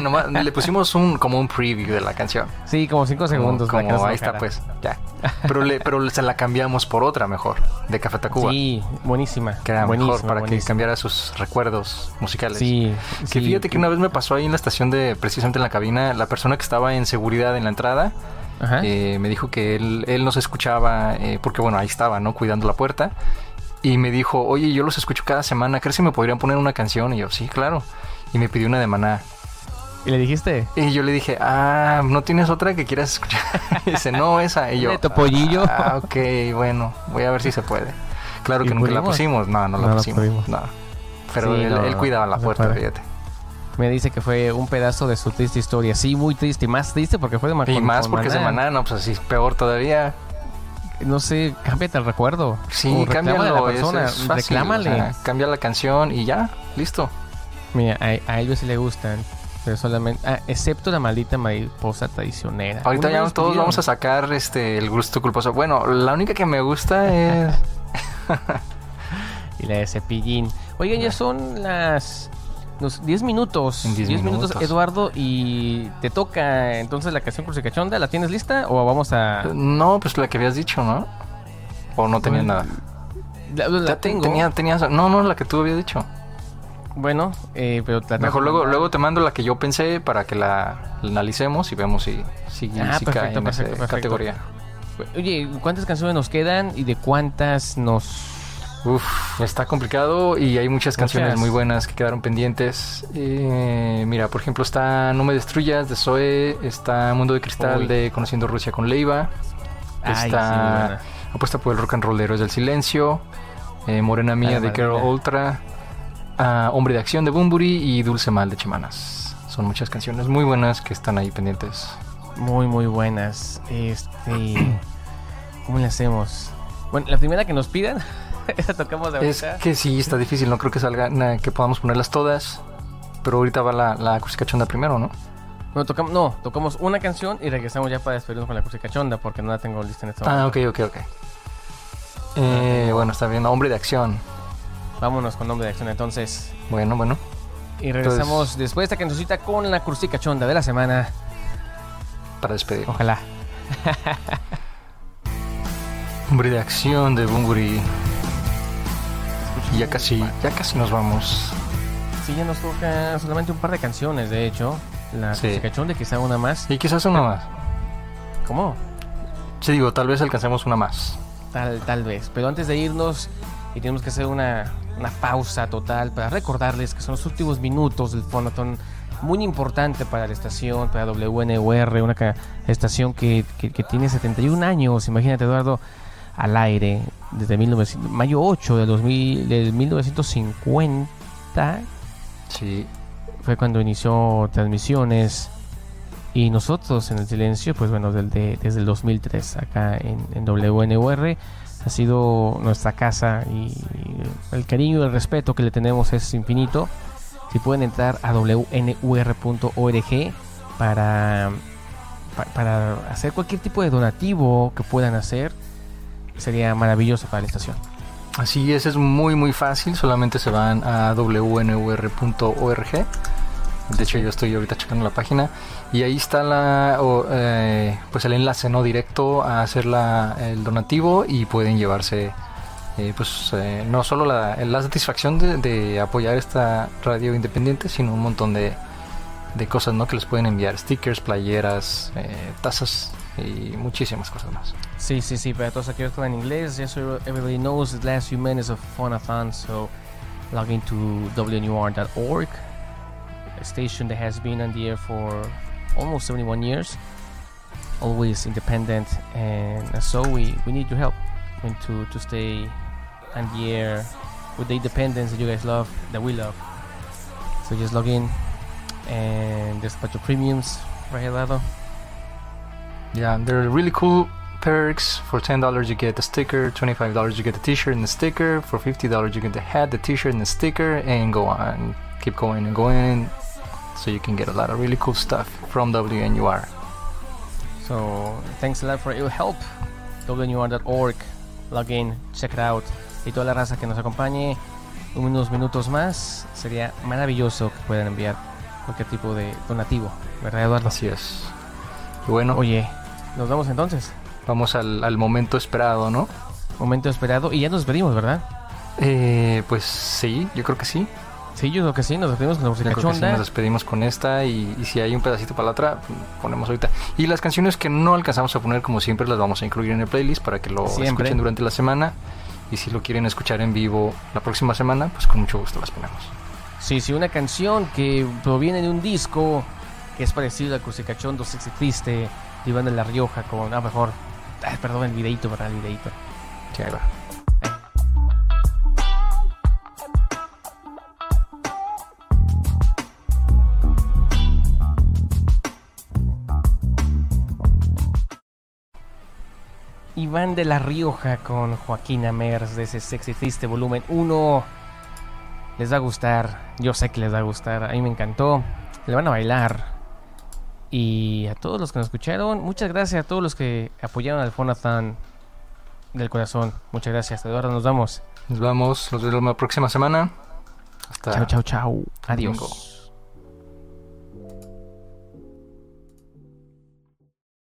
Speaker 2: Nomás le pusimos un como un preview de la canción.
Speaker 1: Sí, como cinco segundos.
Speaker 2: Como,
Speaker 1: para que no se
Speaker 2: ahí está,
Speaker 1: enojara.
Speaker 2: pues, ya. Pero, le, pero se la cambiamos por otra mejor, de Café Tacuba.
Speaker 1: Sí, buenísima.
Speaker 2: que era mejor
Speaker 1: buenísima,
Speaker 2: para que
Speaker 1: buenísima.
Speaker 2: cambiara sus recuerdos musicales.
Speaker 1: Sí,
Speaker 2: Que
Speaker 1: sí,
Speaker 2: fíjate que una vez me pasó ahí en la estación de, precisamente en la cabina, la persona que estaba en seguridad en la entrada
Speaker 1: Ajá.
Speaker 2: eh, me dijo que él, él nos escuchaba, eh, porque bueno, ahí estaba, ¿no? Cuidando la puerta. Y me dijo, oye, yo los escucho cada semana, ¿crees que me podrían poner una canción? Y yo, sí, claro. Y me pidió una de maná.
Speaker 1: ¿Y le dijiste?
Speaker 2: Y yo le dije, ah, ¿no tienes otra que quieras escuchar? Y dice, no, esa. Y yo,
Speaker 1: ¿De Topollillo?
Speaker 2: Ah, ok, bueno, voy a ver si se puede. Claro
Speaker 1: ¿Y
Speaker 2: que nunca la
Speaker 1: pudimos?
Speaker 2: pusimos. No, no la
Speaker 1: No la
Speaker 2: pusimos.
Speaker 1: pudimos.
Speaker 2: No. Pero
Speaker 1: Sí,
Speaker 2: él,
Speaker 1: no,
Speaker 2: él
Speaker 1: no,
Speaker 2: cuidaba la
Speaker 1: no se
Speaker 2: puerta,
Speaker 1: puede.
Speaker 2: fíjate.
Speaker 1: Me dice que fue un pedazo de su triste historia. Sí, muy triste. Y más triste porque fue de Marco.
Speaker 2: Y más porque
Speaker 1: Maná.
Speaker 2: Semaná, no, pues así, es peor todavía.
Speaker 1: no sé, cámbiate el recuerdo.
Speaker 2: Sí,
Speaker 1: reclámale
Speaker 2: cámbialo.
Speaker 1: a la
Speaker 2: es-
Speaker 1: persona,
Speaker 2: es fácil,
Speaker 1: reclámale.
Speaker 2: o sea, cambia la canción y ya, listo.
Speaker 1: Mira, a, a ellos sí le gustan, pero solamente, ah, excepto la maldita mariposa traicionera.
Speaker 2: Ahorita
Speaker 1: Una
Speaker 2: ya
Speaker 1: vez
Speaker 2: todos
Speaker 1: pidieron-
Speaker 2: vamos a sacar este el gusto culposo. Bueno, la única que me gusta es.
Speaker 1: Y la de cepillín. Oigan, ya son las los 10 minutos.
Speaker 2: En 10
Speaker 1: 10 minutos,
Speaker 2: minutos.
Speaker 1: Eduardo, y te toca entonces la canción Crucicachonda. ¿La tienes lista o vamos a...?
Speaker 2: No, pues la que habías dicho, ¿no? O no tenía
Speaker 1: Bueno,
Speaker 2: nada.
Speaker 1: La, la
Speaker 2: Ya ten- Tenía, tenía- no, no, la que tú habías dicho.
Speaker 1: Bueno, eh, pero... te la
Speaker 2: Mejor
Speaker 1: tengo
Speaker 2: luego,
Speaker 1: que
Speaker 2: luego te mando la que yo pensé para que la, la analicemos y vemos si, si,
Speaker 1: Ah,
Speaker 2: si cae
Speaker 1: perfecto,
Speaker 2: en
Speaker 1: perfecto,
Speaker 2: esa
Speaker 1: perfecto.
Speaker 2: categoría.
Speaker 1: mandar. Oye, ¿cuántas canciones nos quedan y de cuántas nos...?
Speaker 2: Uf, está complicado y hay muchas canciones
Speaker 1: Muchas.
Speaker 2: muy buenas que quedaron pendientes. Eh, mira, por ejemplo, está No me destruyas de Zoe, está Mundo de Cristal
Speaker 1: Uy.
Speaker 2: de Conociendo Rusia con Leiva,
Speaker 1: Ay, sí, muy
Speaker 2: está
Speaker 1: buena.
Speaker 2: Apuesta por el Rock and Rolleros del Silencio, eh, Morena Mía de
Speaker 1: Madrina.
Speaker 2: Carol Ultra, ah, Hombre de Acción de Bumburi y Dulce Mal de Chimanas. Son muchas canciones muy buenas que están ahí pendientes.
Speaker 1: Muy, muy buenas. Este. ¿Cómo le hacemos? Bueno, la primera que nos pidan, esa tocamos de
Speaker 2: Es
Speaker 1: ahorita.
Speaker 2: que sí, está difícil, no creo que salga, na- que podamos ponerlas todas. Pero ahorita va la, la crucicachonda primero, ¿no?
Speaker 1: No, tocamos, no, tocamos una canción y regresamos ya para despedirnos con la cursi cachonda porque no la tengo lista en esta
Speaker 2: Ah,
Speaker 1: momento.
Speaker 2: ok, ok, ok. Eh, bueno, está bien, hombre de acción. Ah.
Speaker 1: Vámonos con nombre de acción entonces.
Speaker 2: Bueno, bueno.
Speaker 1: Y regresamos
Speaker 2: Entonces-
Speaker 1: después de esta cancioncita con la cursi cachonda de la semana.
Speaker 2: Para despedir.
Speaker 1: Ojalá.
Speaker 2: Hombre de acción de Bunguri. Y ya casi, ya casi nos vamos.
Speaker 1: Sí, ya nos toca solamente un par de canciones, de hecho. La
Speaker 2: Sí.
Speaker 1: cursi cachonda y quizá una más.
Speaker 2: Y quizás una más.
Speaker 1: ¿Cómo?
Speaker 2: Sí, digo, tal vez alcancemos una más.
Speaker 1: Tal, tal vez. Pero antes de irnos, y tenemos que hacer una, una pausa total para recordarles que son los últimos minutos del Fonatón. Muy importante para la estación, para WNUR, una ca- estación que, que- que tiene 71 años, imagínate Eduardo, al aire, desde 1900 mayo 8 de 2000 del 1950,
Speaker 2: Sí.
Speaker 1: fue cuando inició transmisiones y nosotros en el silencio, pues bueno, del- de- desde el 2003 acá en, en WNUR ha sido nuestra casa y el cariño y el respeto que le tenemos es infinito. Si pueden entrar a wnur.org para, pa- para hacer cualquier tipo de donativo que puedan hacer, sería maravilloso para la estación.
Speaker 2: Así es, es muy, muy fácil. Solamente se van a wnur.org. De hecho, yo estoy ahorita checando la página. Y ahí está la, o, eh, pues el enlace no directo a hacer la- el donativo y pueden llevarse eh, pues eh, no solo la, la satisfacción de, de apoyar esta radio independiente, sino un montón de, de cosas ¿no? que les pueden enviar. Stickers, playeras, eh, tazas y muchísimas cosas más.
Speaker 1: Sí, sí, sí, para todos aquellos que hablan inglés, eso everybody knows, the last few minutes of Fonathon, so log into WNUR.org, a station that has been on the air for almost 71 years, always independent, and so we, we need your help we need to, to stay on the air with the independence that you guys love, that we love. So just log in, and there's a bunch of premiums right here, Lado.
Speaker 2: Yeah, there are really cool perks. For ten dollars, you get a sticker. Twenty-five dollars, you get a T-shirt and a sticker. For fifty dollars, you get the hat, the T-shirt, and the sticker, and go on, keep going and going. So you can get a lot of really cool stuff from WNUR.
Speaker 1: So thanks a lot for your help. WNUR.org, log in, check it out. Y toda la raza que nos acompañe unos minutos más, sería maravilloso que puedan enviar cualquier tipo de donativo, ¿verdad, Eduardo?
Speaker 2: Así es. Y bueno,
Speaker 1: Oye, nos vamos entonces.
Speaker 2: vamos al, al momento esperado, ¿no?
Speaker 1: Momento esperado y ya nos despedimos, ¿verdad?
Speaker 2: Eh, pues sí, yo creo que sí.
Speaker 1: Sí, yo creo que sí, nos despedimos con la música
Speaker 2: Yo creo que sí,
Speaker 1: chonda.
Speaker 2: nos despedimos con esta y, y si hay un pedacito para la otra, ponemos ahorita. Y las canciones que no alcanzamos a poner, como siempre, las vamos a incluir en el playlist para que lo
Speaker 1: Siempre.
Speaker 2: escuchen durante la semana. Y si lo quieren escuchar en vivo la próxima semana, pues con mucho gusto las ponemos.
Speaker 1: Sí, sí, una canción que proviene de un disco que es parecido al Crucicachondo Sexy Triste, de Iván de la Rioja, con, ah, mejor, ah, perdón, el videito, ¿verdad? El videito.
Speaker 2: Sí, ahí va.
Speaker 1: Iván de la Rioja con Joaquina Mers de ese Sexy Triste volumen 1. Les va a gustar, yo sé que les va a gustar, a mí me encantó, le van a bailar. Y a todos los que nos escucharon, muchas gracias a todos los que apoyaron al Fonathan del corazón. Muchas gracias, Eduardo, nos vamos.
Speaker 2: Nos vamos, nos vemos la próxima semana. Hasta
Speaker 1: Chao, chao, chao. Adiós.
Speaker 2: Domingo.